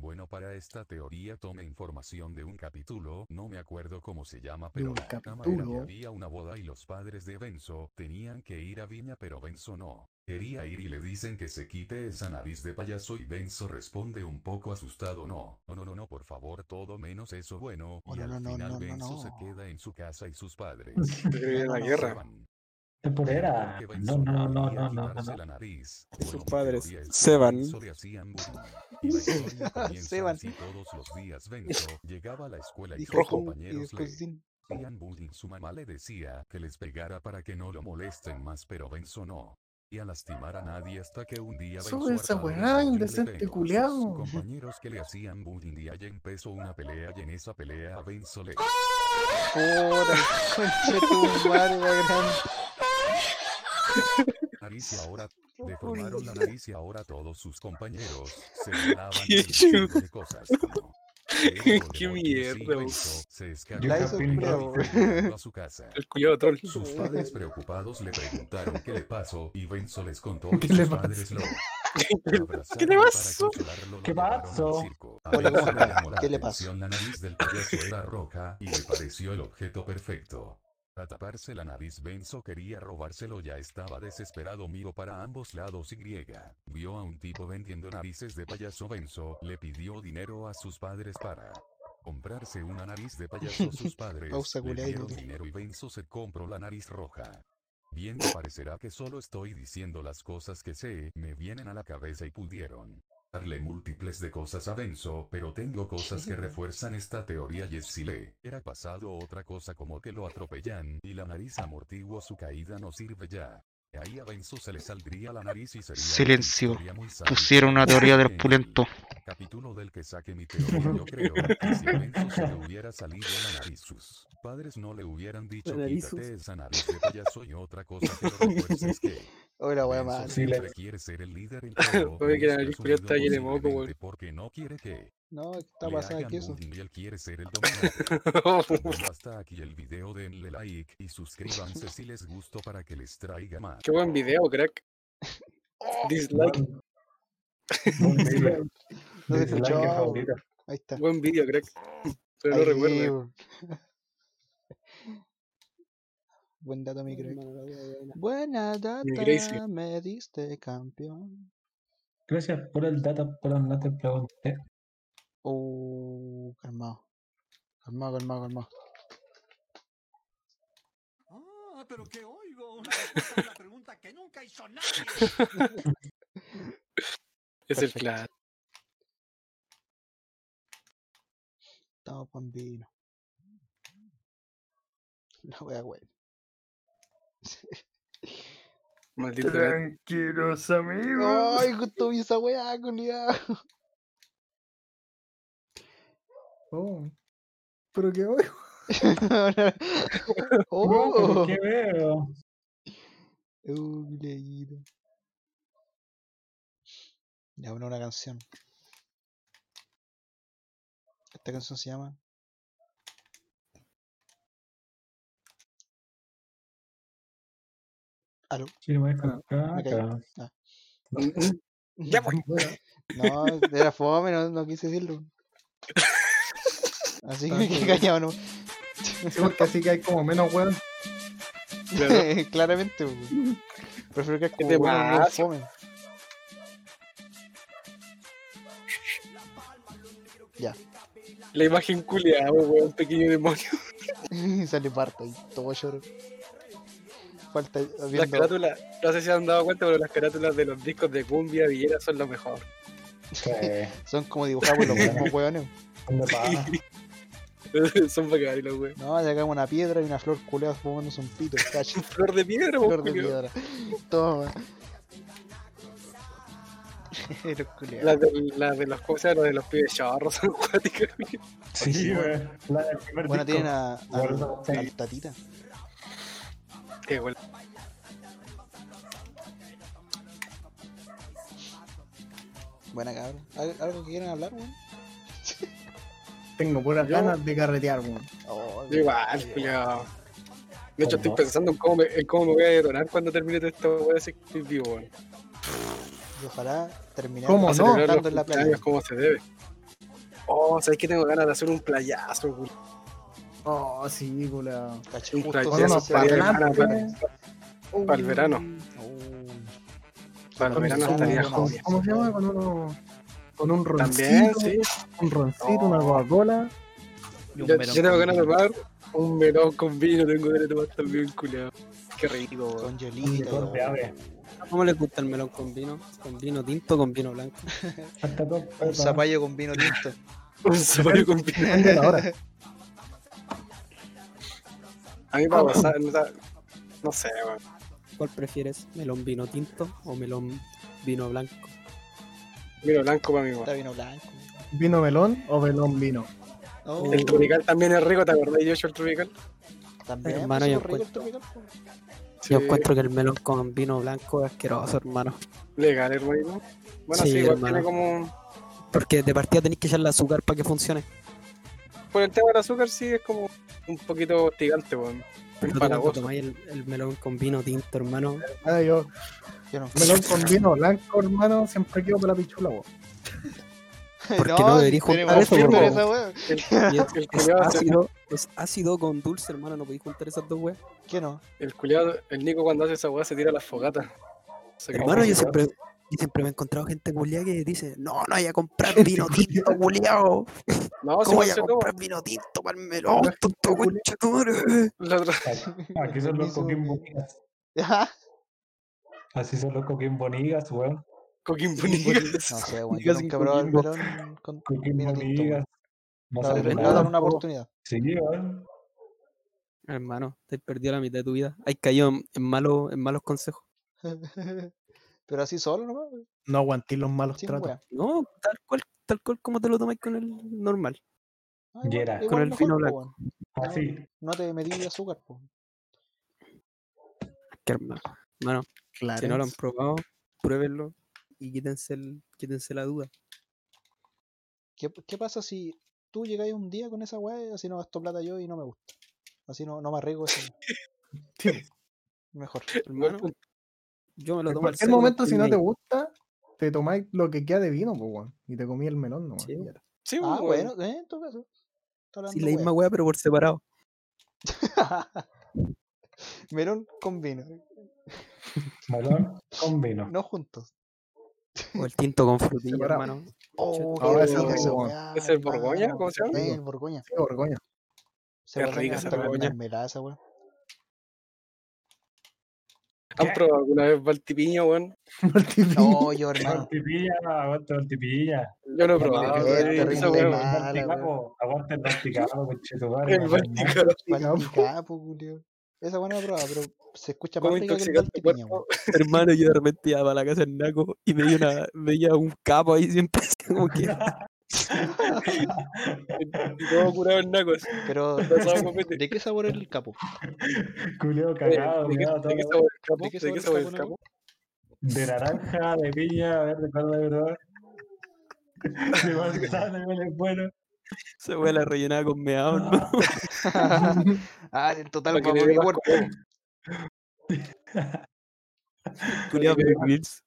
[SPEAKER 11] Bueno, para esta teoría tomé información de un capítulo, no me acuerdo cómo se llama, pero
[SPEAKER 9] un
[SPEAKER 11] la trama era que
[SPEAKER 9] capítulo.
[SPEAKER 11] había una boda y los padres de Benzo tenían que ir a Viña, pero Benzo no. Quería ir y le dicen que se quite esa nariz de payaso y Benzo responde un poco asustado, no, no, no, no, no, por favor, todo menos eso, bueno,
[SPEAKER 2] Oh,
[SPEAKER 11] y
[SPEAKER 2] no,
[SPEAKER 11] al
[SPEAKER 2] no, no,
[SPEAKER 11] final
[SPEAKER 2] no, no,
[SPEAKER 11] Benzo se
[SPEAKER 2] no.
[SPEAKER 11] queda en su casa y sus padres.
[SPEAKER 6] Yo creo que
[SPEAKER 2] Ah,
[SPEAKER 6] en la
[SPEAKER 11] se
[SPEAKER 6] guerra.
[SPEAKER 11] van.
[SPEAKER 4] temporera.
[SPEAKER 11] Porque
[SPEAKER 4] No,
[SPEAKER 11] Benzo
[SPEAKER 4] no, no,
[SPEAKER 11] quería
[SPEAKER 4] no, no, no.
[SPEAKER 11] quitarse
[SPEAKER 4] no.
[SPEAKER 11] la nariz.
[SPEAKER 1] Sus
[SPEAKER 11] Bueno, mi
[SPEAKER 1] padres
[SPEAKER 11] teoría es que
[SPEAKER 1] se van.
[SPEAKER 11] Benzo le hacían bullying. Y la historia comienza
[SPEAKER 2] Se van.
[SPEAKER 11] así todos los días Benzo llegaba a la escuela y
[SPEAKER 2] Dijo
[SPEAKER 11] sus
[SPEAKER 2] Kun y
[SPEAKER 11] compañeros le
[SPEAKER 2] después Sin.
[SPEAKER 11] hacían bullying. Su mamá le decía que les pegara para que no lo molesten más, pero Benzo no. Y a lastimar a nadie hasta que un día
[SPEAKER 9] Sube
[SPEAKER 11] Benzo
[SPEAKER 9] esa
[SPEAKER 11] hartado de
[SPEAKER 9] weá,
[SPEAKER 11] tanto
[SPEAKER 9] indecente
[SPEAKER 11] lepeo a sus
[SPEAKER 9] culiao.
[SPEAKER 11] compañeros que le hacían bullying y allá empezó una pelea y en esa pelea a Benzo le...
[SPEAKER 2] Puta, concha tu madre, la gran.
[SPEAKER 11] nariz y ahora deformaron la nariz y ahora todos sus compañeros se burlaban
[SPEAKER 6] Qué
[SPEAKER 11] y decían
[SPEAKER 6] chulo.
[SPEAKER 11] de cosas como "Era
[SPEAKER 6] Qué
[SPEAKER 11] Voldemort y
[SPEAKER 6] mierda,
[SPEAKER 11] Benzo
[SPEAKER 6] weón.
[SPEAKER 11] se
[SPEAKER 4] La
[SPEAKER 11] escapó
[SPEAKER 4] hizo
[SPEAKER 11] y
[SPEAKER 2] creo,
[SPEAKER 11] fue a su casa.
[SPEAKER 6] El culiado troll.
[SPEAKER 11] Sus padres preocupados le preguntaron qué le pasó y Benzo les contó
[SPEAKER 9] ¿Qué
[SPEAKER 11] y sus
[SPEAKER 9] le
[SPEAKER 11] padres lo
[SPEAKER 6] ¿Qué
[SPEAKER 11] abrazaron
[SPEAKER 6] le
[SPEAKER 11] para
[SPEAKER 6] pasó?
[SPEAKER 11] consolarlo, lo
[SPEAKER 4] ¿Qué
[SPEAKER 11] llevaron
[SPEAKER 4] pasó?
[SPEAKER 11] al circo. A
[SPEAKER 2] Hola,
[SPEAKER 11] Benzo
[SPEAKER 2] ¿cómo está?
[SPEAKER 11] llamó la
[SPEAKER 2] ¿Qué le pasó?
[SPEAKER 11] atención, La nariz del payaso era roja y le pareció el objeto perfecto. Para taparse la nariz, Benzo quería robárselo, ya estaba desesperado, miró para ambos lados y griega. Vio a un tipo vendiendo narices de payaso Benzo, le pidió dinero a sus padres para comprarse una nariz de payaso. Sus padres
[SPEAKER 2] Pausa,
[SPEAKER 11] le
[SPEAKER 2] culea,
[SPEAKER 11] dieron
[SPEAKER 2] inútil.
[SPEAKER 11] dinero y Benzo se compró la nariz roja. Bien, te parecerá que solo estoy diciendo las cosas que sé, me vienen a la cabeza y pudieron darle múltiples de cosas a Benzo, pero tengo cosas que refuerzan esta teoría y es si le era pasado otra cosa como que lo atropellan y la nariz amortigua su caída no sirve ya. Ahí a Benzo se le saldría la nariz y sería una
[SPEAKER 12] Silencio.
[SPEAKER 11] historia muy sádica.
[SPEAKER 12] Pusieron una teoría del
[SPEAKER 11] En el
[SPEAKER 12] pulento.
[SPEAKER 11] Capítulo del que saque mi teoría. Yo creo que si a Benzo se le hubiera salido la nariz, sus padres no le hubieran dicho
[SPEAKER 1] La nariz,
[SPEAKER 11] quítate esa nariz de payaso y otra cosa que lo refuerce es que
[SPEAKER 2] Hola, wea
[SPEAKER 11] Benzo
[SPEAKER 2] mala.
[SPEAKER 4] sí.
[SPEAKER 11] siempre quiere ser el líder en todo.
[SPEAKER 6] Oye,
[SPEAKER 11] y
[SPEAKER 6] que la
[SPEAKER 11] es
[SPEAKER 6] nariz culiao está llena
[SPEAKER 11] presumido
[SPEAKER 6] de moco, weón.
[SPEAKER 11] posiblemente Porque no quiere que
[SPEAKER 2] No, está
[SPEAKER 11] le
[SPEAKER 2] pasando
[SPEAKER 11] hagan
[SPEAKER 2] aquí eso.
[SPEAKER 11] bullying y él quiere ser el dominante. Bueno, Hasta aquí el video, denle like y suscríbanse si les gustó para que les traiga más.
[SPEAKER 6] Qué buen video, crack.
[SPEAKER 2] Oh,
[SPEAKER 6] Dislike.
[SPEAKER 4] Buen- buen video.
[SPEAKER 2] No se
[SPEAKER 4] Dislike es
[SPEAKER 2] escuchó.
[SPEAKER 4] favorito.
[SPEAKER 2] Ahí está.
[SPEAKER 6] Buen video, crack. Pero no
[SPEAKER 2] Ahí,
[SPEAKER 6] recuerdo. eh.
[SPEAKER 2] weón. Buen dato, mi crack.
[SPEAKER 1] Hermano, la wea buena.
[SPEAKER 2] Buena
[SPEAKER 6] Mi Gracie.
[SPEAKER 2] data, me diste campeón.
[SPEAKER 4] Gracias por el dato, pero no te pregunté.
[SPEAKER 2] Oh, calmado. Calmado, calmado, calmado.
[SPEAKER 13] Ah, pero que oigo una respuesta a la pregunta que nunca hizo nadie.
[SPEAKER 6] Es el
[SPEAKER 2] perfecto.
[SPEAKER 6] claro.
[SPEAKER 2] Estamos bambino. La wea, güey.
[SPEAKER 6] Maldito crack.
[SPEAKER 2] Ay, justo vi esa wea, culiao.
[SPEAKER 5] Oh. Pero que hoy.
[SPEAKER 4] Weón, pero
[SPEAKER 2] oh,
[SPEAKER 4] ¿Qué veo?
[SPEAKER 2] oh, culiaíto. Ya poner una canción. Esta canción se llama. ¿Aló?
[SPEAKER 4] Sí, me voy a colocar
[SPEAKER 2] me caí.
[SPEAKER 4] acá.
[SPEAKER 6] Ya, pues.
[SPEAKER 2] No, era fome, no, no quise decirlo. Así que me quedé callado, ¿no?
[SPEAKER 5] Sí, porque así que hay como menos weón.
[SPEAKER 2] Claramente, weón. Prefiero que es como
[SPEAKER 6] Este
[SPEAKER 2] weón, no
[SPEAKER 6] más.
[SPEAKER 2] fome. Ya.
[SPEAKER 6] La imagen culeada, weón, un pequeño demonio.
[SPEAKER 2] Sale Barta y todo lloro. Falta
[SPEAKER 6] Las
[SPEAKER 2] viendo.
[SPEAKER 6] carátulas, no sé si han dado cuenta, pero las carátulas de los discos de Cumbia Villera son lo mejor.
[SPEAKER 2] Son como dibujados por los mismos weones.
[SPEAKER 6] son bacanes los weones.
[SPEAKER 2] No, le hagamos una piedra y una flor culeada fumándose un pito, cacho.
[SPEAKER 6] Flor de piedra,
[SPEAKER 2] Flor de
[SPEAKER 6] culiao.
[SPEAKER 2] piedra. Toma. Los culiados.
[SPEAKER 6] Las de, las de los cosas, las de los pibes chavarros son acuáticas.
[SPEAKER 2] Sí, weón.
[SPEAKER 4] La del primer
[SPEAKER 2] Bueno,
[SPEAKER 4] disco.
[SPEAKER 2] tienen a, a-
[SPEAKER 4] Guarda, sí.
[SPEAKER 2] al tatita.
[SPEAKER 6] Qué bueno.
[SPEAKER 2] Buena cabrón. ¿Al- ¿Algo que quieran hablar, weón?
[SPEAKER 5] Tengo puras
[SPEAKER 6] Yo-
[SPEAKER 5] ganas de carretear, weón.
[SPEAKER 2] Oh,
[SPEAKER 6] Yo Igual, culiao. De hecho, estoy pensando en cómo me, en cómo me voy a detonar cuando termine todo esto, weón, si estoy vivo, weón.
[SPEAKER 2] Y ojalá terminar
[SPEAKER 6] Para celebrar los
[SPEAKER 2] cantando en la playa.
[SPEAKER 6] cumpleaños como se debe. Oh, ¿sabes que tengo ganas de hacer un playazo, weón?
[SPEAKER 5] Oh, sí, culiao.
[SPEAKER 2] Cacho,
[SPEAKER 6] Un
[SPEAKER 2] justo
[SPEAKER 5] Con
[SPEAKER 6] playazo
[SPEAKER 5] unos
[SPEAKER 6] para el verano,
[SPEAKER 5] parlantes.
[SPEAKER 6] para- para el verano. Para el
[SPEAKER 5] Con
[SPEAKER 6] verano
[SPEAKER 5] un-
[SPEAKER 6] estaría
[SPEAKER 5] ¿cómo-
[SPEAKER 6] joven.
[SPEAKER 5] ¿Cómo se llama? Con uno. Con un roncito.
[SPEAKER 6] También, sí.
[SPEAKER 5] Un roncito, una Coca-Cola.
[SPEAKER 6] Yo, yo tengo ganas de tomar un melón con vino, tengo ganas de tomar también, culiao. Qué rico, weón.
[SPEAKER 2] Con Yolita.
[SPEAKER 4] Flor de ave.
[SPEAKER 7] ¿Cómo les gusta el melón con vino? ¿Con vino tinto o con vino blanco?
[SPEAKER 4] Hasta todo-
[SPEAKER 2] Un zapallo con vino tinto.
[SPEAKER 6] Un zapallo con
[SPEAKER 5] Depende de la hora.
[SPEAKER 6] A mí para pasar, no, sa- no sé, weón.
[SPEAKER 7] ¿Cuál prefieres? ¿Melón vino tinto o melón vino blanco?
[SPEAKER 6] Vino blanco para mí,
[SPEAKER 2] Está
[SPEAKER 6] weón.
[SPEAKER 2] vino blanco.
[SPEAKER 5] ¿Vino melón o melón vino?
[SPEAKER 2] Oh,
[SPEAKER 6] El tropical también es rico, ¿te acordás yo, el tropical?
[SPEAKER 2] también.
[SPEAKER 7] hermano,
[SPEAKER 2] pues,
[SPEAKER 7] yo
[SPEAKER 2] súper rico el tropical, po.
[SPEAKER 6] Sí.
[SPEAKER 7] Yo encuentro que el melón con vino blanco es asqueroso, hermano.
[SPEAKER 6] Legal, hermanito. Bueno, sí,
[SPEAKER 7] Sí,
[SPEAKER 6] igual
[SPEAKER 7] hermano.
[SPEAKER 6] tiene como.
[SPEAKER 7] Porque de partida tenéis que echarle azúcar para que funcione.
[SPEAKER 6] Por el tema del azúcar, sí es como un poquito hostigante, weón.
[SPEAKER 7] Pero tú cuando
[SPEAKER 6] Empalagoso.
[SPEAKER 7] tomáis el, el melón con vino tinto, hermano,
[SPEAKER 5] Ah, yo.
[SPEAKER 2] Yo no.
[SPEAKER 5] Melón con vino blanco, hermano, siempre quedo con la pichula, weón.
[SPEAKER 7] ¿por qué no deberías
[SPEAKER 2] tenemos
[SPEAKER 7] juntar eso,
[SPEAKER 2] que
[SPEAKER 7] por
[SPEAKER 2] ver
[SPEAKER 7] favor?
[SPEAKER 2] esa wea.
[SPEAKER 6] El,
[SPEAKER 7] y es,
[SPEAKER 6] el
[SPEAKER 7] es
[SPEAKER 6] culiao hace-
[SPEAKER 7] ácido, es ácido con dulce, hermano, no podéis juntar esas dos weas.
[SPEAKER 2] ¿Qué no?
[SPEAKER 6] el culiao- el Nico cuando hace esa weá se tira a las fogatas. Se
[SPEAKER 7] Hermano,
[SPEAKER 6] come-
[SPEAKER 7] yo siempre, yo siempre me he encontrado gente culiada que dice, no, no vaya a comprar vino tinto, culiao.
[SPEAKER 6] No, se
[SPEAKER 7] ¿Cómo vaya
[SPEAKER 6] pasa
[SPEAKER 7] a comprar vino tinto para el melón, tonto concha tu madre?
[SPEAKER 6] La otra-
[SPEAKER 4] Ah, Aquí son los
[SPEAKER 2] Permiso.
[SPEAKER 4] coquín bonigas.
[SPEAKER 2] Ajá.
[SPEAKER 4] Así son los coquín bonigas, weón.
[SPEAKER 6] Coquín
[SPEAKER 2] No
[SPEAKER 6] Bonigas.
[SPEAKER 2] sé, weón. Yo
[SPEAKER 7] Digas sin
[SPEAKER 2] nunca he probado el
[SPEAKER 7] coquimbo.
[SPEAKER 2] melón con
[SPEAKER 4] Coquín
[SPEAKER 2] vino tinto.
[SPEAKER 4] bonigas.
[SPEAKER 2] weón.
[SPEAKER 4] No
[SPEAKER 2] Tal
[SPEAKER 4] sabe
[SPEAKER 2] vez Le
[SPEAKER 4] nada.
[SPEAKER 2] voy a dar una oportunidad.
[SPEAKER 4] Sí, weón.
[SPEAKER 7] Hermano, te has perdido la mitad de tu vida. Has caído en, en malos, en malos consejos.
[SPEAKER 2] Pero así solo nomás, weón,
[SPEAKER 5] No aguanté los malos
[SPEAKER 2] sin
[SPEAKER 5] tratos.
[SPEAKER 2] wea.
[SPEAKER 7] No, tal cual, tal cual como te lo tomáis con el normal.
[SPEAKER 2] Ah, igual-
[SPEAKER 4] Yera.
[SPEAKER 2] igual
[SPEAKER 7] Con el
[SPEAKER 2] mejor,
[SPEAKER 7] vino
[SPEAKER 2] po,
[SPEAKER 7] blanco.
[SPEAKER 2] weón.
[SPEAKER 4] Así.
[SPEAKER 2] No te metí azúcar, pues. po.
[SPEAKER 7] Que hermano. Hermano,
[SPEAKER 5] Claro.
[SPEAKER 7] si no lo han probado, pruébenlo y quítense, el- quítense la duda.
[SPEAKER 2] ¿Qué, qué pasa si tú llegáis un día con esa weá y así no gasto plata yo y no me gusta? Así no, no me arriesgo eso. Mejor.
[SPEAKER 7] Hermano, yo me lo
[SPEAKER 5] En
[SPEAKER 7] tomo al
[SPEAKER 5] cualquier
[SPEAKER 7] cero, no
[SPEAKER 5] momento, si
[SPEAKER 7] estoy
[SPEAKER 5] no
[SPEAKER 7] ni
[SPEAKER 5] te
[SPEAKER 7] ahí.
[SPEAKER 5] gusta, te tomáis lo que queda de vino, pues, weón. Y te comí el melón, no, weón.
[SPEAKER 7] Sí,
[SPEAKER 5] y ya
[SPEAKER 7] weón.
[SPEAKER 5] está.
[SPEAKER 6] Sí,
[SPEAKER 2] Ah,
[SPEAKER 6] weón.
[SPEAKER 2] bueno, eh, en todo caso. Está
[SPEAKER 7] Sí,
[SPEAKER 2] hablando
[SPEAKER 7] la misma
[SPEAKER 2] wea.
[SPEAKER 7] weá, pero por separado.
[SPEAKER 2] Melón con vino,
[SPEAKER 4] Melón con vino.
[SPEAKER 2] no juntos.
[SPEAKER 7] O el tinto con frutilla,
[SPEAKER 5] Separado.
[SPEAKER 7] hermano.
[SPEAKER 2] Oh,
[SPEAKER 7] Chuta.
[SPEAKER 2] qué
[SPEAKER 5] Ahora sí,
[SPEAKER 2] rico esa
[SPEAKER 5] weón.
[SPEAKER 2] weá,
[SPEAKER 6] ¿Es el
[SPEAKER 2] hermano.
[SPEAKER 6] Borgoña? ¿Cómo se llama?
[SPEAKER 2] Sí, el Borgoña.
[SPEAKER 5] Qué vergüenza.
[SPEAKER 2] Se
[SPEAKER 6] Qué
[SPEAKER 2] va a
[SPEAKER 6] rica esa
[SPEAKER 2] hasta con
[SPEAKER 6] Borgoña.
[SPEAKER 2] mermelada esa weá.
[SPEAKER 6] ¿Han probado alguna vez Valtipiña, weón?
[SPEAKER 2] No, yo hermano.
[SPEAKER 4] Valtipilla, aguante Valtipilla.
[SPEAKER 6] Yo no he probado.
[SPEAKER 2] Valtipilla,
[SPEAKER 6] weón,
[SPEAKER 2] terrible
[SPEAKER 6] esa weá,
[SPEAKER 2] mal.
[SPEAKER 6] weón.
[SPEAKER 2] mala,
[SPEAKER 4] Valticapo, Aguante el Valticapo, conchetumare,
[SPEAKER 6] El
[SPEAKER 4] weón.
[SPEAKER 6] Valticano.
[SPEAKER 2] Valticapo, Julio. Esa weá no la he probado, pero se escucha más
[SPEAKER 6] ¿Cómo
[SPEAKER 2] rica que el
[SPEAKER 6] intoxicar tu
[SPEAKER 2] Valtipiña,
[SPEAKER 6] cuerpo?
[SPEAKER 2] weón.
[SPEAKER 7] Hermano, yo de repente iba para la casa del Naco y veía, una, veía un capo ahí siempre como que
[SPEAKER 6] Y todo curado en nacos.
[SPEAKER 2] Pero,
[SPEAKER 6] Pasado copete.
[SPEAKER 2] ¿de qué sabor es el capo?
[SPEAKER 4] Culeo
[SPEAKER 6] Eh,
[SPEAKER 4] cagado,
[SPEAKER 6] ¿De qué
[SPEAKER 4] culiao,
[SPEAKER 6] de qué
[SPEAKER 4] todo.
[SPEAKER 6] sabor el capo?
[SPEAKER 2] ¿De qué
[SPEAKER 6] ¿De qué
[SPEAKER 2] sabor
[SPEAKER 6] sabor
[SPEAKER 2] el
[SPEAKER 6] el
[SPEAKER 2] capo,
[SPEAKER 6] capo?
[SPEAKER 4] De naranja, de piña, a ver, de cuál de verdad. De manzana, igual es bueno.
[SPEAKER 7] se fue la rellenada con meado, hermano.
[SPEAKER 2] ah, en total,
[SPEAKER 6] Para que
[SPEAKER 2] vamos
[SPEAKER 6] le
[SPEAKER 2] a
[SPEAKER 6] dé
[SPEAKER 2] mi
[SPEAKER 6] más
[SPEAKER 2] cuerpo.
[SPEAKER 6] color.
[SPEAKER 7] Culeado
[SPEAKER 4] que-
[SPEAKER 7] Bear Grylls.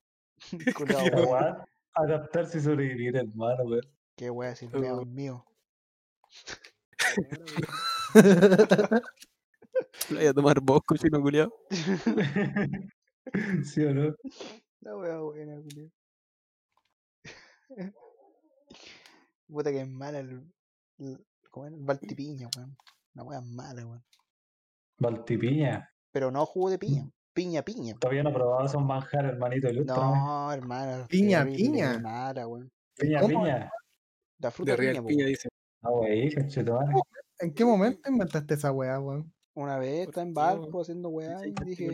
[SPEAKER 2] Culeado,
[SPEAKER 4] Pero,
[SPEAKER 2] weón.
[SPEAKER 4] weón, Adaptarse y sobrevivir, hermano, weón.
[SPEAKER 2] Qué weá, si el meado es mío.
[SPEAKER 7] Voy a tomar vos, cochino culiao.
[SPEAKER 4] ¿Sí o no?
[SPEAKER 2] La wea buena, culiao. Puta que es mala el. el- ¿Cómo era? El Valtipiña, weón. Una wea mala, weón.
[SPEAKER 4] Valtipiña.
[SPEAKER 2] Pero no jugo de piña. Piña, piña.
[SPEAKER 4] Todavía no he probado esos manjares, hermanito. ilústrame.
[SPEAKER 2] No, hermano.
[SPEAKER 4] Piña,
[SPEAKER 2] terrible,
[SPEAKER 4] piña.
[SPEAKER 2] Mala, weón.
[SPEAKER 4] Piña,
[SPEAKER 2] ¿Cómo?
[SPEAKER 4] piña.
[SPEAKER 2] La fruta pues, De Real piña, po. Piña,
[SPEAKER 6] dice.
[SPEAKER 4] No, wey, conchetumare.
[SPEAKER 5] ¿En qué momento inventaste esa weá, weón?
[SPEAKER 2] Una vez estaba en barco haciendo weá y dije.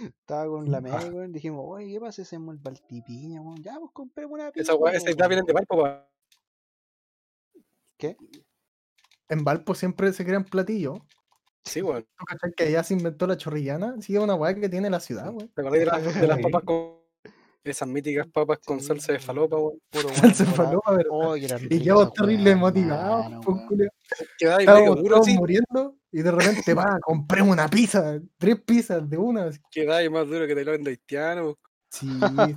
[SPEAKER 2] Estaba con la media, weón. Dijimos, oye, ¿qué pasa si hacemos el Valtipiña, weón? Ya, pues compremos una piña.
[SPEAKER 6] Esa weá,
[SPEAKER 2] weón,
[SPEAKER 6] esa idea viene de Valpo, weón.
[SPEAKER 2] ¿Qué?
[SPEAKER 5] En Valpo siempre se crean platillos.
[SPEAKER 6] Sí, weón.
[SPEAKER 5] ¿Tú cachai que allá se inventó la chorrillana? Sí, es una weá que tiene la ciudad, weón.
[SPEAKER 6] ¿Te acordás de, las- de las papas con. Esas míticas papas con salsa de falopa, weón?
[SPEAKER 5] Salsa de falopa, ¿verdad? y quedamos terrible motivados, pues, culiao. Estábamos todos muriendo y de repente, va, compremos una pizza, tres pizzas de una. así.
[SPEAKER 6] Quedáis más duro que te lo venden haitiano. weón.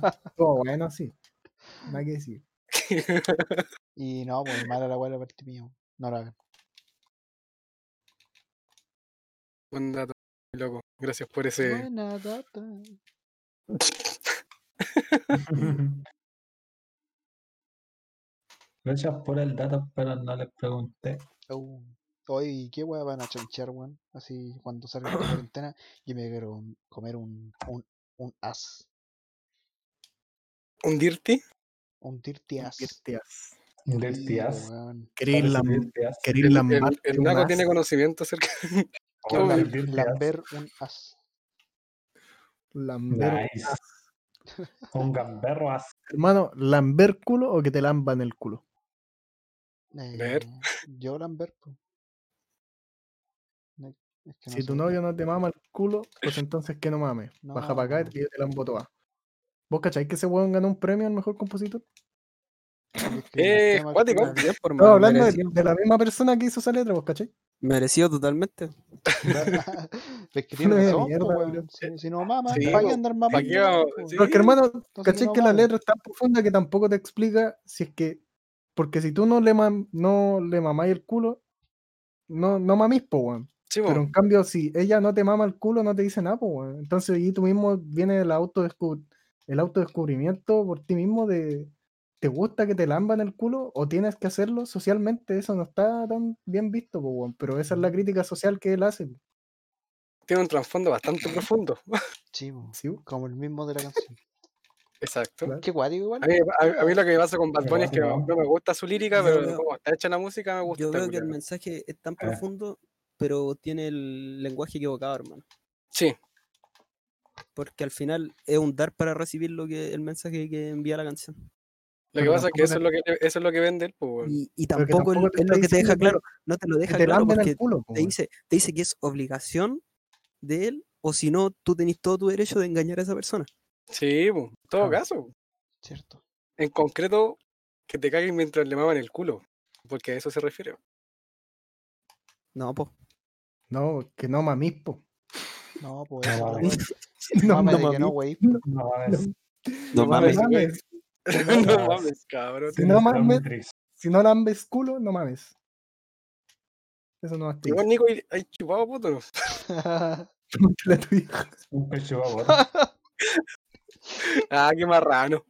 [SPEAKER 5] Sí, estuvo bueno, sí. Nada que decir.
[SPEAKER 2] Y no, pues mala la weá de la Valtipiña, weón. No la hagan.
[SPEAKER 6] Buen dato, loco. Gracias por ese.
[SPEAKER 2] Buena data.
[SPEAKER 4] Gracias por el dato, pero no les pregunté.
[SPEAKER 2] Uh, Oye, ¿qué weá van a chanchar, weón? Así cuando salga de la cuarentena, yo me quiero com- comer un, un, un as.
[SPEAKER 6] ¿Un dirty?
[SPEAKER 2] Un dirty as.
[SPEAKER 4] Un dirty
[SPEAKER 2] Rico,
[SPEAKER 4] as.
[SPEAKER 2] weón.
[SPEAKER 5] Queréis
[SPEAKER 4] Parece
[SPEAKER 5] lam-
[SPEAKER 4] dirty as.
[SPEAKER 5] queréis
[SPEAKER 6] El-
[SPEAKER 5] lambar-
[SPEAKER 6] El, el
[SPEAKER 5] un
[SPEAKER 6] Naco
[SPEAKER 5] as.
[SPEAKER 6] tiene conocimiento acerca.
[SPEAKER 2] Lam-
[SPEAKER 6] No,
[SPEAKER 2] Lamber un as.
[SPEAKER 5] Lamber un
[SPEAKER 4] Nice.
[SPEAKER 5] as.
[SPEAKER 4] Un gamberro as.
[SPEAKER 5] Hermano, ¿lamber culo o que te lamban el culo?
[SPEAKER 2] Eh, Yo Lambert. po. No, es que no
[SPEAKER 5] si
[SPEAKER 2] sé.
[SPEAKER 5] tu novio no te mama el culo, pues entonces que no mames. Baja para acá y yo te lambo toda. ¿Vos cacháis que ese weón ganó un premio al mejor compositor?
[SPEAKER 6] Eh, cuático, bien por
[SPEAKER 5] Estaba
[SPEAKER 6] mano,
[SPEAKER 5] hablando de,
[SPEAKER 6] merecido.
[SPEAKER 5] de la misma persona que hizo esa letra, vos cachai.
[SPEAKER 7] Merecido totalmente.
[SPEAKER 2] Es que
[SPEAKER 5] Una
[SPEAKER 2] tiene razón,
[SPEAKER 5] mierda,
[SPEAKER 2] po, weón. Si, si no mama,
[SPEAKER 5] Sí,
[SPEAKER 2] ¿para qué
[SPEAKER 5] po.
[SPEAKER 2] andar
[SPEAKER 5] ¿Pa'
[SPEAKER 2] mamando?
[SPEAKER 5] qué
[SPEAKER 2] weón, po?
[SPEAKER 5] Porque hermano,
[SPEAKER 2] Entonces
[SPEAKER 5] caché
[SPEAKER 2] no
[SPEAKER 5] que la
[SPEAKER 2] mames.
[SPEAKER 5] letra es tan profunda que tampoco te explica si es que. Porque si tú no le, mam- no le mamáis el culo, no, no mamís, po, weón.
[SPEAKER 6] Sí,
[SPEAKER 5] Pero en cambio, si ella no te mama el culo, no te dice nada, po, weón. Entonces ahí tú mismo viene el, autodescu- el autodescubrimiento por ti mismo de. ¿Te gusta que te lamban el culo o tienes que hacerlo socialmente? Eso no está tan bien visto, po, weón. Pero esa
[SPEAKER 7] Mm.
[SPEAKER 5] es la crítica social que él hace.
[SPEAKER 6] Tiene un trasfondo bastante profundo.
[SPEAKER 2] Sí, po, como el mismo de la canción.
[SPEAKER 6] Exacto.
[SPEAKER 2] Qué cuático igual.
[SPEAKER 6] A mí, a- a mí lo que me pasa con Bad
[SPEAKER 2] Qué
[SPEAKER 6] Bunny es que
[SPEAKER 2] guático.
[SPEAKER 6] no me gusta su lírica,
[SPEAKER 7] Yo
[SPEAKER 6] pero
[SPEAKER 7] veo-
[SPEAKER 6] como está hecha la música me gusta.
[SPEAKER 7] Yo veo que el
[SPEAKER 6] culiao.
[SPEAKER 7] mensaje es
[SPEAKER 5] Ah.
[SPEAKER 7] tan profundo, pero tiene el lenguaje equivocado, hermano.
[SPEAKER 6] Sí.
[SPEAKER 7] Porque al final es un dar para recibir lo que el mensaje que envía la canción.
[SPEAKER 6] Lo que pasa es que eso es lo que, eso es lo que vende él, pues, weón.
[SPEAKER 7] Y, y tampoco, es- es, lo que te deja claro. No te lo deja
[SPEAKER 6] te
[SPEAKER 7] claro
[SPEAKER 6] lamben el
[SPEAKER 7] porque
[SPEAKER 6] culo, po,
[SPEAKER 7] te,
[SPEAKER 6] weón.
[SPEAKER 7] dice, te dice que es obligación de él, o si no, tú tenés todo tu derecho de engañar a esa persona.
[SPEAKER 6] Sí, po, en todo caso.
[SPEAKER 2] Cierto.
[SPEAKER 6] En concreto, que te caguen mientras le maman el culo. Porque a eso se refiere.
[SPEAKER 7] No, po.
[SPEAKER 5] No, que no mamís, po.
[SPEAKER 2] No, po,
[SPEAKER 5] No
[SPEAKER 2] eso, weón.
[SPEAKER 5] mames. No,
[SPEAKER 2] Mame
[SPEAKER 5] no
[SPEAKER 2] de que no,
[SPEAKER 5] mames.
[SPEAKER 2] wey.
[SPEAKER 4] No mames.
[SPEAKER 7] No mames.
[SPEAKER 6] güey. No mames, cabrón.
[SPEAKER 5] Si no mames, si no lambes culo, no mames. Eso no es
[SPEAKER 6] Igual Nico hay- hay chupado puto. ¿no?
[SPEAKER 5] la tu hija.
[SPEAKER 4] Un pecho
[SPEAKER 6] ah, qué marrano.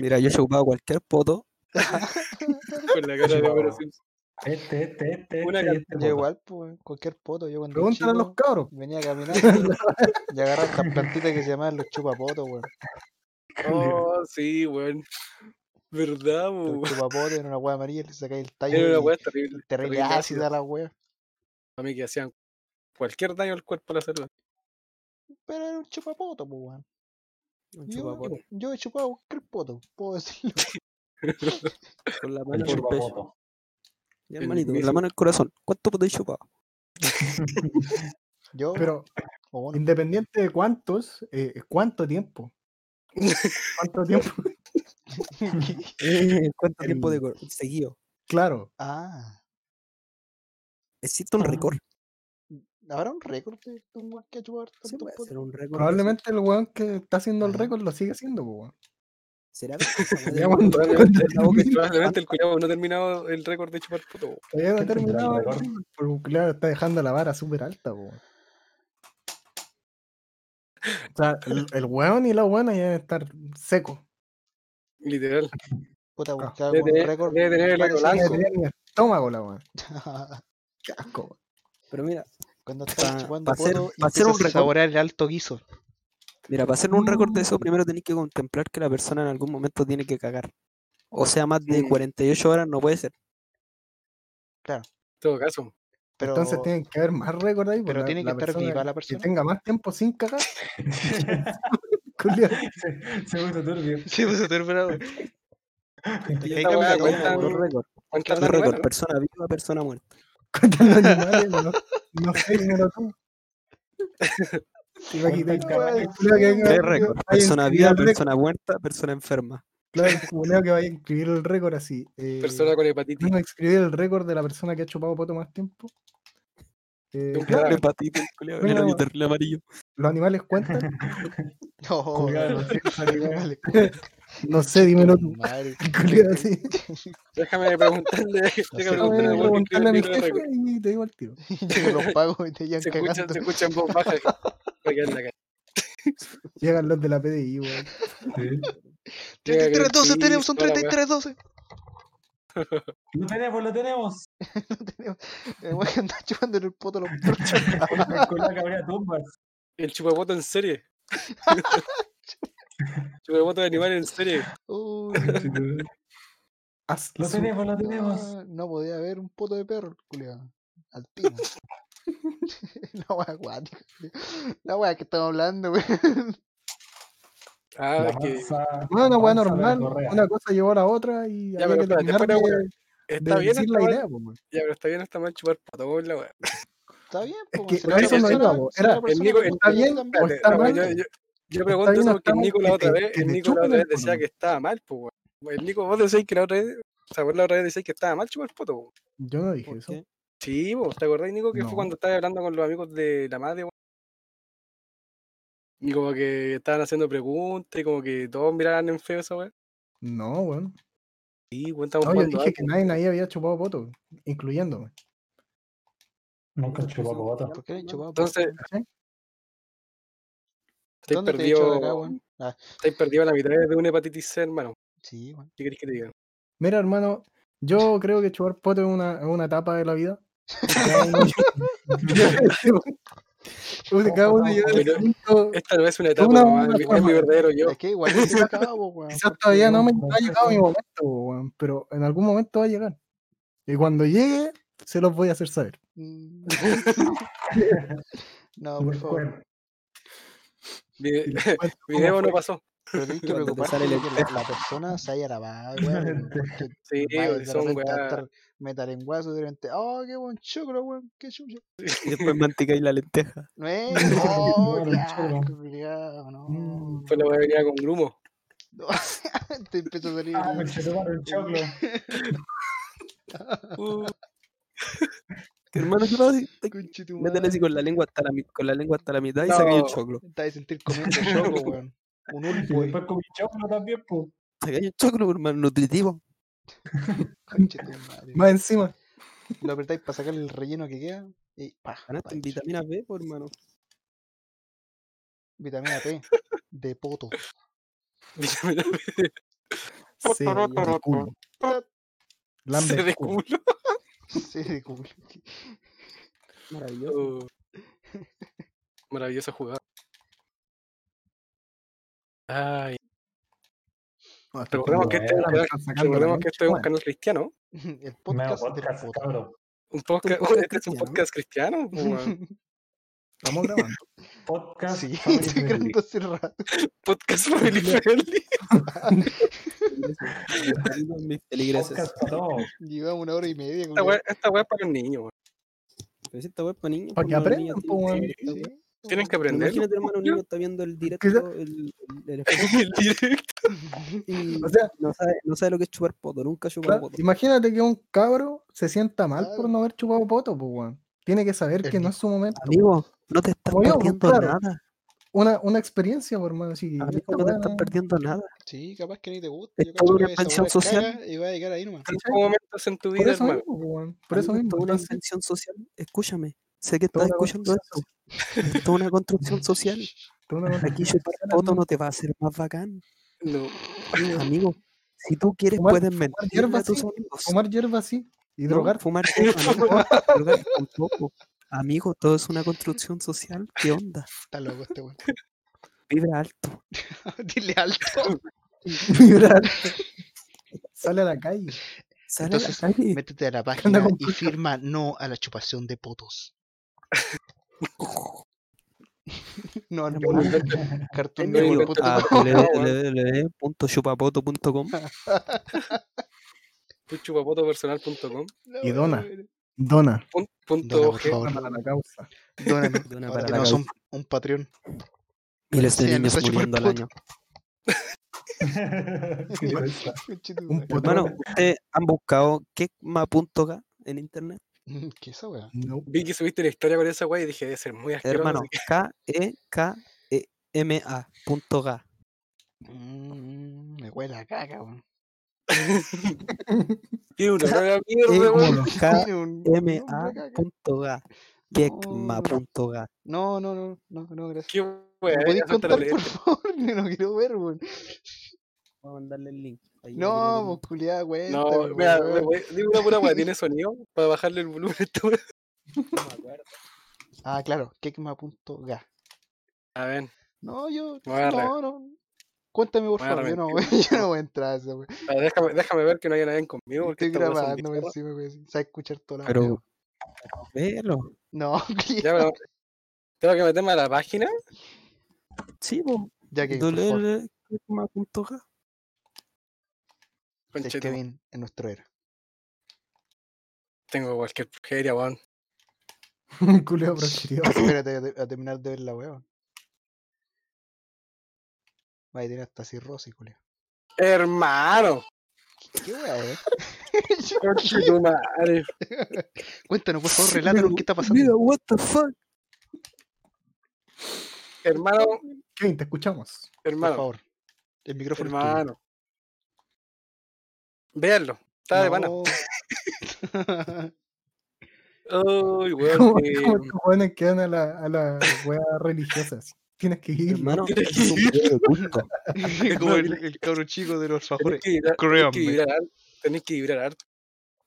[SPEAKER 7] Mira, yo he chupado cualquier poto.
[SPEAKER 6] Con la cara de Homero Simpson.
[SPEAKER 4] Este, este, este.
[SPEAKER 6] Una
[SPEAKER 4] este, y este
[SPEAKER 2] Yo
[SPEAKER 4] botón.
[SPEAKER 2] igual, pues, cualquier poto. Yo cuando
[SPEAKER 4] Pregúntale a los
[SPEAKER 2] chico
[SPEAKER 5] cabros.
[SPEAKER 2] Venía caminando y agarraba estas plantitas que se llamaban los chupapotos, weón.
[SPEAKER 6] Oh, sí, weón. ¿Verdad, weón?
[SPEAKER 2] Los chupapotos era una wea amarilla, le sacáis el tallo.
[SPEAKER 6] Era
[SPEAKER 2] y
[SPEAKER 6] una weá terrible.
[SPEAKER 2] Terrible ácida la wea.
[SPEAKER 6] A mí que hacían cualquier daño al cuerpo a la salud.
[SPEAKER 2] Pero era un chupapoto, pues, weón.
[SPEAKER 7] Un
[SPEAKER 2] Yo,
[SPEAKER 7] chupapoto.
[SPEAKER 2] yo he chupado cualquier poto, puedo decirlo.
[SPEAKER 7] Con la
[SPEAKER 2] El
[SPEAKER 7] mano en el pecho.
[SPEAKER 2] chupapoto.
[SPEAKER 7] Ya,
[SPEAKER 2] El
[SPEAKER 7] hermanito, con la
[SPEAKER 2] mismo.
[SPEAKER 7] mano en el corazón. ¿Cuánto poto he chupado?
[SPEAKER 2] Yo,
[SPEAKER 5] Pero independiente de cuántos, eh, ¿cuánto tiempo? ¿Cuánto tiempo?
[SPEAKER 7] ¿Cuánto tiempo de
[SPEAKER 5] El-
[SPEAKER 7] cor- seguido?
[SPEAKER 5] Claro.
[SPEAKER 2] Ah.
[SPEAKER 7] Existe un récord.
[SPEAKER 2] Habrá un récord de de un weón que ha chupado tantos potos.
[SPEAKER 7] un récord.
[SPEAKER 5] Probablemente el weón que está haciendo el récord lo sigue haciendo, po, weón.
[SPEAKER 7] ¿Será?
[SPEAKER 6] Ya, bueno, probablemente la boca- probablemente el culiao no ha terminado el récord de chupar puto. weón.
[SPEAKER 5] Todavía no ha terminado.
[SPEAKER 6] récord.
[SPEAKER 5] Pero claro, está dejando la vara súper alta, po. O sea, el, el weón y la buena ya deben estar seco.
[SPEAKER 6] Literal.
[SPEAKER 2] Puta, buscar
[SPEAKER 5] Debe
[SPEAKER 2] un
[SPEAKER 5] tener-
[SPEAKER 2] récord.
[SPEAKER 5] debe tener el récord
[SPEAKER 2] parecido.
[SPEAKER 5] blanco. Debe tener Estómago, la weón.
[SPEAKER 2] Qué
[SPEAKER 5] asco.
[SPEAKER 7] Pero mira,
[SPEAKER 2] cuando estás
[SPEAKER 7] pa-
[SPEAKER 2] chupando
[SPEAKER 7] pa' hacer-
[SPEAKER 2] poto y
[SPEAKER 7] pa' hacer un
[SPEAKER 2] empiezas a
[SPEAKER 7] récord.
[SPEAKER 2] saborear el alto guiso.
[SPEAKER 7] Mira, para hacer un récord de eso, primero tenéis que contemplar que la persona en algún momento tiene que cagar. O sea, más de 48 horas no puede ser.
[SPEAKER 2] Claro.
[SPEAKER 6] En todo caso.
[SPEAKER 2] Pero,
[SPEAKER 5] Entonces tienen que haber más récord ahí. pues,
[SPEAKER 2] pero tiene que estar viva la persona.
[SPEAKER 5] Que tenga más tiempo sin cagar.
[SPEAKER 4] Se puso turbio.
[SPEAKER 2] Se puso turbio.
[SPEAKER 7] Y
[SPEAKER 2] ahí
[SPEAKER 7] esta
[SPEAKER 2] cambia
[SPEAKER 7] weá
[SPEAKER 2] todo,
[SPEAKER 7] cuenta
[SPEAKER 2] po.
[SPEAKER 7] dos récord.
[SPEAKER 6] cuenta
[SPEAKER 7] Dos
[SPEAKER 6] los
[SPEAKER 7] récord,
[SPEAKER 6] animales.
[SPEAKER 7] persona viva, persona muerta.
[SPEAKER 5] animales, no, no sé, dímelo tú. Te imaginas, weón, el culiao que venga-
[SPEAKER 7] Tres récord.
[SPEAKER 5] vaya a
[SPEAKER 7] Persona
[SPEAKER 5] escribir
[SPEAKER 7] viva,
[SPEAKER 5] el récord.
[SPEAKER 7] persona muerta, persona enferma.
[SPEAKER 5] Claro, el culiao que vaya a escribir el récord así. eh,
[SPEAKER 6] Persona con hepatitis.
[SPEAKER 5] Vengo a escribir el récord de la persona que ha chupado poto más tiempo. Eh,
[SPEAKER 6] Con
[SPEAKER 5] claro,
[SPEAKER 7] hepatitis, culiao,
[SPEAKER 5] Venga,
[SPEAKER 7] Era mi
[SPEAKER 5] weón.
[SPEAKER 7] terrible amarillo.
[SPEAKER 5] ¿Los animales cuentan?
[SPEAKER 2] No,
[SPEAKER 5] no sé, dímelo tú.
[SPEAKER 2] Madre.
[SPEAKER 5] El culiao así.
[SPEAKER 6] Déjame preguntarle. déjame
[SPEAKER 5] Déjame
[SPEAKER 6] preguntarle al weón que escribe
[SPEAKER 5] preguntarle a mi
[SPEAKER 6] el libro de
[SPEAKER 5] jefe
[SPEAKER 6] récord.
[SPEAKER 5] y te digo al tiro.
[SPEAKER 2] Llegan los pagos y te llegan
[SPEAKER 6] Se escucha,
[SPEAKER 2] cagando.
[SPEAKER 6] se escucha en voz baja. Para quedar en la cara.
[SPEAKER 5] Llegan los de la PDI, weón.
[SPEAKER 6] Llega que
[SPEAKER 2] 3312
[SPEAKER 6] sí,
[SPEAKER 2] tenemos, son
[SPEAKER 6] toda la weá.
[SPEAKER 2] 3312.
[SPEAKER 4] Lo tenemos, lo tenemos.
[SPEAKER 2] El weón que anda chupando en el poto los
[SPEAKER 4] Con la cabra tumbas.
[SPEAKER 6] El chupapoto en serie. chupapoto de animal en serie.
[SPEAKER 2] Uy,
[SPEAKER 4] Lo tenemos, lo tenemos.
[SPEAKER 2] no, no podía haber un poto de perro, culiado. Al pino. la wea acuática. La wea que estamos hablando, weón.
[SPEAKER 6] Ah,
[SPEAKER 4] La
[SPEAKER 6] que.
[SPEAKER 4] mansa-
[SPEAKER 5] No, una weá
[SPEAKER 4] mansa
[SPEAKER 5] normal,
[SPEAKER 4] verborrea.
[SPEAKER 5] una cosa llevó a la otra y
[SPEAKER 6] Ya,
[SPEAKER 5] había
[SPEAKER 6] pero
[SPEAKER 5] que
[SPEAKER 6] espérate,
[SPEAKER 5] terminar
[SPEAKER 6] fuera
[SPEAKER 5] de,
[SPEAKER 6] weá.
[SPEAKER 5] de
[SPEAKER 6] Está bien,
[SPEAKER 5] decir
[SPEAKER 6] está
[SPEAKER 5] la
[SPEAKER 6] mal.
[SPEAKER 5] idea, po, man.
[SPEAKER 6] Ya, pero está bien, está mal chupar pato, vamos a ver la wea.
[SPEAKER 2] Está bien,
[SPEAKER 5] Es
[SPEAKER 2] po,
[SPEAKER 5] que
[SPEAKER 2] si
[SPEAKER 5] a
[SPEAKER 2] la
[SPEAKER 5] eso no
[SPEAKER 2] persona-
[SPEAKER 5] iba, po.
[SPEAKER 2] si la
[SPEAKER 5] Era,
[SPEAKER 6] El
[SPEAKER 2] persona
[SPEAKER 6] Nico, el-
[SPEAKER 5] ¿está
[SPEAKER 2] contigo
[SPEAKER 5] bien
[SPEAKER 2] también.
[SPEAKER 5] o
[SPEAKER 6] espérate,
[SPEAKER 5] está
[SPEAKER 6] no,
[SPEAKER 5] mal?
[SPEAKER 6] yo, yo, yo
[SPEAKER 5] bien
[SPEAKER 6] pregunto eso
[SPEAKER 5] o
[SPEAKER 6] porque
[SPEAKER 5] está
[SPEAKER 6] el
[SPEAKER 5] mal
[SPEAKER 6] Nico la
[SPEAKER 5] que
[SPEAKER 6] otra
[SPEAKER 5] te-
[SPEAKER 6] vez,
[SPEAKER 5] que
[SPEAKER 6] el
[SPEAKER 5] te
[SPEAKER 6] Nico la
[SPEAKER 5] chupen
[SPEAKER 6] otra
[SPEAKER 5] el
[SPEAKER 6] vez decía
[SPEAKER 5] poto.
[SPEAKER 6] que estaba mal, pues weón. El Nico, vos decís que la otra vez, o sea, vos la otra vez decís que estaba mal chupar poto, po.
[SPEAKER 5] Yo no dije eso.
[SPEAKER 7] qué?
[SPEAKER 6] Sí, vos, ¿te acordás, Nico, que fue
[SPEAKER 5] No.
[SPEAKER 6] cuando estabas hablando con los amigos de la madre, weón? Y como que estaban haciendo preguntas y como que todos miraban en feo esa weá.
[SPEAKER 5] No, weón.
[SPEAKER 6] Sí, weón, estamos
[SPEAKER 5] No, yo
[SPEAKER 6] jugando
[SPEAKER 5] dije que
[SPEAKER 6] algo.
[SPEAKER 5] nadie nadie había chupado voto, incluyéndome.
[SPEAKER 4] Nunca chupó cobota.
[SPEAKER 2] ¿Por qué le chupaba?
[SPEAKER 6] Entonces,
[SPEAKER 5] ¿Sí?
[SPEAKER 6] estáis
[SPEAKER 2] ¿Dónde te he hecho de acá,
[SPEAKER 6] perdido,
[SPEAKER 2] weón? Ah,
[SPEAKER 6] estáis perdido a la mitad de una hepatitis C, hermano.
[SPEAKER 2] sí, weón.
[SPEAKER 6] ¿Qué querés que te diga?
[SPEAKER 5] Mira, hermano, yo creo que chupar poto es una, es una etapa de la vida. Cada uno- Uy, cada uno lleva el
[SPEAKER 6] Pero
[SPEAKER 5] punto-
[SPEAKER 6] Esta no es una etapa,
[SPEAKER 5] una
[SPEAKER 6] mamá,
[SPEAKER 5] buena
[SPEAKER 6] es
[SPEAKER 5] forma.
[SPEAKER 6] mi verdadero yo.
[SPEAKER 2] Es que igual que se acabó, weón.
[SPEAKER 5] Quizás todavía no me
[SPEAKER 4] no,
[SPEAKER 5] ha llegado mi momento, weón, pero en algún momento va a llegar. Y cuando llegue, se los voy a hacer saber.
[SPEAKER 2] Mm. No, por favor.
[SPEAKER 4] Bueno,
[SPEAKER 6] Mi,
[SPEAKER 5] Bueno,
[SPEAKER 6] mi
[SPEAKER 5] ¿cómo
[SPEAKER 6] demo
[SPEAKER 5] fue?
[SPEAKER 6] no pasó.
[SPEAKER 2] Pero tienes que
[SPEAKER 7] Cuando te
[SPEAKER 2] preocuparte
[SPEAKER 7] sale el
[SPEAKER 2] de que la, la persona se haya grabado, weón. porque
[SPEAKER 6] Sí,
[SPEAKER 2] vaya
[SPEAKER 6] güey,
[SPEAKER 2] de
[SPEAKER 6] son
[SPEAKER 2] repente a
[SPEAKER 6] weá.
[SPEAKER 2] estar metalenguazo de repente. ¡Oh, qué buen choclo, weón! ¡Qué chucho!
[SPEAKER 7] Y después mantecáis la lenteja.
[SPEAKER 2] No es. ¡Oh,
[SPEAKER 4] el
[SPEAKER 2] qué
[SPEAKER 4] choclo.
[SPEAKER 2] asco, culiao,
[SPEAKER 5] Mm.
[SPEAKER 2] No.
[SPEAKER 6] Fue la weá venía con grumo.
[SPEAKER 2] Te empezó a salir.
[SPEAKER 4] Ah, me
[SPEAKER 2] el-
[SPEAKER 4] chuparon el choclo.
[SPEAKER 6] Uh,
[SPEAKER 7] Que hermano, ¿qué pasa? Te-
[SPEAKER 2] Conchetumare.
[SPEAKER 7] Métele así con la lengua hasta la, mi- con la lengua hasta la mitad y
[SPEAKER 6] No.
[SPEAKER 7] sacáis el choclo.
[SPEAKER 2] Te vas a sentir comiendo choclo, weón. Un
[SPEAKER 4] Y
[SPEAKER 2] ulpo,
[SPEAKER 4] después comí choclo también, pues.
[SPEAKER 7] Sacáis el choclo, hermano, nutritivo.
[SPEAKER 2] conchetumare.
[SPEAKER 5] Más encima.
[SPEAKER 2] Lo apretáis para sacar el relleno que queda. Y pa, pa
[SPEAKER 7] Ganaste en
[SPEAKER 2] ahí, chao.
[SPEAKER 7] vitamina B, pues, hermano.
[SPEAKER 2] Vitamina T. De poto.
[SPEAKER 6] vitamina
[SPEAKER 5] Se de culo. Lambe
[SPEAKER 6] C
[SPEAKER 5] el
[SPEAKER 6] de
[SPEAKER 5] culo.
[SPEAKER 6] culo.
[SPEAKER 2] Sí, de culo.
[SPEAKER 7] Maravilloso.
[SPEAKER 6] Uh, maravillosa jugada. Ay,
[SPEAKER 5] No, hasta
[SPEAKER 6] recordemos
[SPEAKER 5] culo.
[SPEAKER 6] que este, es
[SPEAKER 4] Bueno,
[SPEAKER 6] un
[SPEAKER 5] Ahora me
[SPEAKER 6] canal-
[SPEAKER 5] están sacando la
[SPEAKER 6] recordemos que este es un
[SPEAKER 5] concha,
[SPEAKER 6] canal cristiano.
[SPEAKER 2] El
[SPEAKER 4] Meo
[SPEAKER 2] podcast de
[SPEAKER 4] podcast,
[SPEAKER 2] poto.
[SPEAKER 4] cabrón.
[SPEAKER 6] Un podcast,
[SPEAKER 7] podcast
[SPEAKER 6] este es un
[SPEAKER 7] cristiano.
[SPEAKER 6] podcast cristiano. pues, weón.
[SPEAKER 5] Estamos grabando.
[SPEAKER 4] Podcast.
[SPEAKER 2] Sí,
[SPEAKER 4] family
[SPEAKER 2] estoy
[SPEAKER 4] friendly.
[SPEAKER 2] creando hace rato.
[SPEAKER 6] podcast family friendly.
[SPEAKER 7] Mis mis feligreses.
[SPEAKER 4] Podcast para todos.
[SPEAKER 2] Llevamos una hora y media.
[SPEAKER 6] Esta weá esta weá es para los niños. weón.
[SPEAKER 7] Pero si esta web para niños.
[SPEAKER 5] Para que
[SPEAKER 7] pues, hermano,
[SPEAKER 5] aprendan,
[SPEAKER 7] niños
[SPEAKER 5] pues,
[SPEAKER 7] tienen
[SPEAKER 5] weón.
[SPEAKER 7] que ver esta web.
[SPEAKER 6] Tienen que
[SPEAKER 7] Pero
[SPEAKER 6] aprender.
[SPEAKER 7] Imagínate, hermano, un niño está viendo el directo, el, el, el
[SPEAKER 6] El directo.
[SPEAKER 7] y
[SPEAKER 5] O sea,
[SPEAKER 7] no sabe, no sabe lo que es chupar poto, nunca ha chupado
[SPEAKER 5] claro,
[SPEAKER 7] poto.
[SPEAKER 5] imagínate que un cabro se sienta mal por
[SPEAKER 2] Claro.
[SPEAKER 5] no haber chupado poto, pues, weón. Tiene que saber
[SPEAKER 2] El
[SPEAKER 5] que no
[SPEAKER 2] Nico.
[SPEAKER 5] es su momento.
[SPEAKER 7] Amigo, no te estás
[SPEAKER 5] Como yo,
[SPEAKER 7] perdiendo
[SPEAKER 5] claro.
[SPEAKER 7] nada.
[SPEAKER 5] una, una experiencia, por hermano. Sí,
[SPEAKER 7] Amigo, no te estás perdiendo nada.
[SPEAKER 2] Sí, capaz que ni te gusta.
[SPEAKER 7] Es
[SPEAKER 2] Yo cacho
[SPEAKER 7] toda
[SPEAKER 2] que
[SPEAKER 7] una
[SPEAKER 2] esa
[SPEAKER 7] expansión
[SPEAKER 2] weá es
[SPEAKER 7] social.
[SPEAKER 2] caga Y va a llegar ahí nomás.
[SPEAKER 6] momentos en tu vida,
[SPEAKER 7] eso
[SPEAKER 5] ¿eh?
[SPEAKER 6] hermano.
[SPEAKER 7] mismo, po, weón.
[SPEAKER 5] Por eso
[SPEAKER 7] Amigo,
[SPEAKER 5] mismo,
[SPEAKER 7] toda una
[SPEAKER 5] entonces-
[SPEAKER 7] extensión social. Escúchame, sé que
[SPEAKER 5] Toda
[SPEAKER 7] estás
[SPEAKER 5] una
[SPEAKER 7] escuchando esto. Es toda una construcción social.
[SPEAKER 5] Toda una
[SPEAKER 7] Aquí chupar poto no te va a hacer más bacán.
[SPEAKER 6] No.
[SPEAKER 7] Amigo, si tú quieres,
[SPEAKER 5] Fumar-
[SPEAKER 7] puedes
[SPEAKER 5] Fumar
[SPEAKER 7] mentirle
[SPEAKER 5] hierba
[SPEAKER 7] a tus
[SPEAKER 5] así,
[SPEAKER 7] amigos.
[SPEAKER 5] fumar hierba así y
[SPEAKER 7] No,
[SPEAKER 5] drogar.
[SPEAKER 7] Fumar hierba, no, drogar tampoco. Amigo, todo es una construcción social. ¿Qué onda?
[SPEAKER 2] Está loco este weón.
[SPEAKER 7] Vibra alto.
[SPEAKER 2] Dile alto.
[SPEAKER 5] Vibrar. Sale a la calle.
[SPEAKER 7] Sale a la
[SPEAKER 2] Entonces,
[SPEAKER 7] calle.
[SPEAKER 2] métete a la página
[SPEAKER 5] con
[SPEAKER 2] y firma no a la chupación de potos. No al
[SPEAKER 7] Hermano.
[SPEAKER 2] polo. Cartoon
[SPEAKER 7] Tengo
[SPEAKER 2] Network
[SPEAKER 7] que
[SPEAKER 2] punto
[SPEAKER 7] a
[SPEAKER 2] com.
[SPEAKER 7] www.chupapoto.com
[SPEAKER 6] Tu chupapotopersonal.com.
[SPEAKER 5] Y dona. Dona.
[SPEAKER 6] Pun- Punto
[SPEAKER 2] Dona, por
[SPEAKER 6] G.
[SPEAKER 2] favor.
[SPEAKER 5] Dona para la causa.
[SPEAKER 2] Dóname.
[SPEAKER 7] Dona
[SPEAKER 2] para
[SPEAKER 7] para
[SPEAKER 2] que
[SPEAKER 7] la
[SPEAKER 2] no son
[SPEAKER 7] causa.
[SPEAKER 2] un Patreon.
[SPEAKER 7] Miles de
[SPEAKER 2] Sí,
[SPEAKER 7] niños
[SPEAKER 2] empezó a chupar
[SPEAKER 7] muriendo al
[SPEAKER 2] poto.
[SPEAKER 7] año.
[SPEAKER 4] ¿Qué le cuesta?
[SPEAKER 5] Un
[SPEAKER 7] Hermano,
[SPEAKER 5] potón.
[SPEAKER 7] ¿ustedes han buscado quecma.k en internet?
[SPEAKER 2] Mm, ¿Qué es esa weá?
[SPEAKER 5] No.
[SPEAKER 6] Vi que subiste la historia con esa weá y dije, debe ser muy asqueroso.
[SPEAKER 7] Hermano, E
[SPEAKER 6] así que-
[SPEAKER 7] K-E-K-E-M-A.ga.
[SPEAKER 2] Mm, me huele a caca, weón.
[SPEAKER 6] Tiene una olor a mierda, weón.
[SPEAKER 2] Tiene un-
[SPEAKER 7] E
[SPEAKER 2] un hombre caca.
[SPEAKER 7] K-M-A.ga. Quecma.ga.
[SPEAKER 2] No, no, no, no, no, gracias.
[SPEAKER 6] Qué
[SPEAKER 2] ¿Me
[SPEAKER 6] weá.
[SPEAKER 2] podéis
[SPEAKER 6] ya suelta
[SPEAKER 2] contar,
[SPEAKER 6] la
[SPEAKER 2] por
[SPEAKER 6] leche.
[SPEAKER 2] favor? Yo no quiero ver, weón.
[SPEAKER 7] Voy a mandarle el link. Ahí yo creo que
[SPEAKER 2] No,
[SPEAKER 7] el-
[SPEAKER 2] pues culiada, weón.
[SPEAKER 6] No, mira, me voy- digo una pura weá, ¿tiene sonido? Para bajarle el volumen a esta weá.
[SPEAKER 2] Ah, claro, kekma.ga.
[SPEAKER 6] A ver,
[SPEAKER 2] No, yo.
[SPEAKER 6] Me voy a re-
[SPEAKER 2] No, no. Cuéntame, por
[SPEAKER 6] Me voy a
[SPEAKER 2] favor. Yo no, voy,
[SPEAKER 6] arrepentir.
[SPEAKER 2] yo no voy a entrar a eso, weón.
[SPEAKER 6] a ver, déjame, déjame ver que no haya nadie conmigo. Porque
[SPEAKER 2] Estoy
[SPEAKER 6] esta weá son
[SPEAKER 2] grabando
[SPEAKER 6] bizarras.
[SPEAKER 2] encima, weón. Se va a escuchar toda la weá.
[SPEAKER 7] Pero, velo.
[SPEAKER 2] No,
[SPEAKER 6] Ya,
[SPEAKER 2] culiada.
[SPEAKER 6] pero tengo que meterme a la página.
[SPEAKER 7] Sí, po.
[SPEAKER 2] Ya que. por favor,
[SPEAKER 7] www.quecma.ga.
[SPEAKER 2] de
[SPEAKER 6] Conchetum,
[SPEAKER 2] Kevin en nuestro era.
[SPEAKER 6] tengo cualquier pujería, weón.
[SPEAKER 5] Culeo proscrito.
[SPEAKER 2] Espérate a, te- a terminar de ver la weón. Va a tener hasta cirrosis, culiada.
[SPEAKER 6] Hermano,
[SPEAKER 2] ¿Qué weá, eh?
[SPEAKER 6] conchetumare.
[SPEAKER 2] Cuéntanos, por favor,
[SPEAKER 7] Sí,
[SPEAKER 2] relátanos
[SPEAKER 7] pero,
[SPEAKER 2] qué está
[SPEAKER 7] Mira,
[SPEAKER 2] pasando.
[SPEAKER 7] what the fuck.
[SPEAKER 6] Hermano,
[SPEAKER 5] Kevin, te escuchamos.
[SPEAKER 2] Por
[SPEAKER 6] hermano,
[SPEAKER 2] favor. El micrófono. es tuyo.
[SPEAKER 6] hermano. Veanlo, está de pana.
[SPEAKER 2] No.
[SPEAKER 6] Uy,
[SPEAKER 5] Como,
[SPEAKER 6] weón. eh,
[SPEAKER 5] como estos jóvenes que van a la, a la wea religiosas. Tienes que ir.
[SPEAKER 7] Hermano, es un video de culto.
[SPEAKER 2] Como el, el cabro chico de los
[SPEAKER 6] Tenés
[SPEAKER 2] alfajores.
[SPEAKER 6] que vibrar, tenés que
[SPEAKER 2] Créanme.
[SPEAKER 6] vibrar, harto, tenés que vibrar harto.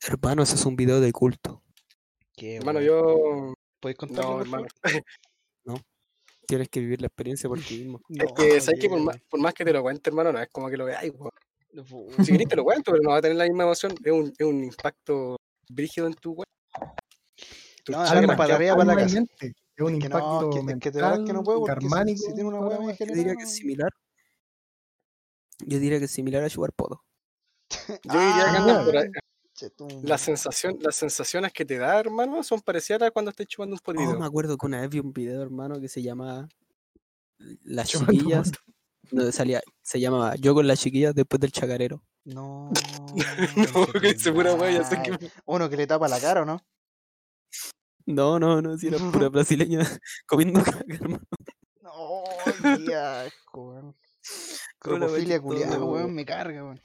[SPEAKER 7] Hermano, ese es un video de culto.
[SPEAKER 2] Qué
[SPEAKER 6] Hermano,
[SPEAKER 2] weón.
[SPEAKER 6] yo.
[SPEAKER 2] ¿Podéis contarlo,
[SPEAKER 6] No,
[SPEAKER 2] por
[SPEAKER 6] hermano.
[SPEAKER 2] favor?
[SPEAKER 7] Tienes que vivir la experiencia por ti mismo.
[SPEAKER 2] No,
[SPEAKER 6] Es que, ¿sabes que por
[SPEAKER 2] Kevin.
[SPEAKER 6] más, por más que te lo cuente, hermano, no es como que lo veáis, weón.
[SPEAKER 2] No,
[SPEAKER 6] Si querés te lo cuento, pero no va a tener la misma emoción. Es un, es un impacto brígido en tu weón. Tu
[SPEAKER 2] No,
[SPEAKER 6] chakra
[SPEAKER 2] alma para
[SPEAKER 6] queda-
[SPEAKER 2] arriba, para la
[SPEAKER 5] Alma y
[SPEAKER 2] casa.
[SPEAKER 5] mente. Es un
[SPEAKER 2] Es que no,
[SPEAKER 5] impacto
[SPEAKER 2] es que- es que de verdad
[SPEAKER 5] mental,
[SPEAKER 2] que no puedo, porque si-
[SPEAKER 5] karmánico,
[SPEAKER 2] si tiene una
[SPEAKER 5] toda
[SPEAKER 2] weá
[SPEAKER 5] la
[SPEAKER 2] me
[SPEAKER 5] wea.
[SPEAKER 7] Yo diría que es similar. Yo diría que es similar a Sugar Podo.
[SPEAKER 6] Yo diría que andan por ahí.
[SPEAKER 2] Che, tú,
[SPEAKER 6] La sensación, las sensaciones que te da, hermano, son parecidas a cuando estés chupando un
[SPEAKER 7] Oh,
[SPEAKER 6] potito.
[SPEAKER 7] me acuerdo que una vez vi un video, hermano, que se llama Las
[SPEAKER 5] Chupando
[SPEAKER 7] chiquillas. Donde salía, se llamaba Yo con las chiquillas después del chacarero.
[SPEAKER 2] No.
[SPEAKER 6] No, que hice pura wea, ya sé que-
[SPEAKER 2] conchetumare. Uno que le tapa la cara, ¿o no?
[SPEAKER 7] No, no, no, si era pura brasileña comiendo caca, hermano.
[SPEAKER 2] No, qué asco, weón.
[SPEAKER 7] Una wea
[SPEAKER 2] Cropofilia
[SPEAKER 7] chistosa,
[SPEAKER 2] culiada, weón,
[SPEAKER 7] weón.
[SPEAKER 2] me carga, weón.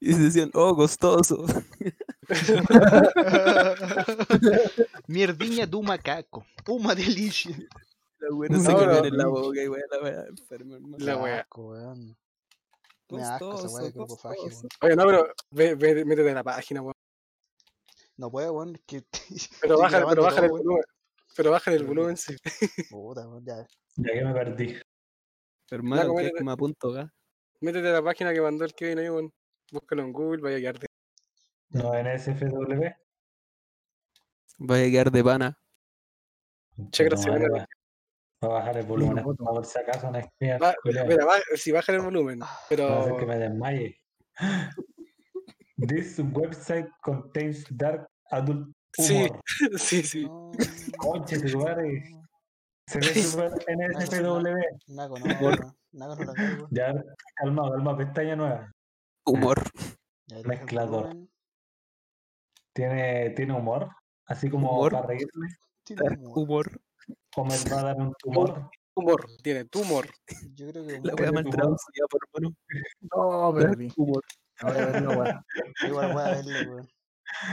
[SPEAKER 7] Y decían, oh, costoso.
[SPEAKER 2] Mierdiña de un macaco. Una delicia.
[SPEAKER 7] La buena se
[SPEAKER 6] No,
[SPEAKER 7] comían
[SPEAKER 6] no.
[SPEAKER 7] en la boca y weá, la weá enferma, hermano.
[SPEAKER 6] La
[SPEAKER 2] Qué
[SPEAKER 6] wea.
[SPEAKER 2] asco, weón. Me da asco esa weá de
[SPEAKER 7] Costoso,
[SPEAKER 2] cropofagia,
[SPEAKER 7] costoso.
[SPEAKER 2] weón.
[SPEAKER 6] Oye, no, pero ve, ve- métete en la página, weón.
[SPEAKER 2] No puedo, weón. es que
[SPEAKER 6] Pero
[SPEAKER 2] estoy
[SPEAKER 6] baja, pero
[SPEAKER 2] grabando
[SPEAKER 6] baja el
[SPEAKER 2] todo, weón.
[SPEAKER 6] volumen. Pero baja el
[SPEAKER 2] Pero-
[SPEAKER 6] volumen, sí.
[SPEAKER 2] Puta, weón, ya.
[SPEAKER 4] Ya que me perdí.
[SPEAKER 7] Hermano,
[SPEAKER 6] comete-
[SPEAKER 7] que es ma.ga.
[SPEAKER 6] Métete en la página que mandó el Kevin ahí, weón. Búscalo en Google, vaya a quedarte.
[SPEAKER 4] No, en SFW.
[SPEAKER 7] Vaya a quedar de pana.
[SPEAKER 6] Che, gracias,
[SPEAKER 4] Madre,
[SPEAKER 6] buena
[SPEAKER 4] va va a bajar el volumen. a-
[SPEAKER 5] voto.
[SPEAKER 4] va Por si acaso, no espía.
[SPEAKER 6] Va-
[SPEAKER 4] culiao.
[SPEAKER 6] Ah, mira, ba- si baja el volumen,
[SPEAKER 4] Va a hacer que
[SPEAKER 6] pero
[SPEAKER 4] me desmaye. This website contains dark adult
[SPEAKER 6] Sí.
[SPEAKER 4] humor.
[SPEAKER 6] sí, sí.
[SPEAKER 2] No,
[SPEAKER 4] Conche tu madre.
[SPEAKER 2] no,
[SPEAKER 4] Se ve super NSFW.
[SPEAKER 2] Naco, no, weón. Naco no la cae, weón.
[SPEAKER 4] Ya, calma, calma, pestaña nueva.
[SPEAKER 7] Humor.
[SPEAKER 2] Ya, le bajo el
[SPEAKER 4] Mezclador.
[SPEAKER 2] volumen.
[SPEAKER 4] Tiene, tiene humor, así como
[SPEAKER 7] Humor.
[SPEAKER 4] para reírme.
[SPEAKER 2] Tiene
[SPEAKER 7] Dark
[SPEAKER 2] humor.
[SPEAKER 7] humor.
[SPEAKER 4] O me va a dar un tumor.
[SPEAKER 6] Tumor, tiene tumor.
[SPEAKER 2] Yo creo que
[SPEAKER 6] La wea mal traducida por mano.
[SPEAKER 5] No, Oh, perdí. Ahora voy a ver la weá.
[SPEAKER 2] Igual voy a verlo, weón.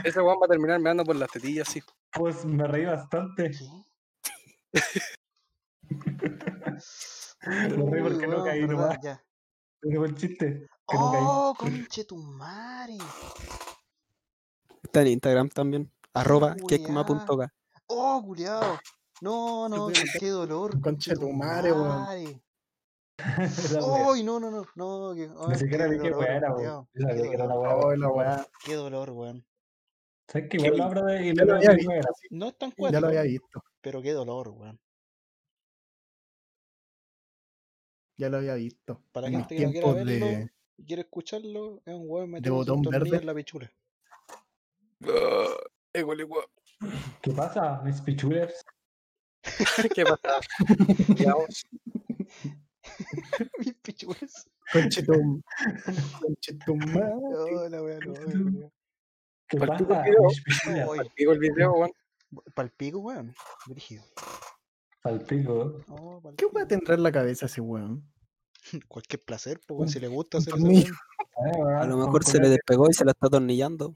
[SPEAKER 6] Ese weón va a terminar me anda por las tetillas, sí.
[SPEAKER 4] Pues me reí bastante. me reí porque no
[SPEAKER 2] Weón,
[SPEAKER 4] caí
[SPEAKER 2] ¿verdad?
[SPEAKER 4] nomás.
[SPEAKER 2] Ya.
[SPEAKER 4] Ese fue el chiste. Que no caí.
[SPEAKER 2] ¡Oh, conchetumare!
[SPEAKER 7] Está en Instagram también. Arroba kekma.ga.
[SPEAKER 2] ¡Oh, culiao! No, no, qué dolor.
[SPEAKER 5] Conchetumare, weón.
[SPEAKER 2] Ay.
[SPEAKER 4] Esa wea.
[SPEAKER 2] ¡Ay, no, no, no! no que, ay,
[SPEAKER 4] Ni siquiera vi qué
[SPEAKER 2] dolor,
[SPEAKER 4] weá era, weón.
[SPEAKER 2] culiao.
[SPEAKER 4] Yo sabía que era una weá.
[SPEAKER 5] Oh, la weá.
[SPEAKER 2] ¡Qué dolor, weón!
[SPEAKER 4] ¿Sabes que igual la obra de
[SPEAKER 5] Ya
[SPEAKER 4] Hilera
[SPEAKER 5] lo había
[SPEAKER 4] de
[SPEAKER 5] visto.
[SPEAKER 4] era?
[SPEAKER 5] sí,
[SPEAKER 2] No es tan
[SPEAKER 5] Ya
[SPEAKER 2] cuático,
[SPEAKER 5] lo había visto.
[SPEAKER 2] pero qué dolor, weón.
[SPEAKER 5] Ya lo había visto.
[SPEAKER 2] Para
[SPEAKER 5] En mis
[SPEAKER 2] gente que no quiera
[SPEAKER 5] tiempos de-
[SPEAKER 2] verlo, y quiere escucharlo, es un weón metido
[SPEAKER 5] botón verde?
[SPEAKER 2] en la pichura.
[SPEAKER 6] Ah, Ego, ego.
[SPEAKER 4] ¿Qué pasa, mis pichulers?
[SPEAKER 6] ¿Qué pasa? Ya, vos.
[SPEAKER 2] Mis pichuras.
[SPEAKER 5] Conchetum. Conchetumare.
[SPEAKER 2] No, la weá, no, weón.
[SPEAKER 4] ¿Qué
[SPEAKER 6] Partió el
[SPEAKER 4] pasa,
[SPEAKER 6] video.
[SPEAKER 4] mis pichulers?
[SPEAKER 6] Digo el video, weón.
[SPEAKER 2] Palpico, weón. Brígido.
[SPEAKER 4] Palpico.
[SPEAKER 2] No,
[SPEAKER 5] ¿Qué
[SPEAKER 2] palpico.
[SPEAKER 5] weá tendrá en la cabeza ese weón?
[SPEAKER 2] Cualquier placer, pues, weón, si le gusta hacer eso.
[SPEAKER 5] Dormir.
[SPEAKER 7] A lo mejor se le despegó y se la está atornillando.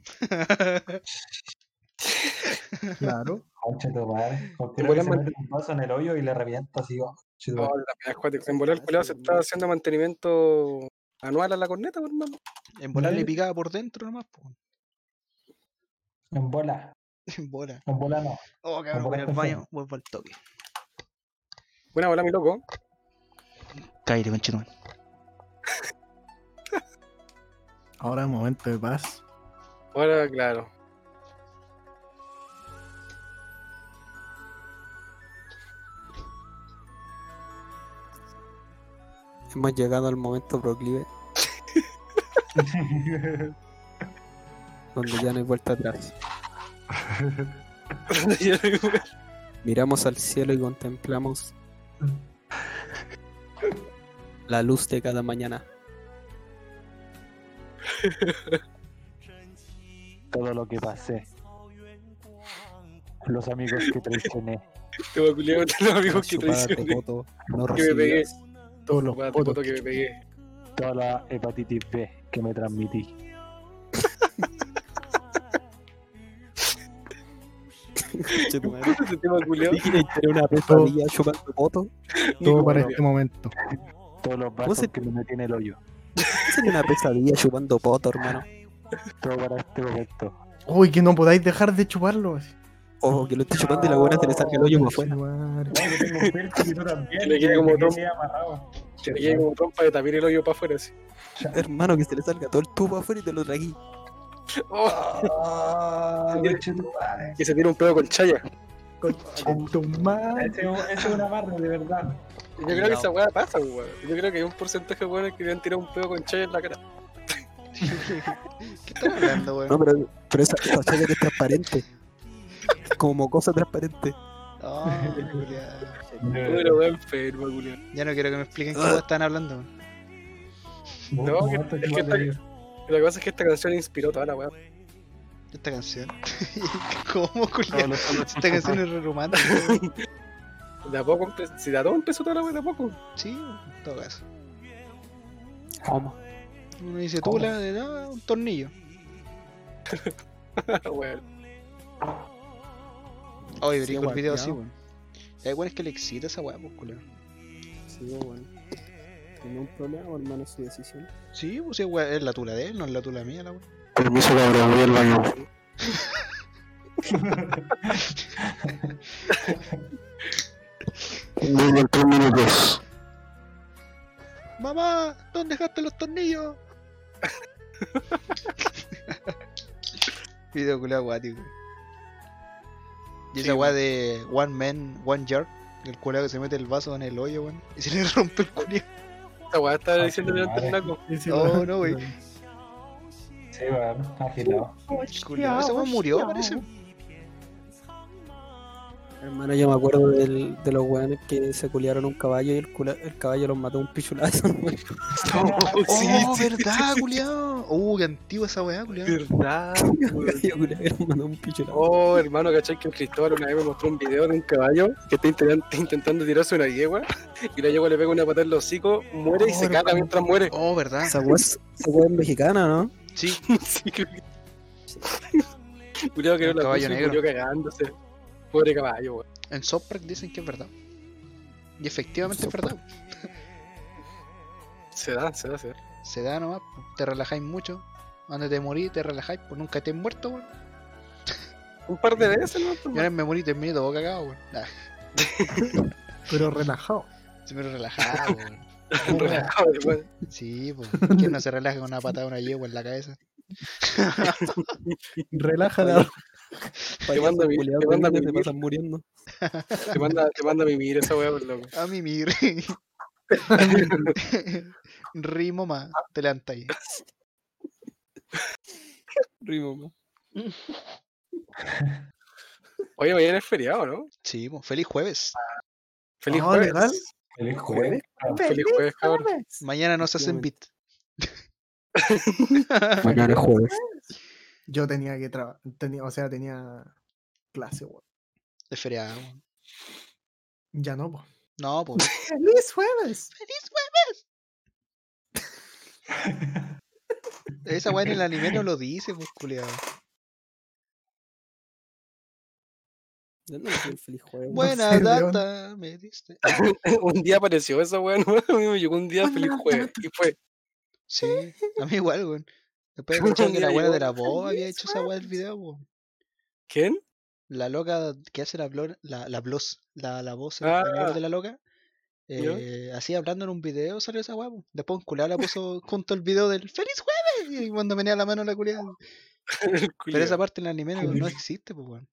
[SPEAKER 5] Claro.
[SPEAKER 4] Concha tu madre. ¿Por qué
[SPEAKER 6] Y
[SPEAKER 4] no le
[SPEAKER 6] vuelan
[SPEAKER 4] se mete un vaso en el hoyo y le revienta así? oh, concha tu
[SPEAKER 6] No,
[SPEAKER 4] madre?
[SPEAKER 6] la pena acuática. En volar el culiao se está haciendo mantenimiento anual a la corneta, por hermano.
[SPEAKER 2] En volar le picaba por dentro nomás, pues.
[SPEAKER 4] En bola.
[SPEAKER 2] En bola.
[SPEAKER 4] En bola no.
[SPEAKER 2] Oh, cabrón, voy
[SPEAKER 4] volar
[SPEAKER 2] al
[SPEAKER 4] perfecto.
[SPEAKER 2] baño, vuelvo al toque.
[SPEAKER 6] Buena bola, mi loco.
[SPEAKER 2] Cállate, conchetumare.
[SPEAKER 5] Ahora momento de paz.
[SPEAKER 6] Ahora, claro.
[SPEAKER 7] Hemos llegado al momento proclive donde ya no hay vuelta atrás. Miramos al cielo y contemplamos la luz de cada mañana.
[SPEAKER 4] Todo lo que pasé. Los amigos que traicioné.
[SPEAKER 6] Te voy a culiar con los amigos que
[SPEAKER 7] Chupada de
[SPEAKER 6] traicioné.
[SPEAKER 7] coto, no
[SPEAKER 6] Que me pegué.
[SPEAKER 7] recibirás.
[SPEAKER 5] Todos los
[SPEAKER 6] Chupada de
[SPEAKER 5] potos
[SPEAKER 6] coto que me pegué.
[SPEAKER 4] Toda la hepatitis B que me transmití.
[SPEAKER 7] Chetumare.
[SPEAKER 6] Ese tema culiao.
[SPEAKER 7] Era una pesadilla chupando coto.
[SPEAKER 5] Todo para
[SPEAKER 6] Nicolás.
[SPEAKER 5] este momento.
[SPEAKER 4] Todos los
[SPEAKER 7] vasos
[SPEAKER 4] vasos
[SPEAKER 7] se-
[SPEAKER 4] que me metí en el hoyo.
[SPEAKER 7] Era una pesadilla chupando poto, hermano.
[SPEAKER 4] Todo para este momento.
[SPEAKER 5] Uy, que no podáis dejar de chuparlo. así.
[SPEAKER 7] Ojo, que lo esté chupando y la buena se le saca el hoyo para afuera.
[SPEAKER 5] Conchetumare.
[SPEAKER 4] tengo un piercing y tú
[SPEAKER 6] Que
[SPEAKER 4] también.
[SPEAKER 6] le quede como
[SPEAKER 4] Me
[SPEAKER 6] trompa.
[SPEAKER 4] quedé amarrado.
[SPEAKER 6] Que le llegue como trompa de tapir el hoyo para afuera, así.
[SPEAKER 7] Hermano, que se le salga todo el tubo afuera y te lo traguí.
[SPEAKER 6] Oh,
[SPEAKER 4] Ah,
[SPEAKER 6] Sí.
[SPEAKER 4] concha tu madre.
[SPEAKER 6] que se tira un pedo con chaya.
[SPEAKER 5] Conchetumare.
[SPEAKER 4] Ese ese Este es un amarre, de verdad.
[SPEAKER 6] Yo creo que esa weá pasa, weón. Yo creo que hay un porcentaje de weones que le han tirado un pedo con chaya en la cara.
[SPEAKER 2] ¿Qué estás hablando,
[SPEAKER 7] No,
[SPEAKER 2] weón?
[SPEAKER 7] pero, pero esa esa chaqueta es transparente. Como cosa transparente.
[SPEAKER 2] Ah, culiao.
[SPEAKER 6] Pero weón enfermo, culiao.
[SPEAKER 2] ya no quiero que me expliquen cómo están hablando. weón.
[SPEAKER 6] No, que- es que está- Lo que pasa es que esta canción inspiró toda la weá.
[SPEAKER 2] Esta canción. ¿Cómo, culiao? Esta canción es re romántica. weón.
[SPEAKER 6] De a poco empe- Si de a todo empezó toda la weá, de a poco.
[SPEAKER 2] Sí, en todo caso.
[SPEAKER 7] ¿Cómo?
[SPEAKER 2] Uno dice
[SPEAKER 4] ¿Cómo?
[SPEAKER 2] tula, de nada, un tornillo.
[SPEAKER 6] weón.
[SPEAKER 7] Sí,
[SPEAKER 2] Oye, brico el video así,
[SPEAKER 7] guapiao.
[SPEAKER 2] weón. Hay weones que le excita esa weá, pues, culiao.
[SPEAKER 7] Sí, bueno. Tenía un problema, hermano, su decisión.
[SPEAKER 2] Sí, pues sí, weón, es la tula de él, no es la tula mía, la weá.
[SPEAKER 7] Permiso, cabrón, voy al baño. Voy en tres minutos.
[SPEAKER 2] ¡Mamá! ¿Dónde dejaste los tornillos? Video culiao guático. Y esa weá de One Man, One Jar, el culiao que se mete el vaso en el hoyo, weón, y se le rompe el culiao.
[SPEAKER 6] Esa weá estaba
[SPEAKER 4] Ah,
[SPEAKER 6] diciendo
[SPEAKER 4] su
[SPEAKER 6] delante del
[SPEAKER 4] madre.
[SPEAKER 6] naco.
[SPEAKER 5] Ese
[SPEAKER 2] No,
[SPEAKER 5] weón.
[SPEAKER 2] no, wey.
[SPEAKER 4] Sí, weón, agilado.
[SPEAKER 2] Culiao, Ese weón murió, parece.
[SPEAKER 7] Hermano, yo me acuerdo del- de los weones que se culiaron un caballo y el, cula- el caballo los mató un pichulazo. weón.
[SPEAKER 2] oh, verdad, culiao. Uh, qué antigua esa weá, culiao.
[SPEAKER 6] ¿Verdad?
[SPEAKER 7] Yo culiao, que los mató un pichulazo.
[SPEAKER 6] Oh, hermano, ¿cachai? Que un Cristóbal una vez me mostró un video de un caballo que está interan- intentando tirarse una yegua y la yegua le pega una patada en los hocico, muere y se caga mientras muere.
[SPEAKER 2] Oh, ¿verdad?
[SPEAKER 7] Esa weá es esa weá es mexicana, ¿no?
[SPEAKER 2] Sí.
[SPEAKER 6] sí, creo que. Culiao que no
[SPEAKER 2] Un
[SPEAKER 6] la
[SPEAKER 2] caballo
[SPEAKER 6] puso y
[SPEAKER 2] negro.
[SPEAKER 6] murió cagándose. Pobre caballo, weón.
[SPEAKER 2] En South Park dicen que es verdad. Y efectivamente es verdad.
[SPEAKER 6] Se da, se da, se da.
[SPEAKER 2] Se da nomás, po. te relajáis mucho. Antes de morir, te relajáis, pues nunca te has muerto, weón.
[SPEAKER 6] Un par de veces, ¿no?
[SPEAKER 2] Y ahora me morí, terminé todo cagado, weón. Nah,
[SPEAKER 5] Pero relajado.
[SPEAKER 2] se me relajado, weón.
[SPEAKER 6] Relajado, weón.
[SPEAKER 2] Sí, pues. ¿Quién no se relaja con una patada de una yegua en la cabeza?
[SPEAKER 5] Relájala.
[SPEAKER 6] Te manda, mi,
[SPEAKER 7] Culiao,
[SPEAKER 6] te manda a
[SPEAKER 7] culiao, que te
[SPEAKER 6] mimir.
[SPEAKER 7] pasan muriendo.
[SPEAKER 6] Te manda, te manda a mimir esa weá, por loco.
[SPEAKER 2] A mí, mi Rimo más, te levantáis.
[SPEAKER 7] Rimo, weón.
[SPEAKER 6] Oye, mañana es feriado, ¿no?
[SPEAKER 2] Sí, pues, feliz jueves.
[SPEAKER 6] Feliz
[SPEAKER 2] Ah,
[SPEAKER 6] jueves.
[SPEAKER 2] legal.
[SPEAKER 4] Feliz jueves.
[SPEAKER 6] Feliz jueves, cabrón.
[SPEAKER 2] Mañana no se hacen beat.
[SPEAKER 7] Mañana es jueves.
[SPEAKER 5] Yo tenía que trabajar, o sea, tenía clase, weón.
[SPEAKER 2] Es feriado. weón.
[SPEAKER 5] Ya no, po.
[SPEAKER 2] No, pues.
[SPEAKER 5] ¡Feliz jueves!
[SPEAKER 2] ¡Feliz Esa weá en el anime no lo dice, pues, culiao.
[SPEAKER 7] Yo no sé el feliz jueves.
[SPEAKER 2] Buena data, me diste.
[SPEAKER 6] un día apareció esa weá, ¿no? A mí me llegó un
[SPEAKER 2] Ah,
[SPEAKER 6] día feliz jueves. Y fue.
[SPEAKER 2] Sí, a mí igual, weón. Después de que la abuela de la voz había hecho esa weá del video, weón.
[SPEAKER 6] ¿Quién?
[SPEAKER 2] La loca que hace la blor- la, la blos- la, la voz en
[SPEAKER 6] Ah.
[SPEAKER 2] español de la loca.
[SPEAKER 6] ¿Ya?
[SPEAKER 2] eh, así hablando en un video salió esa weá, weón. Después un culiao la puso junto al video del ¡Feliz jueves! Y cuando venía la mano la culiao.
[SPEAKER 6] El
[SPEAKER 2] Pero esa
[SPEAKER 6] culiao.
[SPEAKER 2] parte en el anime no, no existe, pues, weón.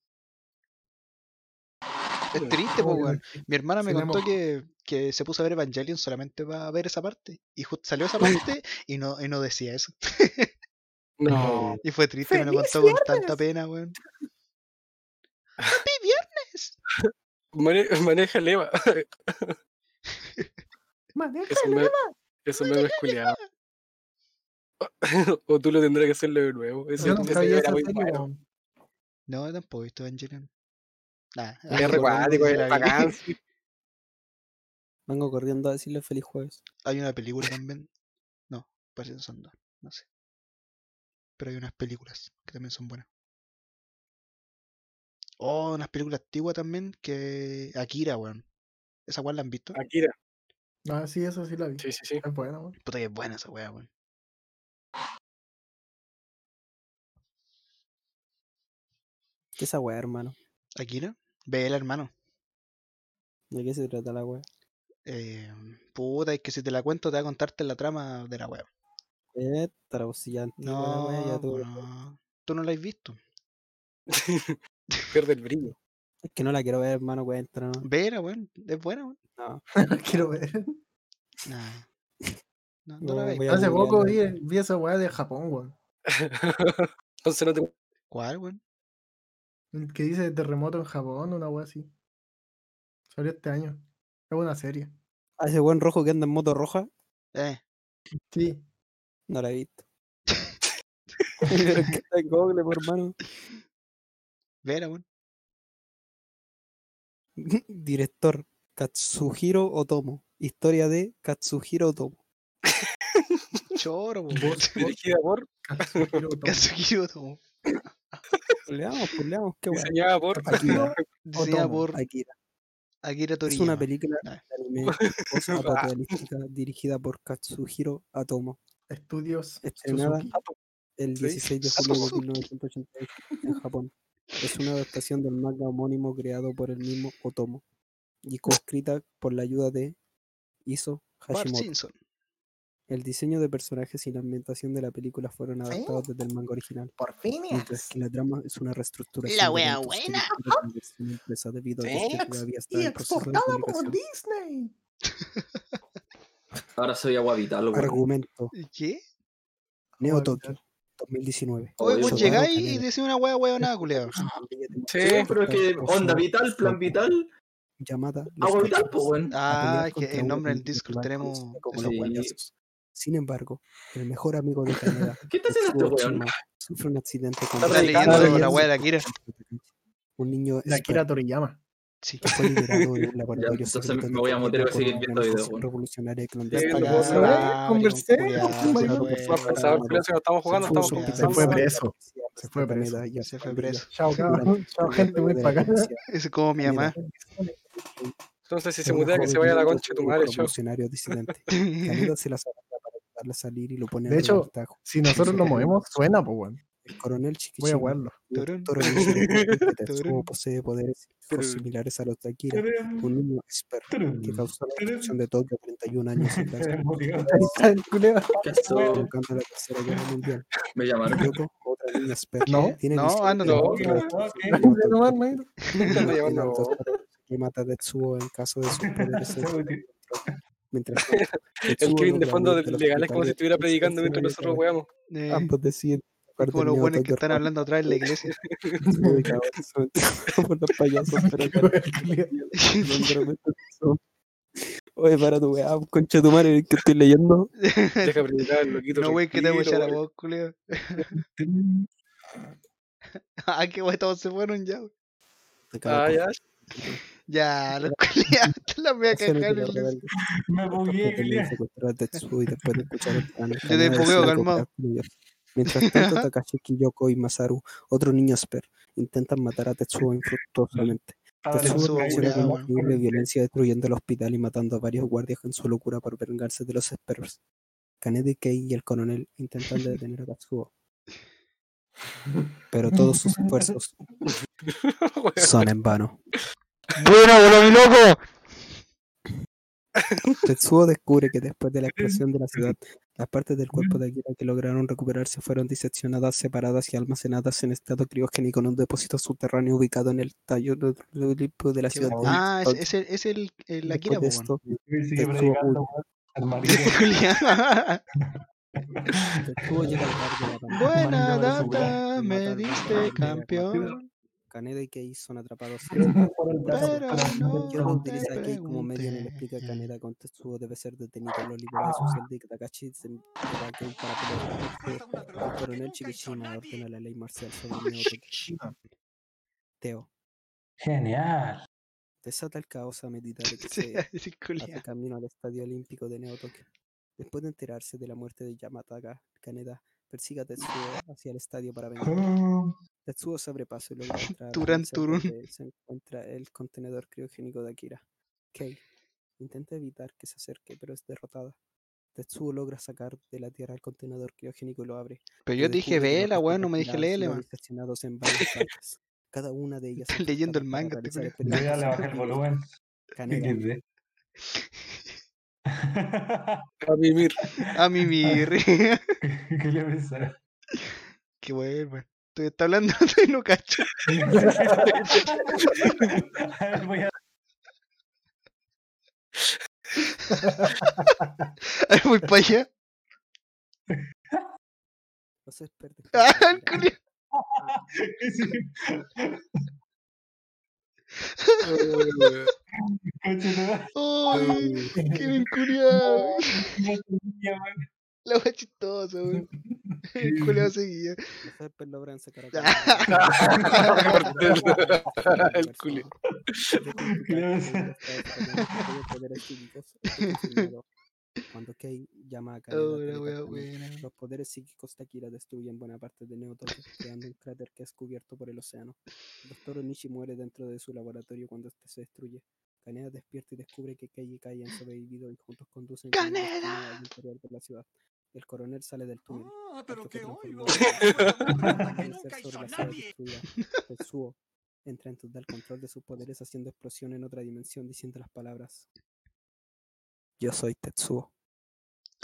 [SPEAKER 2] Es triste, pues, weón. Mi hermana me
[SPEAKER 5] Se la
[SPEAKER 2] contó
[SPEAKER 5] mojó.
[SPEAKER 2] que, que se puso a ver Evangelion solamente para ver esa parte. Y justo salió esa parte y no, y no decía eso.
[SPEAKER 6] No.
[SPEAKER 2] Y fue triste, me lo
[SPEAKER 5] ¡Feliz
[SPEAKER 2] contó con tanta pena, weón.
[SPEAKER 6] Mane- maneja el Eva.
[SPEAKER 5] Maneja
[SPEAKER 6] Eso me, eso me es culiado. o tú lo tendrás que hacerlo de nuevo. Ese,
[SPEAKER 5] Yo nunca
[SPEAKER 6] ese
[SPEAKER 5] vi
[SPEAKER 6] era
[SPEAKER 5] esa
[SPEAKER 6] muy
[SPEAKER 5] serie,
[SPEAKER 6] bueno.
[SPEAKER 5] weón.
[SPEAKER 2] No, yo tampoco he visto Evangelion. Nah,
[SPEAKER 6] Era re cuático, era bacán.
[SPEAKER 7] Vengo corriendo a decirle feliz jueves.
[SPEAKER 2] Hay una película también. No, parece que son dos, no sé. Pero hay unas películas que también son buenas. Oh, unas películas antiguas también que. Akira, weón. ¿Esa weón la han visto?
[SPEAKER 6] Akira.
[SPEAKER 5] Ah, sí, eso sí la vi.
[SPEAKER 6] Sí, sí, sí.
[SPEAKER 5] Es buena, weón.
[SPEAKER 2] Puta que es buena esa weá, weón.
[SPEAKER 7] ¿Qué esa weá, hermano?
[SPEAKER 2] Akira, vela, hermano.
[SPEAKER 7] ¿De qué se trata la weá?
[SPEAKER 2] Eh, puta, es que si te la cuento te va a contarte la trama de la weá.
[SPEAKER 7] Eh, trausilla antigua la weá, ya
[SPEAKER 2] No,
[SPEAKER 7] tú-
[SPEAKER 2] no. Tú no la has visto.
[SPEAKER 6] Pierde el brillo.
[SPEAKER 7] Es que no la quiero ver, hermano, cuenta, ¿no?
[SPEAKER 2] Vela, weón. Es buena, weón.
[SPEAKER 7] No,
[SPEAKER 5] Quiero ver.
[SPEAKER 2] Nah. No, no la
[SPEAKER 7] no,
[SPEAKER 2] veis.
[SPEAKER 7] voy a
[SPEAKER 5] Hace poco vi,
[SPEAKER 7] googlearla.
[SPEAKER 5] vi esa weá de Japón, weón.
[SPEAKER 6] Entonces no te.
[SPEAKER 2] ¿Cuál, weón?
[SPEAKER 5] El Que dice terremoto en Japón, una weá así. Salió este año. Es una serie.
[SPEAKER 7] A ese buen rojo que anda en moto roja,
[SPEAKER 2] Eh,
[SPEAKER 5] Sí.
[SPEAKER 7] no la he visto. Pero es que está en Google, por hermano.
[SPEAKER 2] vela, weón.
[SPEAKER 7] Director Katsuhiro Otomo. Historia de Katsuhiro Otomo.
[SPEAKER 2] Choro, weón.
[SPEAKER 6] Dirigida por.
[SPEAKER 5] Katsuhiro Otomo.
[SPEAKER 2] Katsuhiro Otomo.
[SPEAKER 7] Puleamos, puleamos, pues, qué weá.
[SPEAKER 6] Diseñada por.
[SPEAKER 7] Akira,
[SPEAKER 2] Diseñada
[SPEAKER 7] Otomo,
[SPEAKER 2] por
[SPEAKER 7] Akira.
[SPEAKER 2] Akira
[SPEAKER 7] Es
[SPEAKER 2] Toriyama.
[SPEAKER 7] una película de anime post apocalíptica dirigida por Katsuhiro Otomo.
[SPEAKER 5] Estudios.
[SPEAKER 7] Estrenada
[SPEAKER 5] Suzuki.
[SPEAKER 7] el
[SPEAKER 6] Sí,
[SPEAKER 7] 16 de julio de
[SPEAKER 2] Suzuki.
[SPEAKER 7] 1988 en Japón. Es una adaptación del manga homónimo creado por el mismo Otomo y coescrita por la ayuda de Iso
[SPEAKER 2] Bart
[SPEAKER 7] Hashimoto.
[SPEAKER 2] Simpson.
[SPEAKER 7] El diseño de personajes y la ambientación de la película fueron adaptados desde el manga original,
[SPEAKER 5] Por fin.
[SPEAKER 7] mientras que la trama es una reestructuración
[SPEAKER 8] La
[SPEAKER 7] de
[SPEAKER 8] wea
[SPEAKER 7] eventos que
[SPEAKER 8] buena.
[SPEAKER 7] ocurrieron en la versión impresa debido a que este todavía está
[SPEAKER 5] Y
[SPEAKER 7] en proceso de
[SPEAKER 5] exportada por
[SPEAKER 7] publicación.
[SPEAKER 5] Disney.
[SPEAKER 3] Ahora soy agua vital, weón.
[SPEAKER 7] Argumento.
[SPEAKER 2] ¿Qué?
[SPEAKER 7] Neo Tokio. 2019.
[SPEAKER 2] Hoy
[SPEAKER 7] Eso,
[SPEAKER 2] vos
[SPEAKER 7] claro,
[SPEAKER 2] llegáis
[SPEAKER 7] canela.
[SPEAKER 2] y decís una wea wea nada, culiao.
[SPEAKER 3] Sí, pero es que onda vital, plan vital.
[SPEAKER 7] Llamada.
[SPEAKER 3] Agua vital, pues, weón.
[SPEAKER 2] Ah, es que
[SPEAKER 7] contra
[SPEAKER 2] el
[SPEAKER 7] uno
[SPEAKER 2] nombre
[SPEAKER 7] en
[SPEAKER 2] del Discord tenemos.
[SPEAKER 7] como los guayazos. Sin embargo, el mejor amigo de Canela,
[SPEAKER 3] ¿Qué está haciendo
[SPEAKER 7] Tetsuo
[SPEAKER 3] este weón?
[SPEAKER 7] Chima, Sufre un accidente con
[SPEAKER 2] Está leyendo la wea de Akira.
[SPEAKER 7] un niño
[SPEAKER 5] De Akira
[SPEAKER 7] experto
[SPEAKER 5] Toriyama.
[SPEAKER 2] Sí.
[SPEAKER 7] que fue liberado de un laboratorio
[SPEAKER 3] Ya, entonces
[SPEAKER 7] secreto
[SPEAKER 3] me voy a
[SPEAKER 7] nuclear
[SPEAKER 3] mutear y voy
[SPEAKER 7] con
[SPEAKER 3] a seguir
[SPEAKER 7] una
[SPEAKER 3] viendo videos,
[SPEAKER 7] organización
[SPEAKER 3] weón.
[SPEAKER 7] revolucionaria
[SPEAKER 6] Sí,
[SPEAKER 7] clandestina.
[SPEAKER 6] no puedo saber,
[SPEAKER 7] Ah,
[SPEAKER 6] conversemos,
[SPEAKER 7] marico,
[SPEAKER 6] pues,
[SPEAKER 7] culiao,
[SPEAKER 6] marico.
[SPEAKER 7] por favor.
[SPEAKER 6] Pensaba que al final estamos jugando,
[SPEAKER 7] Fue
[SPEAKER 6] estamos
[SPEAKER 7] su-
[SPEAKER 6] conversando.
[SPEAKER 5] Se fue preso. Se fue preso.
[SPEAKER 7] Se
[SPEAKER 2] fue preso.
[SPEAKER 5] Chao, cabrón. Chao, gente. Voy para acá.
[SPEAKER 2] Ese es como mi mamá.
[SPEAKER 6] Entonces, si
[SPEAKER 7] Era
[SPEAKER 6] se
[SPEAKER 7] un
[SPEAKER 6] mudea, que
[SPEAKER 7] joven
[SPEAKER 6] se vaya a la
[SPEAKER 7] líder
[SPEAKER 6] concha de tu
[SPEAKER 7] un
[SPEAKER 6] madre, chao.
[SPEAKER 7] revolucionario disidente. Canela se las arregla para ayudarla a salir y lo pone en
[SPEAKER 5] De hecho,
[SPEAKER 7] libertad.
[SPEAKER 5] si nosotros nos movemos, suena, pues, weón.
[SPEAKER 7] El coronel
[SPEAKER 5] Voy a
[SPEAKER 7] Chiquichima,
[SPEAKER 5] jugarlo.
[SPEAKER 7] un toro disidente que Tetsuo posee poderes psíquicos similares a los de Akira, un niño experto que causó la destrucción de Tokio 31 años atrás, provocando la tercera guerra mundial.
[SPEAKER 3] Me llamaron.
[SPEAKER 7] Yoko, otra niña experta,
[SPEAKER 2] No,
[SPEAKER 7] tiene
[SPEAKER 2] no,
[SPEAKER 7] 17
[SPEAKER 2] anda, no,
[SPEAKER 7] años
[SPEAKER 2] que-
[SPEAKER 7] atrás,
[SPEAKER 4] que-
[SPEAKER 7] cuando
[SPEAKER 6] Anda,
[SPEAKER 7] Tiene
[SPEAKER 6] llamando.
[SPEAKER 7] altos ataques que mata a Tetsuo en caso de sus poderes. ser fuera de control. Mientras tanto,
[SPEAKER 6] El
[SPEAKER 7] Tetsuo
[SPEAKER 6] Kevin de
[SPEAKER 7] logra
[SPEAKER 6] fondo
[SPEAKER 7] huir
[SPEAKER 6] del
[SPEAKER 7] del
[SPEAKER 6] legal es como
[SPEAKER 7] hospital
[SPEAKER 6] si
[SPEAKER 7] de
[SPEAKER 6] estuviera predicando mientras
[SPEAKER 7] Tetsuo
[SPEAKER 6] nosotros weamos.
[SPEAKER 2] Eh,
[SPEAKER 7] Ambos deciden tocar
[SPEAKER 2] como
[SPEAKER 7] pues, del
[SPEAKER 2] los
[SPEAKER 7] neo
[SPEAKER 2] buenos que
[SPEAKER 7] Tokyo
[SPEAKER 2] están
[SPEAKER 7] Rampage,
[SPEAKER 2] hablando atrás en la iglesia.
[SPEAKER 7] ubica ahora sobre todo por los payasos, pero donde realmente son. Oye, para tu weá, pues, concha tu madre, que estoy leyendo.
[SPEAKER 6] Deja predicar el loquito.
[SPEAKER 2] No, wey, que te voy a echar
[SPEAKER 6] tranquilo,
[SPEAKER 2] a
[SPEAKER 6] weón.
[SPEAKER 2] vos, culeo. Ah, que wey, todos se fueron ya, wey.
[SPEAKER 6] Ah, ya.
[SPEAKER 2] Ya, los culiados, te la voy a
[SPEAKER 7] Hacer un
[SPEAKER 2] cagar.
[SPEAKER 7] tiro
[SPEAKER 2] el-
[SPEAKER 7] rebelde.
[SPEAKER 4] Me bugué,
[SPEAKER 7] Porque tenía
[SPEAKER 4] culiao.
[SPEAKER 7] secuestrado a Tetsuo y después de escuchar el plan,
[SPEAKER 2] te
[SPEAKER 7] Kaneda
[SPEAKER 2] fogueo,
[SPEAKER 7] decide
[SPEAKER 2] calmado.
[SPEAKER 7] cooperar con ellos. Mientras tanto, Takashi Kiyoko y Masaru, otro niño esper, intentan matar a Tetsuo infructuosamente.
[SPEAKER 4] Ah,
[SPEAKER 7] Tetsuo
[SPEAKER 2] Tetsuo,
[SPEAKER 7] reacciona con
[SPEAKER 2] culiao,
[SPEAKER 7] increíble violencia, destruyendo el hospital y matando a varios guardias en su locura por vengarse de los espers. Kaneda Kei y el coronel intentan detener a Tetsuo. Pero todos sus esfuerzos son en vano.
[SPEAKER 2] Bueno, bueno, mi loco.
[SPEAKER 7] Tetsuo descubre que después de la explosión de la ciudad, las partes del cuerpo de Akira que lograron recuperarse fueron diseccionadas, separadas y almacenadas en estado criogénico en un depósito subterráneo ubicado en el tallo de de la ciudad. de
[SPEAKER 2] Ah, es,
[SPEAKER 7] Tokio.
[SPEAKER 2] es el, es el, el Akira,
[SPEAKER 7] Después de
[SPEAKER 2] pues,
[SPEAKER 7] esto,
[SPEAKER 2] weón.
[SPEAKER 4] Y sigue
[SPEAKER 7] Tetsuo huye.
[SPEAKER 4] predicando, weón, al marido.
[SPEAKER 7] Tetsuo llega al bar de la pandemia.
[SPEAKER 2] Buena
[SPEAKER 4] Mandaba su weá.
[SPEAKER 2] data, me diste campeón.
[SPEAKER 7] Caneda y Kei son atrapados.
[SPEAKER 4] Gracias por el
[SPEAKER 7] Pero
[SPEAKER 4] dato, para no
[SPEAKER 7] Yo lo
[SPEAKER 2] no te
[SPEAKER 7] utilizaré aquí como medio en el explica
[SPEAKER 2] pregunté. Ah.
[SPEAKER 7] Caneda con Tetsuo debe ser detenido. Los liberados social de Takashi se enviarán que para pelear con Tetsuo. El coronel Chikishima ordena la ley marcial sobre el Neo Tokio. Teo
[SPEAKER 4] Genial.
[SPEAKER 7] desata el caos a medida de que
[SPEAKER 2] Sí,
[SPEAKER 7] se
[SPEAKER 2] sí,
[SPEAKER 7] hace
[SPEAKER 2] culiao.
[SPEAKER 7] camino al Estadio Olímpico de Neo Tokio. Después de enterarse de la muerte de Yamataka, Kaneda persigue a Tetsuo hacia el estadio para vengarlo.
[SPEAKER 4] Ah,
[SPEAKER 7] Tetsuo sobrepasa y logra entrar a la
[SPEAKER 2] Turán,
[SPEAKER 7] mansión
[SPEAKER 2] turún.
[SPEAKER 7] donde se encuentra el contenedor criogénico de Akira. Kei intenta evitar que se acerque, pero es derrotada. Tetsuo logra sacar de la tierra el contenedor criogénico y lo abre.
[SPEAKER 2] Pero
[SPEAKER 7] pero
[SPEAKER 2] yo te dije
[SPEAKER 7] descubre que los
[SPEAKER 2] vela,
[SPEAKER 7] restos
[SPEAKER 2] weón, no me dije
[SPEAKER 7] respirados
[SPEAKER 2] lele,
[SPEAKER 7] fueron
[SPEAKER 2] man.
[SPEAKER 7] diseccionados en varias partes. Cada una de ellas.
[SPEAKER 2] Estoy leyendo el
[SPEAKER 7] cortadas
[SPEAKER 2] manga,
[SPEAKER 7] para
[SPEAKER 2] este
[SPEAKER 7] realizar
[SPEAKER 4] Yo ya
[SPEAKER 7] experimentos
[SPEAKER 4] le bajé el
[SPEAKER 7] científicos.
[SPEAKER 4] volumen.
[SPEAKER 7] Kaneda
[SPEAKER 4] XD.
[SPEAKER 6] A vivir.
[SPEAKER 2] A Ah, mi mirri.
[SPEAKER 4] ¿Qué le pensaba?
[SPEAKER 2] Qué bueno, weón. Estoy está hablando, estoy no cacho.
[SPEAKER 4] A ver, voy a
[SPEAKER 2] Ay, voy para allá.
[SPEAKER 7] Los expertos después
[SPEAKER 2] Ah,
[SPEAKER 7] de
[SPEAKER 2] el
[SPEAKER 7] retirar-
[SPEAKER 2] culiao. Ay, qué bien culiao. La wea chistosa, weón. El culiao seguía.
[SPEAKER 7] Los expertos logran sacar a
[SPEAKER 6] El culo.
[SPEAKER 7] Cuando Kei llama a Kaneda
[SPEAKER 2] Oh,
[SPEAKER 7] para
[SPEAKER 2] la wea
[SPEAKER 7] departamento,
[SPEAKER 2] buena.
[SPEAKER 7] los poderes psíquicos de Akira destruyen buena parte de Neo Tokio, creando un cráter que es cubierto por el océano. El doctor Onishi muere dentro de su laboratorio cuando este se destruye. Kaneda despierta y descubre que Kei y Kai han sobrevivido y juntos conducen con ellos
[SPEAKER 2] ¡Kaneda!
[SPEAKER 7] Kaneda al interior de la ciudad. El coronel sale del túnel.
[SPEAKER 13] Ah,
[SPEAKER 7] Al
[SPEAKER 13] pero
[SPEAKER 7] que
[SPEAKER 13] que
[SPEAKER 7] fue
[SPEAKER 13] oigo.
[SPEAKER 7] transformado
[SPEAKER 13] Una
[SPEAKER 7] en un
[SPEAKER 13] que
[SPEAKER 7] amanecer
[SPEAKER 13] nunca
[SPEAKER 7] sobre
[SPEAKER 13] hizo
[SPEAKER 7] la ciudad
[SPEAKER 13] nadie.
[SPEAKER 7] destruida. Tetsuo entra en total control de sus poderes haciendo explosión en otra dimensión diciendo las palabras. Yo soy Tetsuo.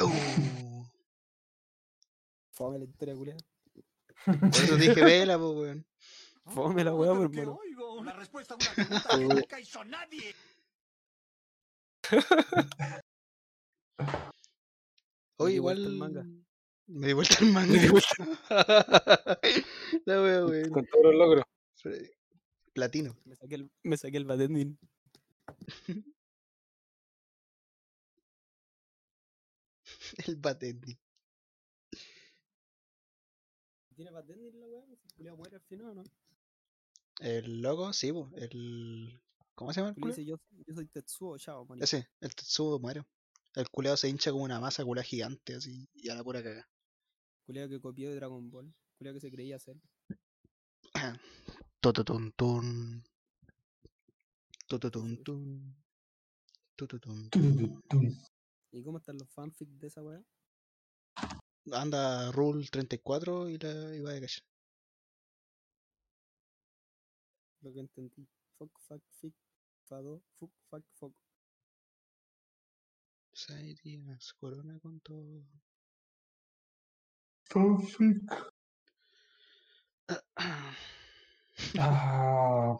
[SPEAKER 2] Uh,
[SPEAKER 7] Fome la historia, culiao.
[SPEAKER 2] por eso dije vela, po, weón.
[SPEAKER 7] Fome la weá,
[SPEAKER 13] pero que
[SPEAKER 7] hermano.
[SPEAKER 13] oigo. La respuesta a una pregunta que nunca hizo nadie.
[SPEAKER 2] Oye,
[SPEAKER 7] Oye, igual
[SPEAKER 2] igual.
[SPEAKER 7] está el manga.
[SPEAKER 2] Me di vuelta el manga. Me di vuelta. La wea, wey.
[SPEAKER 6] Con todos los logros.
[SPEAKER 2] Fre- Platino.
[SPEAKER 7] Me saqué el, me saqué el Badendin.
[SPEAKER 2] El batendi.
[SPEAKER 7] ¿Tiene Badendin la weá? ¿Se culiao muere al final o no?
[SPEAKER 2] El logo, sí, po, el. ¿Cómo se llama el
[SPEAKER 7] Culiao
[SPEAKER 2] culo?
[SPEAKER 7] dice, yo, yo soy Tetsuo, chao, man.
[SPEAKER 2] Ese, el Tetsubo Mario. El culeado se hincha como una masa culea gigante, así, y a la pura caga.
[SPEAKER 7] Culiao que copió de Dragon Ball. Culiao que se creía hacer.
[SPEAKER 2] Tototun. Tototun. Tototun.
[SPEAKER 7] ¿Y cómo están los fanfics de esa weá?
[SPEAKER 2] Anda Rule 34 y la y va de calle.
[SPEAKER 7] Lo que entendí. Fuck, fuck, fic, fado, fuck, fuck, fuck.
[SPEAKER 2] Saidinas, corona con todo.
[SPEAKER 4] Ah,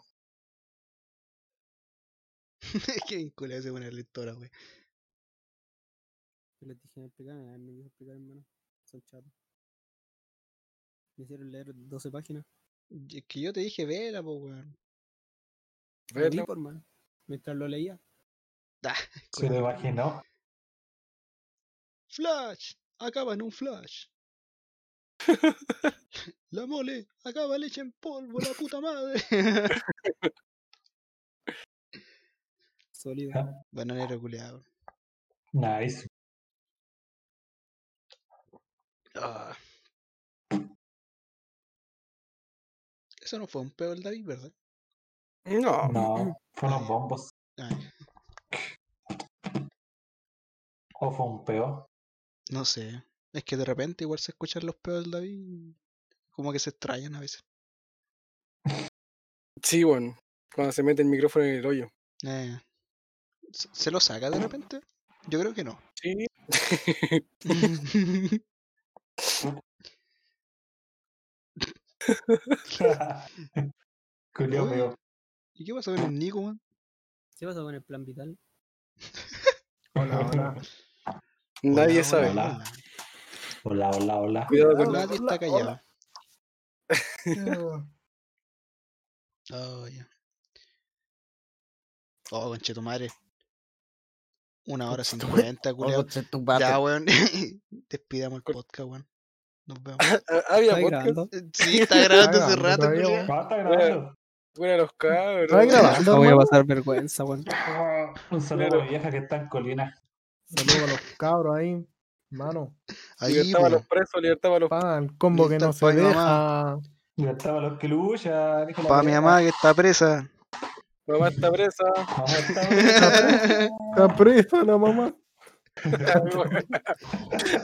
[SPEAKER 2] Qué vinculado ese buena lectora, wey.
[SPEAKER 7] Yo les dije, explicarme, me dijo explicar, hermano. Son chatos. Me hicieron leer 12 páginas.
[SPEAKER 2] Y Es que yo te dije, vela, po, weón.
[SPEAKER 7] Lo leí, por man. Mientras lo leía.
[SPEAKER 4] se lo imaginó.
[SPEAKER 2] Flash, acaba en un flash. la mole, acaba leche en polvo, la puta madre.
[SPEAKER 7] Sólido.
[SPEAKER 2] Bananero culeado.
[SPEAKER 4] Nice.
[SPEAKER 2] Ah. Eso no fue un pedo el David, ¿verdad?
[SPEAKER 6] No.
[SPEAKER 4] No, fueron bombos.
[SPEAKER 2] Ay,
[SPEAKER 4] O fue un peo.
[SPEAKER 2] no sé. Es que de repente igual se escuchan los pedos del David. y Como que se extrañan a veces.
[SPEAKER 6] Sí, bueno. Cuando se mete el micrófono en el hoyo.
[SPEAKER 2] Eh, ¿se- ¿Se lo saca de repente? Yo creo que no.
[SPEAKER 6] Sí.
[SPEAKER 4] Culiao
[SPEAKER 2] Oye,
[SPEAKER 4] peo.
[SPEAKER 2] ¿Y qué pasó con el Nico, man?
[SPEAKER 7] ¿Qué pasa con el plan vital?
[SPEAKER 4] Hola, hola.
[SPEAKER 6] Nadie
[SPEAKER 2] Hola,
[SPEAKER 6] sabe.
[SPEAKER 2] hola,
[SPEAKER 4] Hola, hola, hola. hola.
[SPEAKER 6] Cuidado con la...
[SPEAKER 2] Nadie está callado. Oh, ya. Oh, conchetumare. Una hora cincuenta, culiao. Ya, weón. Despidamos el podcast, weón. Nos vemos.
[SPEAKER 6] Ah, Había
[SPEAKER 7] ¿Estás
[SPEAKER 6] podcast.
[SPEAKER 7] grabando?
[SPEAKER 2] Sí, está grabando hace
[SPEAKER 5] grabando
[SPEAKER 2] rato,
[SPEAKER 5] todavía,
[SPEAKER 2] culiao.
[SPEAKER 5] weón.
[SPEAKER 4] Ah, está grabando.
[SPEAKER 6] Buena los cabros.
[SPEAKER 5] ¿Estás grabando?
[SPEAKER 7] voy a
[SPEAKER 5] hermano?
[SPEAKER 7] pasar vergüenza, weón.
[SPEAKER 4] Ah, Un saludo a mi vieja que está en Colina.
[SPEAKER 5] Saludos a los cabros ahí, mano.
[SPEAKER 2] Ahí,
[SPEAKER 6] Libertad para los
[SPEAKER 2] weón.
[SPEAKER 7] pues.
[SPEAKER 6] presos, libertad para los
[SPEAKER 5] Pa, el combo que
[SPEAKER 2] Listo,
[SPEAKER 5] no se
[SPEAKER 2] pa' mi
[SPEAKER 5] deja.
[SPEAKER 2] mamá.
[SPEAKER 4] Ya estaba los que luchan. dijo la
[SPEAKER 2] Pa' mi
[SPEAKER 4] Colina.
[SPEAKER 2] mamá que está presa.
[SPEAKER 6] Mamá está presa.
[SPEAKER 4] Mamá está presa.
[SPEAKER 5] Está presa la mamá.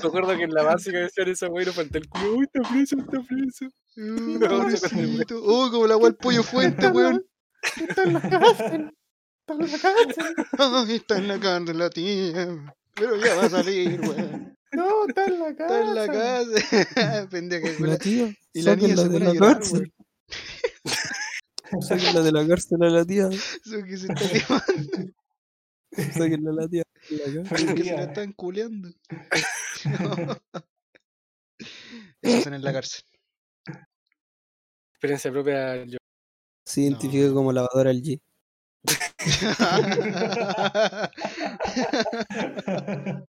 [SPEAKER 6] Recuerdo que en la básica decían esa wey, nos faltó el culo. Uy, está preso, está preso.
[SPEAKER 2] Uh, pobrecito. Oh, como la weá el pollo fuente, weón. Ay, está en la cárcel la tía. Pero ya va a salir, weón.
[SPEAKER 5] No, está en la
[SPEAKER 2] Está en la
[SPEAKER 5] casa.
[SPEAKER 2] casa. Pendeja,
[SPEAKER 7] No,
[SPEAKER 2] culiao.
[SPEAKER 7] tío.
[SPEAKER 2] Y la niña
[SPEAKER 7] sáquenla
[SPEAKER 2] se
[SPEAKER 7] de
[SPEAKER 2] pone a
[SPEAKER 7] la
[SPEAKER 2] llorar,
[SPEAKER 7] cárcel.
[SPEAKER 2] weón.
[SPEAKER 7] Sáquenla de la cárcel a la tía.
[SPEAKER 2] Eso que se está quemando,
[SPEAKER 7] Sáquenla a la tía. de la cárcel.
[SPEAKER 4] Feliz
[SPEAKER 2] que se la
[SPEAKER 4] día.
[SPEAKER 2] están culeando. Eso hacen en la cárcel.
[SPEAKER 6] Experiencia propia. Yo.
[SPEAKER 7] Se identifica como lavadora al G.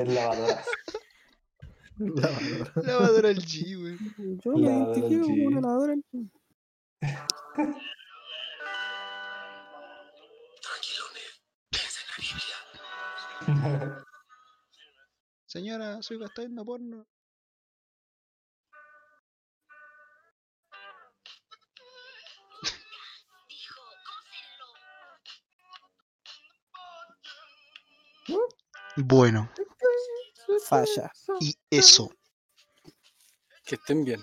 [SPEAKER 4] Es lavadora.
[SPEAKER 2] Lavadora al G, güey.
[SPEAKER 7] Yo
[SPEAKER 4] me Lavadora al identifico como una G.
[SPEAKER 7] lavadora al
[SPEAKER 2] Señora, su hija está viendo porno. Bueno,
[SPEAKER 7] Falla.
[SPEAKER 2] y eso.
[SPEAKER 6] Que estén bien.